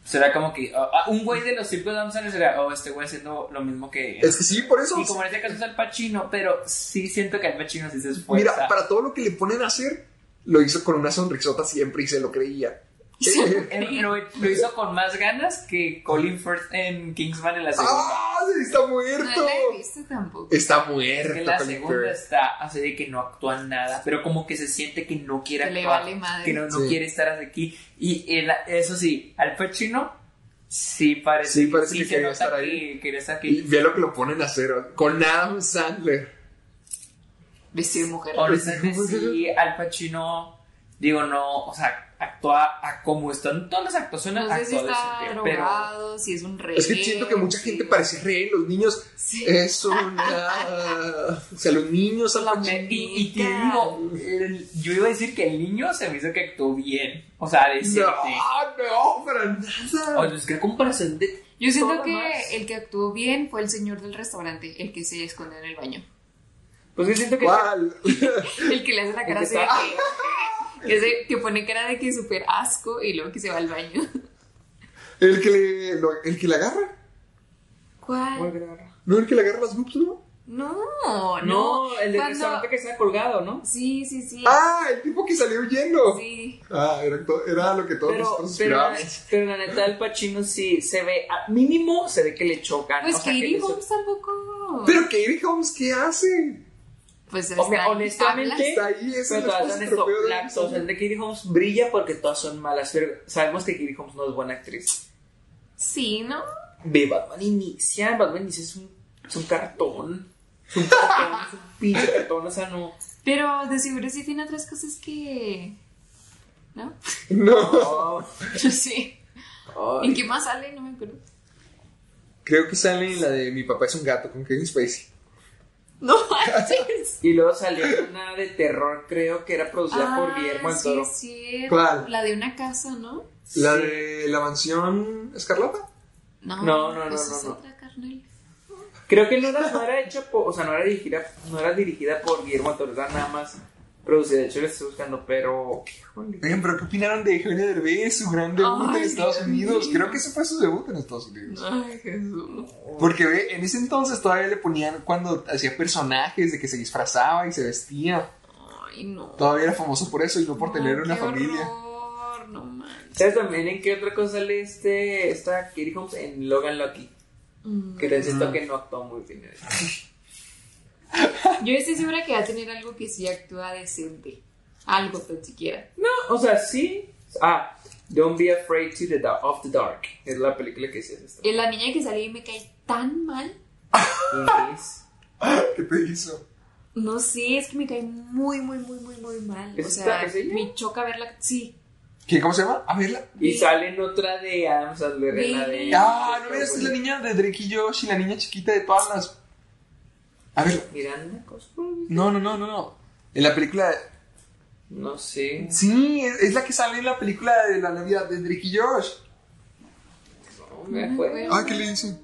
Será como que. ah, ah, un güey de los circos de Adam Sandler será. Oh, este güey haciendo lo mismo que.
Es que sí, por eso.
Y como en este caso es Al Pacino, pero sí siento que Al Pacino sí se esfuerza.
Mira, para todo lo que le ponen a hacer, lo hizo con una sonrisota siempre y se lo creía.
Él lo, lo hizo con más ganas que Colin Firth en Kingsman en la segunda.
¡Ah! ¡Está
No
muerto!
la he visto tampoco.
Está
Porque
muerto,
la
Colin
segunda
Firth.
está así de que no actúa nada, pero como que se siente que no quiere
Que le
actuar,
vale madre.
que no, no
Sí.
quiere estar aquí. Y el- eso sí, Al Pacino sí parece,
Sí, parece que
se
quería
nota
estar
que
ahí.
quería estar aquí.
Y ve lo que lo ponen a hacer con Adam Sandler.
Vestido de mujer.
Honestamente, sí, Al Pacino, digo, no, o sea, actúa a como están todas las actuaciones.
No sé si
actúa
está
decente, pero
drogado, si es un rey.
Es que siento que mucha gente parecía reír. Los niños es una. O sea, los niños al
La
Pacino.
Y, y te digo, el- yo iba a decir que el niño se me hizo que actuó bien. O sea, decente.
No, no, para nada.
O sea, es que comparación de.
Yo siento
todo
que
más.
el que actuó bien fue el señor del restaurante, el que se esconde en el baño.
Pues yo siento que.
¿Cuál?
El que le hace la cara
que
así de
está-
que, que, se- que pone cara de que es súper asco y luego que se va al baño.
¿El que, le, lo- ¿El que le agarra?
¿Cuál?
¿No el que le agarra las boobs, no?
No, no.
No, el del
Cuando-
restaurante que está colgado, ¿no?
Sí, sí, sí.
¡Ah! El tipo que salió huyendo.
Sí.
Ah, era, to- era lo que todos
Pero,
nosotros
pero, la,
esperábamos.
pero la neta, el Pachino sí se ve, a mínimo se ve que le chocan.
Pues
Ah, o sea, que
Katie
le so-
Holmes tampoco.
Pero Katie Holmes, ¿qué hace?
Pues
O sea,
está-
honestamente,
habla.
Está ahí, es
Pero
el
todas
esposo
son esto,
trofeo de
la
Adam Sandler.
actuación de Katie Holmes brilla porque todas son malas, pero sabemos que Katie Holmes no es buena actriz.
Sí, ¿no?
Ve, Batman inicia, Batman inicia es un, es un cartón. Es un cartón, es un pinche cartón, o sea, no.
Pero de seguro sí tiene otras cosas que. ¿No?
No.
Yo sí.
Ay.
¿En qué más sale? No me acuerdo.
Creo que sale la de Mi papá es un gato con Kevin Spacey.
No manches.
Y luego salió una de terror, creo que era producida por Guillermo
Ah,
del
sí,
Toro.
es cierto.
¿Cuál?
La de una casa, ¿no?
¿La de la mansión Escarlata?
No,
No, no, no,
esa
no,
es
no.
otra, carnal.
Creo que no era, no era hecha por, o sea, no era dirigida, no era dirigida por Guillermo del Toro, era nada más producida. De hecho, lo estoy buscando, pero.
Oigan, pero ¿qué opinaron de Eugenio Derbez, su gran debut
Ay,
en Estados
Dios
Unidos?
mío.
Creo que ese fue su debut en Estados Unidos.
Ay, Jesús.
Porque ve, en ese entonces todavía le ponían cuando hacía personajes de que se disfrazaba y se vestía.
Ay, no.
Todavía era famoso por eso y no por tener una familia.
No manches.
¿Sabes también en qué otra cosa sale este, esta Katie Holmes? En Logan Lucky.
Mm.
Que te insisto que no actuó muy bien.
Yo estoy segura que va a tener algo que sí actúa decente. Algo tan siquiera.
No, o sea, sí. Ah, Don't Be Afraid to the Da- of the Dark. Es la película que se hace.
Y La niña que salí me cae tan mal.
¿Qué te hizo?
No sé, es que me cae muy, muy, muy, muy, muy mal. O
¿Es
sea,
esta- es ella?
me choca verla. Sí.
¿Qué, ¿Cómo se llama? A verla.
Y sale en otra de Adam Sandler, en la de.
Ah, no mira, esta es la niña de Drake y Josh y la niña chiquita de todas las. A ver.
Miranda Cosgrove.
No, no, no, no, no. En la película.
No sé.
Sí, es, es la que sale en la película de la Navidad de Drake y Josh.
No me acuerdo.
Ah, ¿qué le dicen?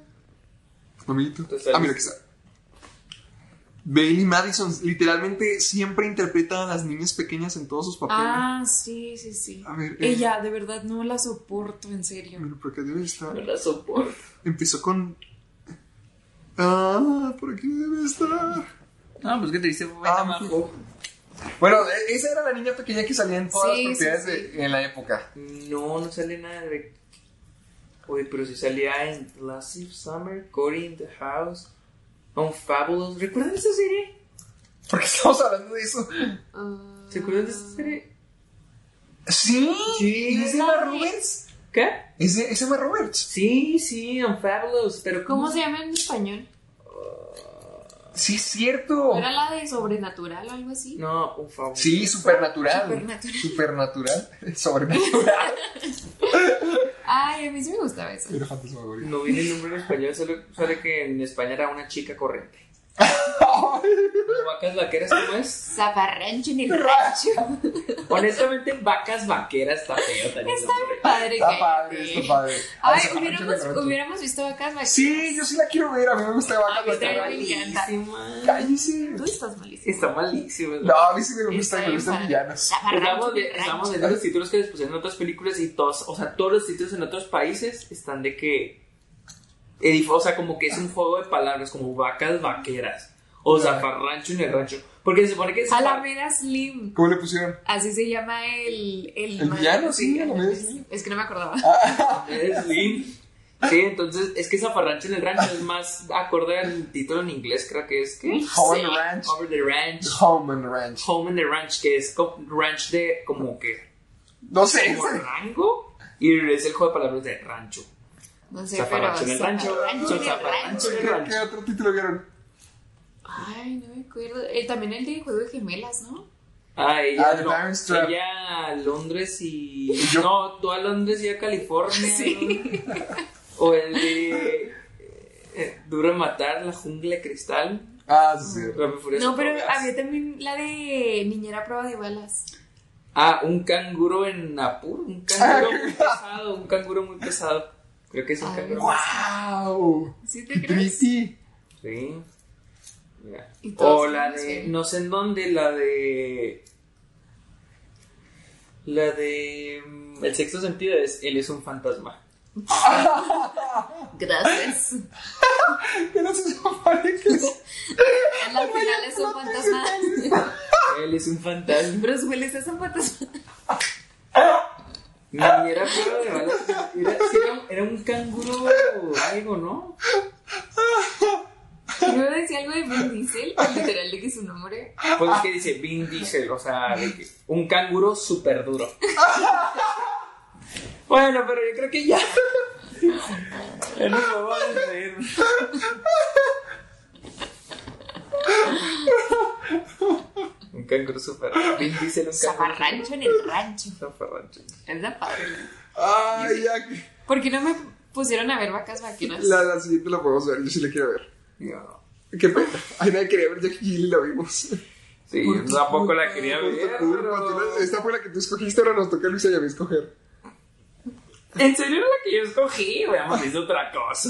Amiguito.
Entonces,
Ah, mira que está. Bailey Madison literalmente siempre interpreta a las niñas pequeñas en todos sus papeles.
Ah, sí, sí, sí.
A ver, eh. Mm.
Ella, de verdad, no la soporto, en serio.
Pero porque debe estar.
No la soporto.
Empezó con. Ah, ¿por qué debe estar?
No, pues que te dice, pues,
Bueno, e- esa era la niña pequeña que salía en todas
Sí,
las propiedades
sí,
de- en la época.
No, no sale nada de. Oye, pero si salía en The Last of Summer, Cory in the House, On Fabulous. ¿Recuerdan esa serie?
¿Por qué estamos hablando de eso?
¿Se acuerdan de esa serie?
Sí,
sí.
¿Es Emma Roberts?
¿Qué?
¿Es, de- es Emma Roberts?
Sí, sí, On Fabulous. Pero
¿Cómo se llama en español?
Sí, es cierto.
¿Era la de sobrenatural o algo así?
No, por favor.
Sí, supernatural.
Supernatural.
Supernatural. Sobrenatural.
Ay, a mí sí me gustaba eso.
Era fantasmagoria.
No viene el nombre en español, solo sale que en España era una chica corriente. ¿Vacas vaqueras cómo es?
Zafarrancho en el rancho.
Honestamente, vacas vaqueras está feo también.
Está bien padre
Está
que-
padre, está padre.
Ay,
Zafarrancho en el
hubiéramos,
rancho.
hubiéramos visto vacas vaqueras.
Sí, yo sí la quiero ver. A mí me gusta Vaca
Pero
Vaca.
me encanta.
Cállese.
Ah, Tú estás malísimo.
Está malísimo.
No, a mí sí me gusta, me gustan
padre.
villanos.
Estamos,
Zafarrancho en
de-
el rancho.
estamos viendo los títulos que les pusieron en otras películas y todos, o sea, todos los títulos en otros países están de que. edif- O sea, como que es un juego de palabras, como vacas vaqueras. O zafarrancho en el rancho. Porque se supone que es.
Alameda Slim.
¿Cómo le pusieron?
Así se llama el. El,
El villano,
mal-
sí, Alameda Ah,
Es que no me acordaba.
Es Slim. Sí, entonces es que zafarrancho en el rancho es más acorde al título en inglés, creo que es. ¿qué?
Home and Ranch.
Over the Ranch.
Home and Ranch.
Home in the Ranch, que es como ranch de como que.
No sé.
Como rango. Y es el juego de palabras de rancho.
No sé, pero.
Zafarrancho en el rancho.
zafarrancho en el rancho.
Zafarrancho en el
¿Qué,
rancho.
qué otro título vieron?
Ay, no me acuerdo. Eh, también el de Juego de Gemelas, ¿no?
Ah,
Ah,
ella,
The
no,
Parents Trap.
ella a Londres y. No, tú a Londres y a California. ¿no? O el de. eh, Duro de matar, la jungla de cristal.
Ah, sí.
Rápido y Furioso
No, pero
Pocas.
había también la de Niñera a Prueba de Balas.
Ah, un canguro en Napur. Un canguro muy pesado. Un canguro muy pesado. Creo que es un canguro. muy
¡Wow!
¿Sí
¡Qué pretty!
Sí. Mira.
Y
O
todos
la
somos
de.
felices.
No sé en dónde, la de. La de. mm, El sexto sentido es. Él es un fantasma.
Gracias.
¿Qué no se supone que es?
En la final es un fantasma.
Él es un fantasma.
Bruce Willis es un fantasma.
Ni era prueba de balas. Era, sí, era- era un canguro algo, ¿no?
Luego decía algo de Vin Diesel, literal de que su nombre.
Pues es que dice Vin Diesel, o sea, de que un canguro súper duro. Bueno, pero yo creo que ya.
Él nos va a despedir.
Un canguro super. Vin Diesel, un canguro.
Zafarrancho en el rancho.
Zafarrancho.
Es la padre.
Ay, ya.
¿Por qué no me pusieron a ver vacas vaqueras?
La, la siguiente la podemos ver, yo sí la quiero ver. Qué pena. Ay, nadie quería ver Jack Jill y la vimos.
Sí,
Por
yo
tu
tampoco la
culpa,
quería
por tu
ver,
culpa, tú la- Esta fue la que tú escogiste, ahora nos toca a Luisa y a mí escoger.
En serio era la que yo escogí, hubiéramos visto otra cosa.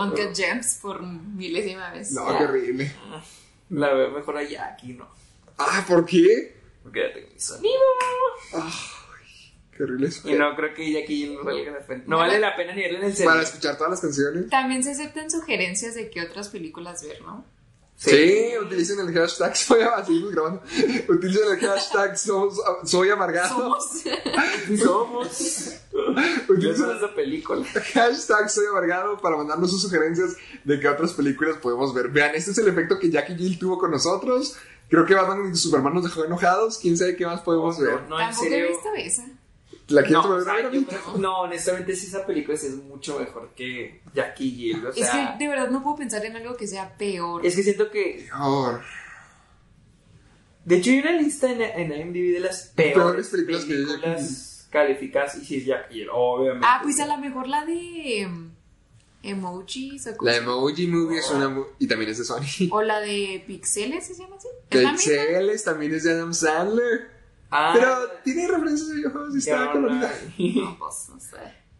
Uncle James por milésima vez.
No, qué horrible.
La veo mejor allá, aquí no.
Ah, ¿por qué?
Porque ya tengo mi sonido.
Qué horrible eso.
Y no creo que Jackie Jill nos salga de frente. No vale la pena ni verla en el celular.
Para escuchar todas las canciones.
También se aceptan sugerencias de qué otras películas ver, ¿no?
Sí, utilicen el hashtag soy amargado. Seguimos grabando. Utilicen el hashtag somos- soy amargado.
Somos.
Somos.
Utilicen
esa película.
Hashtag soy amargado para mandarnos sus sugerencias de qué otras películas podemos ver. Vean, este es el efecto que Jackie Jill tuvo con nosotros. Creo que Batman y Superman nos dejó enojados. ¿Quién sabe qué más podemos ver?
No, en
Tampoco he
serio.
visto esa.
¿La quieres
No,
volver
o
a
sea,
ver
yo creo- no, honestamente, sí, esa película sí es mucho mejor que Jackie Jill. O
es
sea,
que de verdad no puedo pensar en algo que sea peor.
es que siento que.
Peor.
De hecho, hay una lista en, en IMDb de las peores,
Peores películas que
películas calificadas. Y si es Jackie Jill, obviamente.
Ah, pues a lo mejor la de em, Emojis o,
La
cosas-
Emoji Movie es una... mu- Y también es de Sony.
o la de Pixeles, ¿se llama así? ¿Es la misma?
Pixeles también es de Adam Sandler.
Ah.
Pero tiene referencias de videojuegos y está
Ya,
colorida.
No, pues no sé.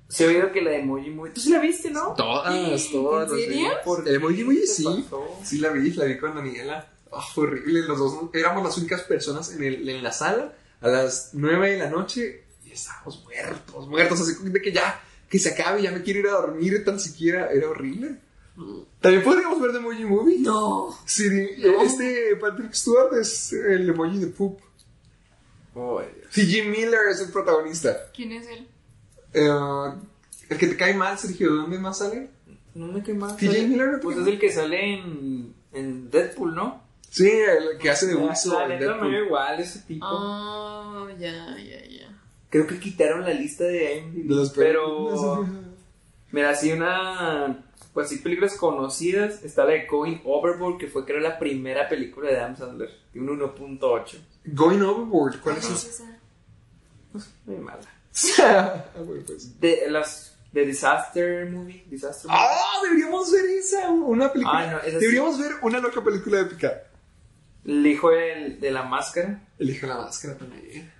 Se ha oído que la de Emoji Movie. ¿Tú sí la viste, no?
Todas, todas.
¿En
las vi.
serio?
¿Por
El emoji emoji
te
sí.
pasó?
Sí la vi, la vi con Daniela. Ah, fue horrible, los dos éramos las únicas personas en, el- en la sala a las 9 de la noche y estábamos muertos, muertos, así de que ya, que se acabe, ya me quiero ir a dormir, tan siquiera era horrible. También podríamos ver The Emoji Movie.
No.
Sí, este Patrick Stewart es el emoji de poop.
Oh,
Sí, Jim Miller es el protagonista.
¿Quién es él?
Eh, el que te cae mal, Sergio, ¿de dónde más sale?
No me quemé más.
TJ Miller no te
Pues
cae
es
mal.
el que sale en, en Deadpool, ¿no?
Sí, el que hace de
La-
Wilson.
La
en
neta me
Deadpool.
dio igual ese tipo.
Oh, ya, ya, ya.
Creo que quitaron la lista de IMDb.
De los
pero. Mira, así una. Pues sí, películas conocidas. Está la de Going Overboard, que fue creo la primera película de Adam Sandler. De un 1.8.
Going Overboard, ¿cuál
¿Quién es
es
esa?
Muy Pues, mala.
esa? Ah, bueno, pues.
De las. De Disaster Movie. Disaster Movie.
¡Ah! deberíamos ver esa, una película.
Ah, no, esa sí.
deberíamos ver una loca película épica.
El hijo del- de la máscara.
El hijo de la máscara también.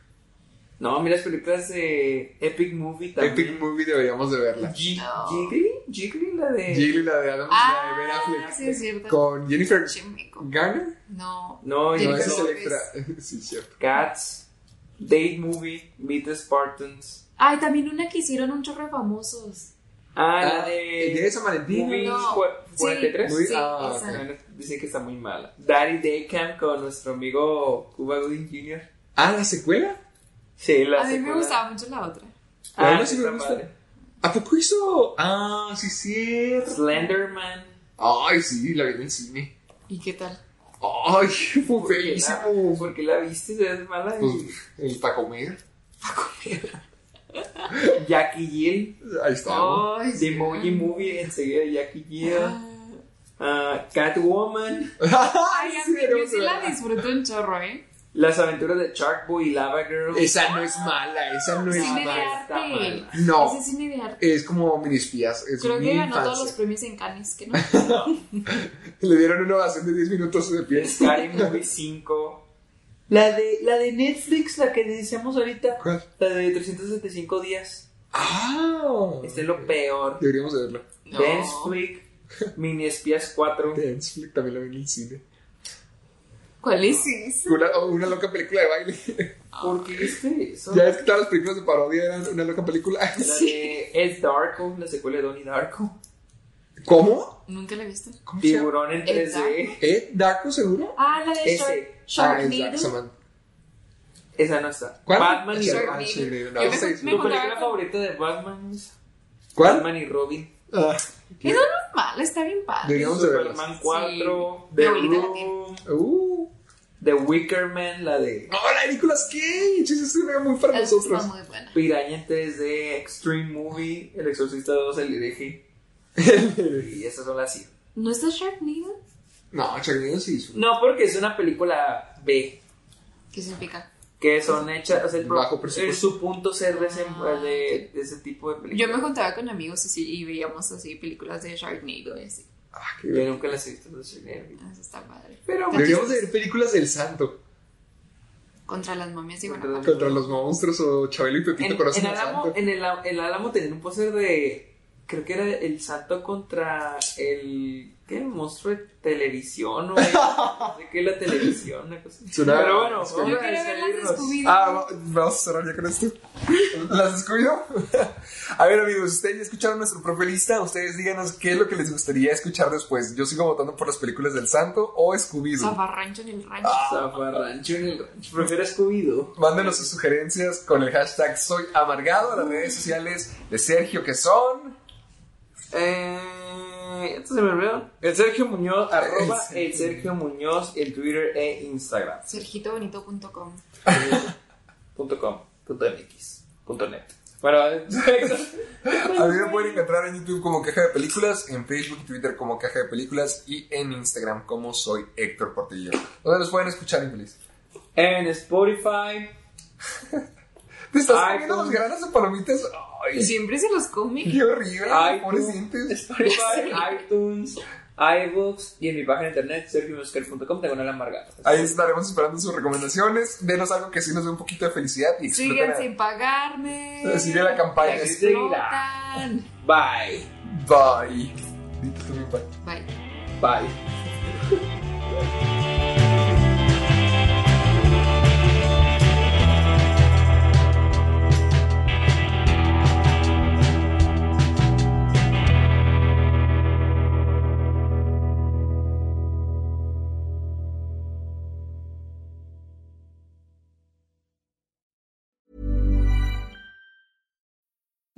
No, mira las películas de Epic Movie también.
Epic Movie deberíamos de verla.
Gi-
No.
Jiggly, Jiggly, la de.
Jill y la de Adam, Pues la de Ben
Ah,
Affleck.
sí, es cierto.
Con Jennifer
Chimeco.
Garner.
No.
No,
No,
y
Jennifer
esa es
Lopez.
Electra. Sí, cierto.
Cats, Date Movie, Meet the Spartans.
Ay, también una que hicieron un chorro de famosos.
Ah,
Ah,
la de.
el día de San Valentín.
Movie
No.
cua- 43.
Muy-
Sí,
ah,
esa.
Ah, no, Dice que está muy mala. Daddy Day Camp con nuestro amigo Cuba Gooding Jr.
Ah, la secuela.
Sí, la
A mí me
secuela.
gustaba mucho la otra.
A
Ah,
mí sí me
está
gusta.
padre.
¿A poco hizo? Ah, sí, sí.
Slenderman.
Ay, sí, la vi en el cine.
¿Y qué tal?
Ay, fue Uh, feísimo.
Porque la viste, se ve mala. Y
Pues, el para comer.
Jackie Jill.
Ahí está. ¿no?
Ay,
The Emoji Movie, enseguida Jackie Jill. Ah, Catwoman.
Ay, a mí yo sí la disfruto un chorro, ¿eh?
Las aventuras de Sharkboy y Lava Girl.
Esa no es mala, esa no es
Cine de
mala.
está
arte.
mal.
No.
Ese cine de arte.
Es como minispías, es
Creo
mi
que ganó todos los
infancia.
premios en Cannes, que no.
Le dieron una ovación de 10 minutos de pie.
Scary Movie 5. La de, la de Netflix, la que decíamos ahorita.
¿Cuál?
La de 365 días.
Ah,
Este es lo peor.
deberíamos de verla.
Dance Freak, Mini Espías 4.
Dance Flick también la vi en el cine.
¿Cuál es esa?
Una, o una loca película de baile.
¿Por qué viste eso?
ya es que todas las películas de parodia eran una loca película.
La de Ed Darko, la secuela de Donnie Darko.
¿Cómo?
Nunca la he visto.
¿Cómo se llama?
Tiburón en
Ed
3D.
¿Eh? ¿Darko seguro?
Ah, la de
Ese.
Shark,
Ah, es Dark
Sharknado.
Saman.
Esa no está.
¿Cuál?
Batman y
Shark-
Robin.
Ah, sí, no,
Yo me-
esa es-
me-
¿Tu película favorita de Batman es?
¿Cuál?
Batman y Robin.
Ah,
Eso no es malo, está bien padre.
deberíamos de verla.
Superman 4.
Sí.
The
Mi abuelita la
Room.
Uh,
The Wicker Man, la de.
¡No, la de Nicolas Cage! Esa es una muy para
Esa está
nosotros.
muy buena.
Piraña 3D, Extreme Movie, El Exorcista 2, El hereje. y esas son las 100.
¿No está Sharknado?
No, Sharknado sí. es un-
No, porque es una película B,
¿Qué significa?
que son hechas. O sea, el pro-
Bajo presupuesto.
eh, su punto ser de, ese- de- de ese tipo de
Ah, Yo
películas.
me juntaba con amigos así y veíamos así películas de Sharknado y así. Ah,
Yo, nunca las he visto. no sé, eh.
Eso está padre.
Pero
Deberíamos de ver películas del santo.
Contra las momias y bueno.
Contra los monstruos o Chabelo y Pepito
En,
Corazón
en
del
Álamo,
Santo.
en el, Á- el Álamo tenían un póster de. Creo que era el santo contra el. ¿Qué? El monstruo de televisión o. el- no sé qué, la televisión, una cosa. así.
Suena-
Pero bueno,
es
vamos
que-
a
Yo
quiero ver las de
despedirnos.
Scooby-Doo.
Ah, va- vamos a cerrar ya con esto. ¿Las descuido? A ver, amigos, ustedes ya escucharon nuestra propia lista. Ustedes díganos qué es lo que les gustaría escuchar después. Yo sigo votando por las películas del Santo o Scooby-Doo.
Zafarrancho en el rancho.
Ah.
Zafarrancho en el rancho. Ah, Prefiero Scooby-Doo.
Mándenos sus sugerencias con el hashtag Soy Amargado a las redes sociales de Sergio, que son.
Eh, esto se me olvidó. El Sergio Muñoz, arroba el Sergio Muñoz en Twitter e Instagram.
Sergitobonito.com.
Punto com, punto MX, punto net. Bueno,
A mí me pueden encontrar en YouTube como Caja de Películas, en Facebook y Twitter como Caja de Películas y en Instagram como Soy Héctor Portillo. ¿Dónde nos pueden escuchar, infeliz?
en Spotify.
¿Te estás
Ay,
comiendo
pues.
los granos de palomitas? Ay,
Siempre se los come.
qué horrible,
Ay,
pobres
tú.
dientes.
Spotify, iTunes, iBooks y en mi página de internet sergiomuscar.com tengo una amargada.
Ahí estaremos esperando sus recomendaciones. Denos algo que sí nos dé un poquito de felicidad y
Sigan sin
exploten.
pagarme.
a- Sigue la campaña.
Aquí
Es-
se irá.
"Ah".
Explotan.
Bye.
Bye. Di tú también, bye.
Bye.
Bye.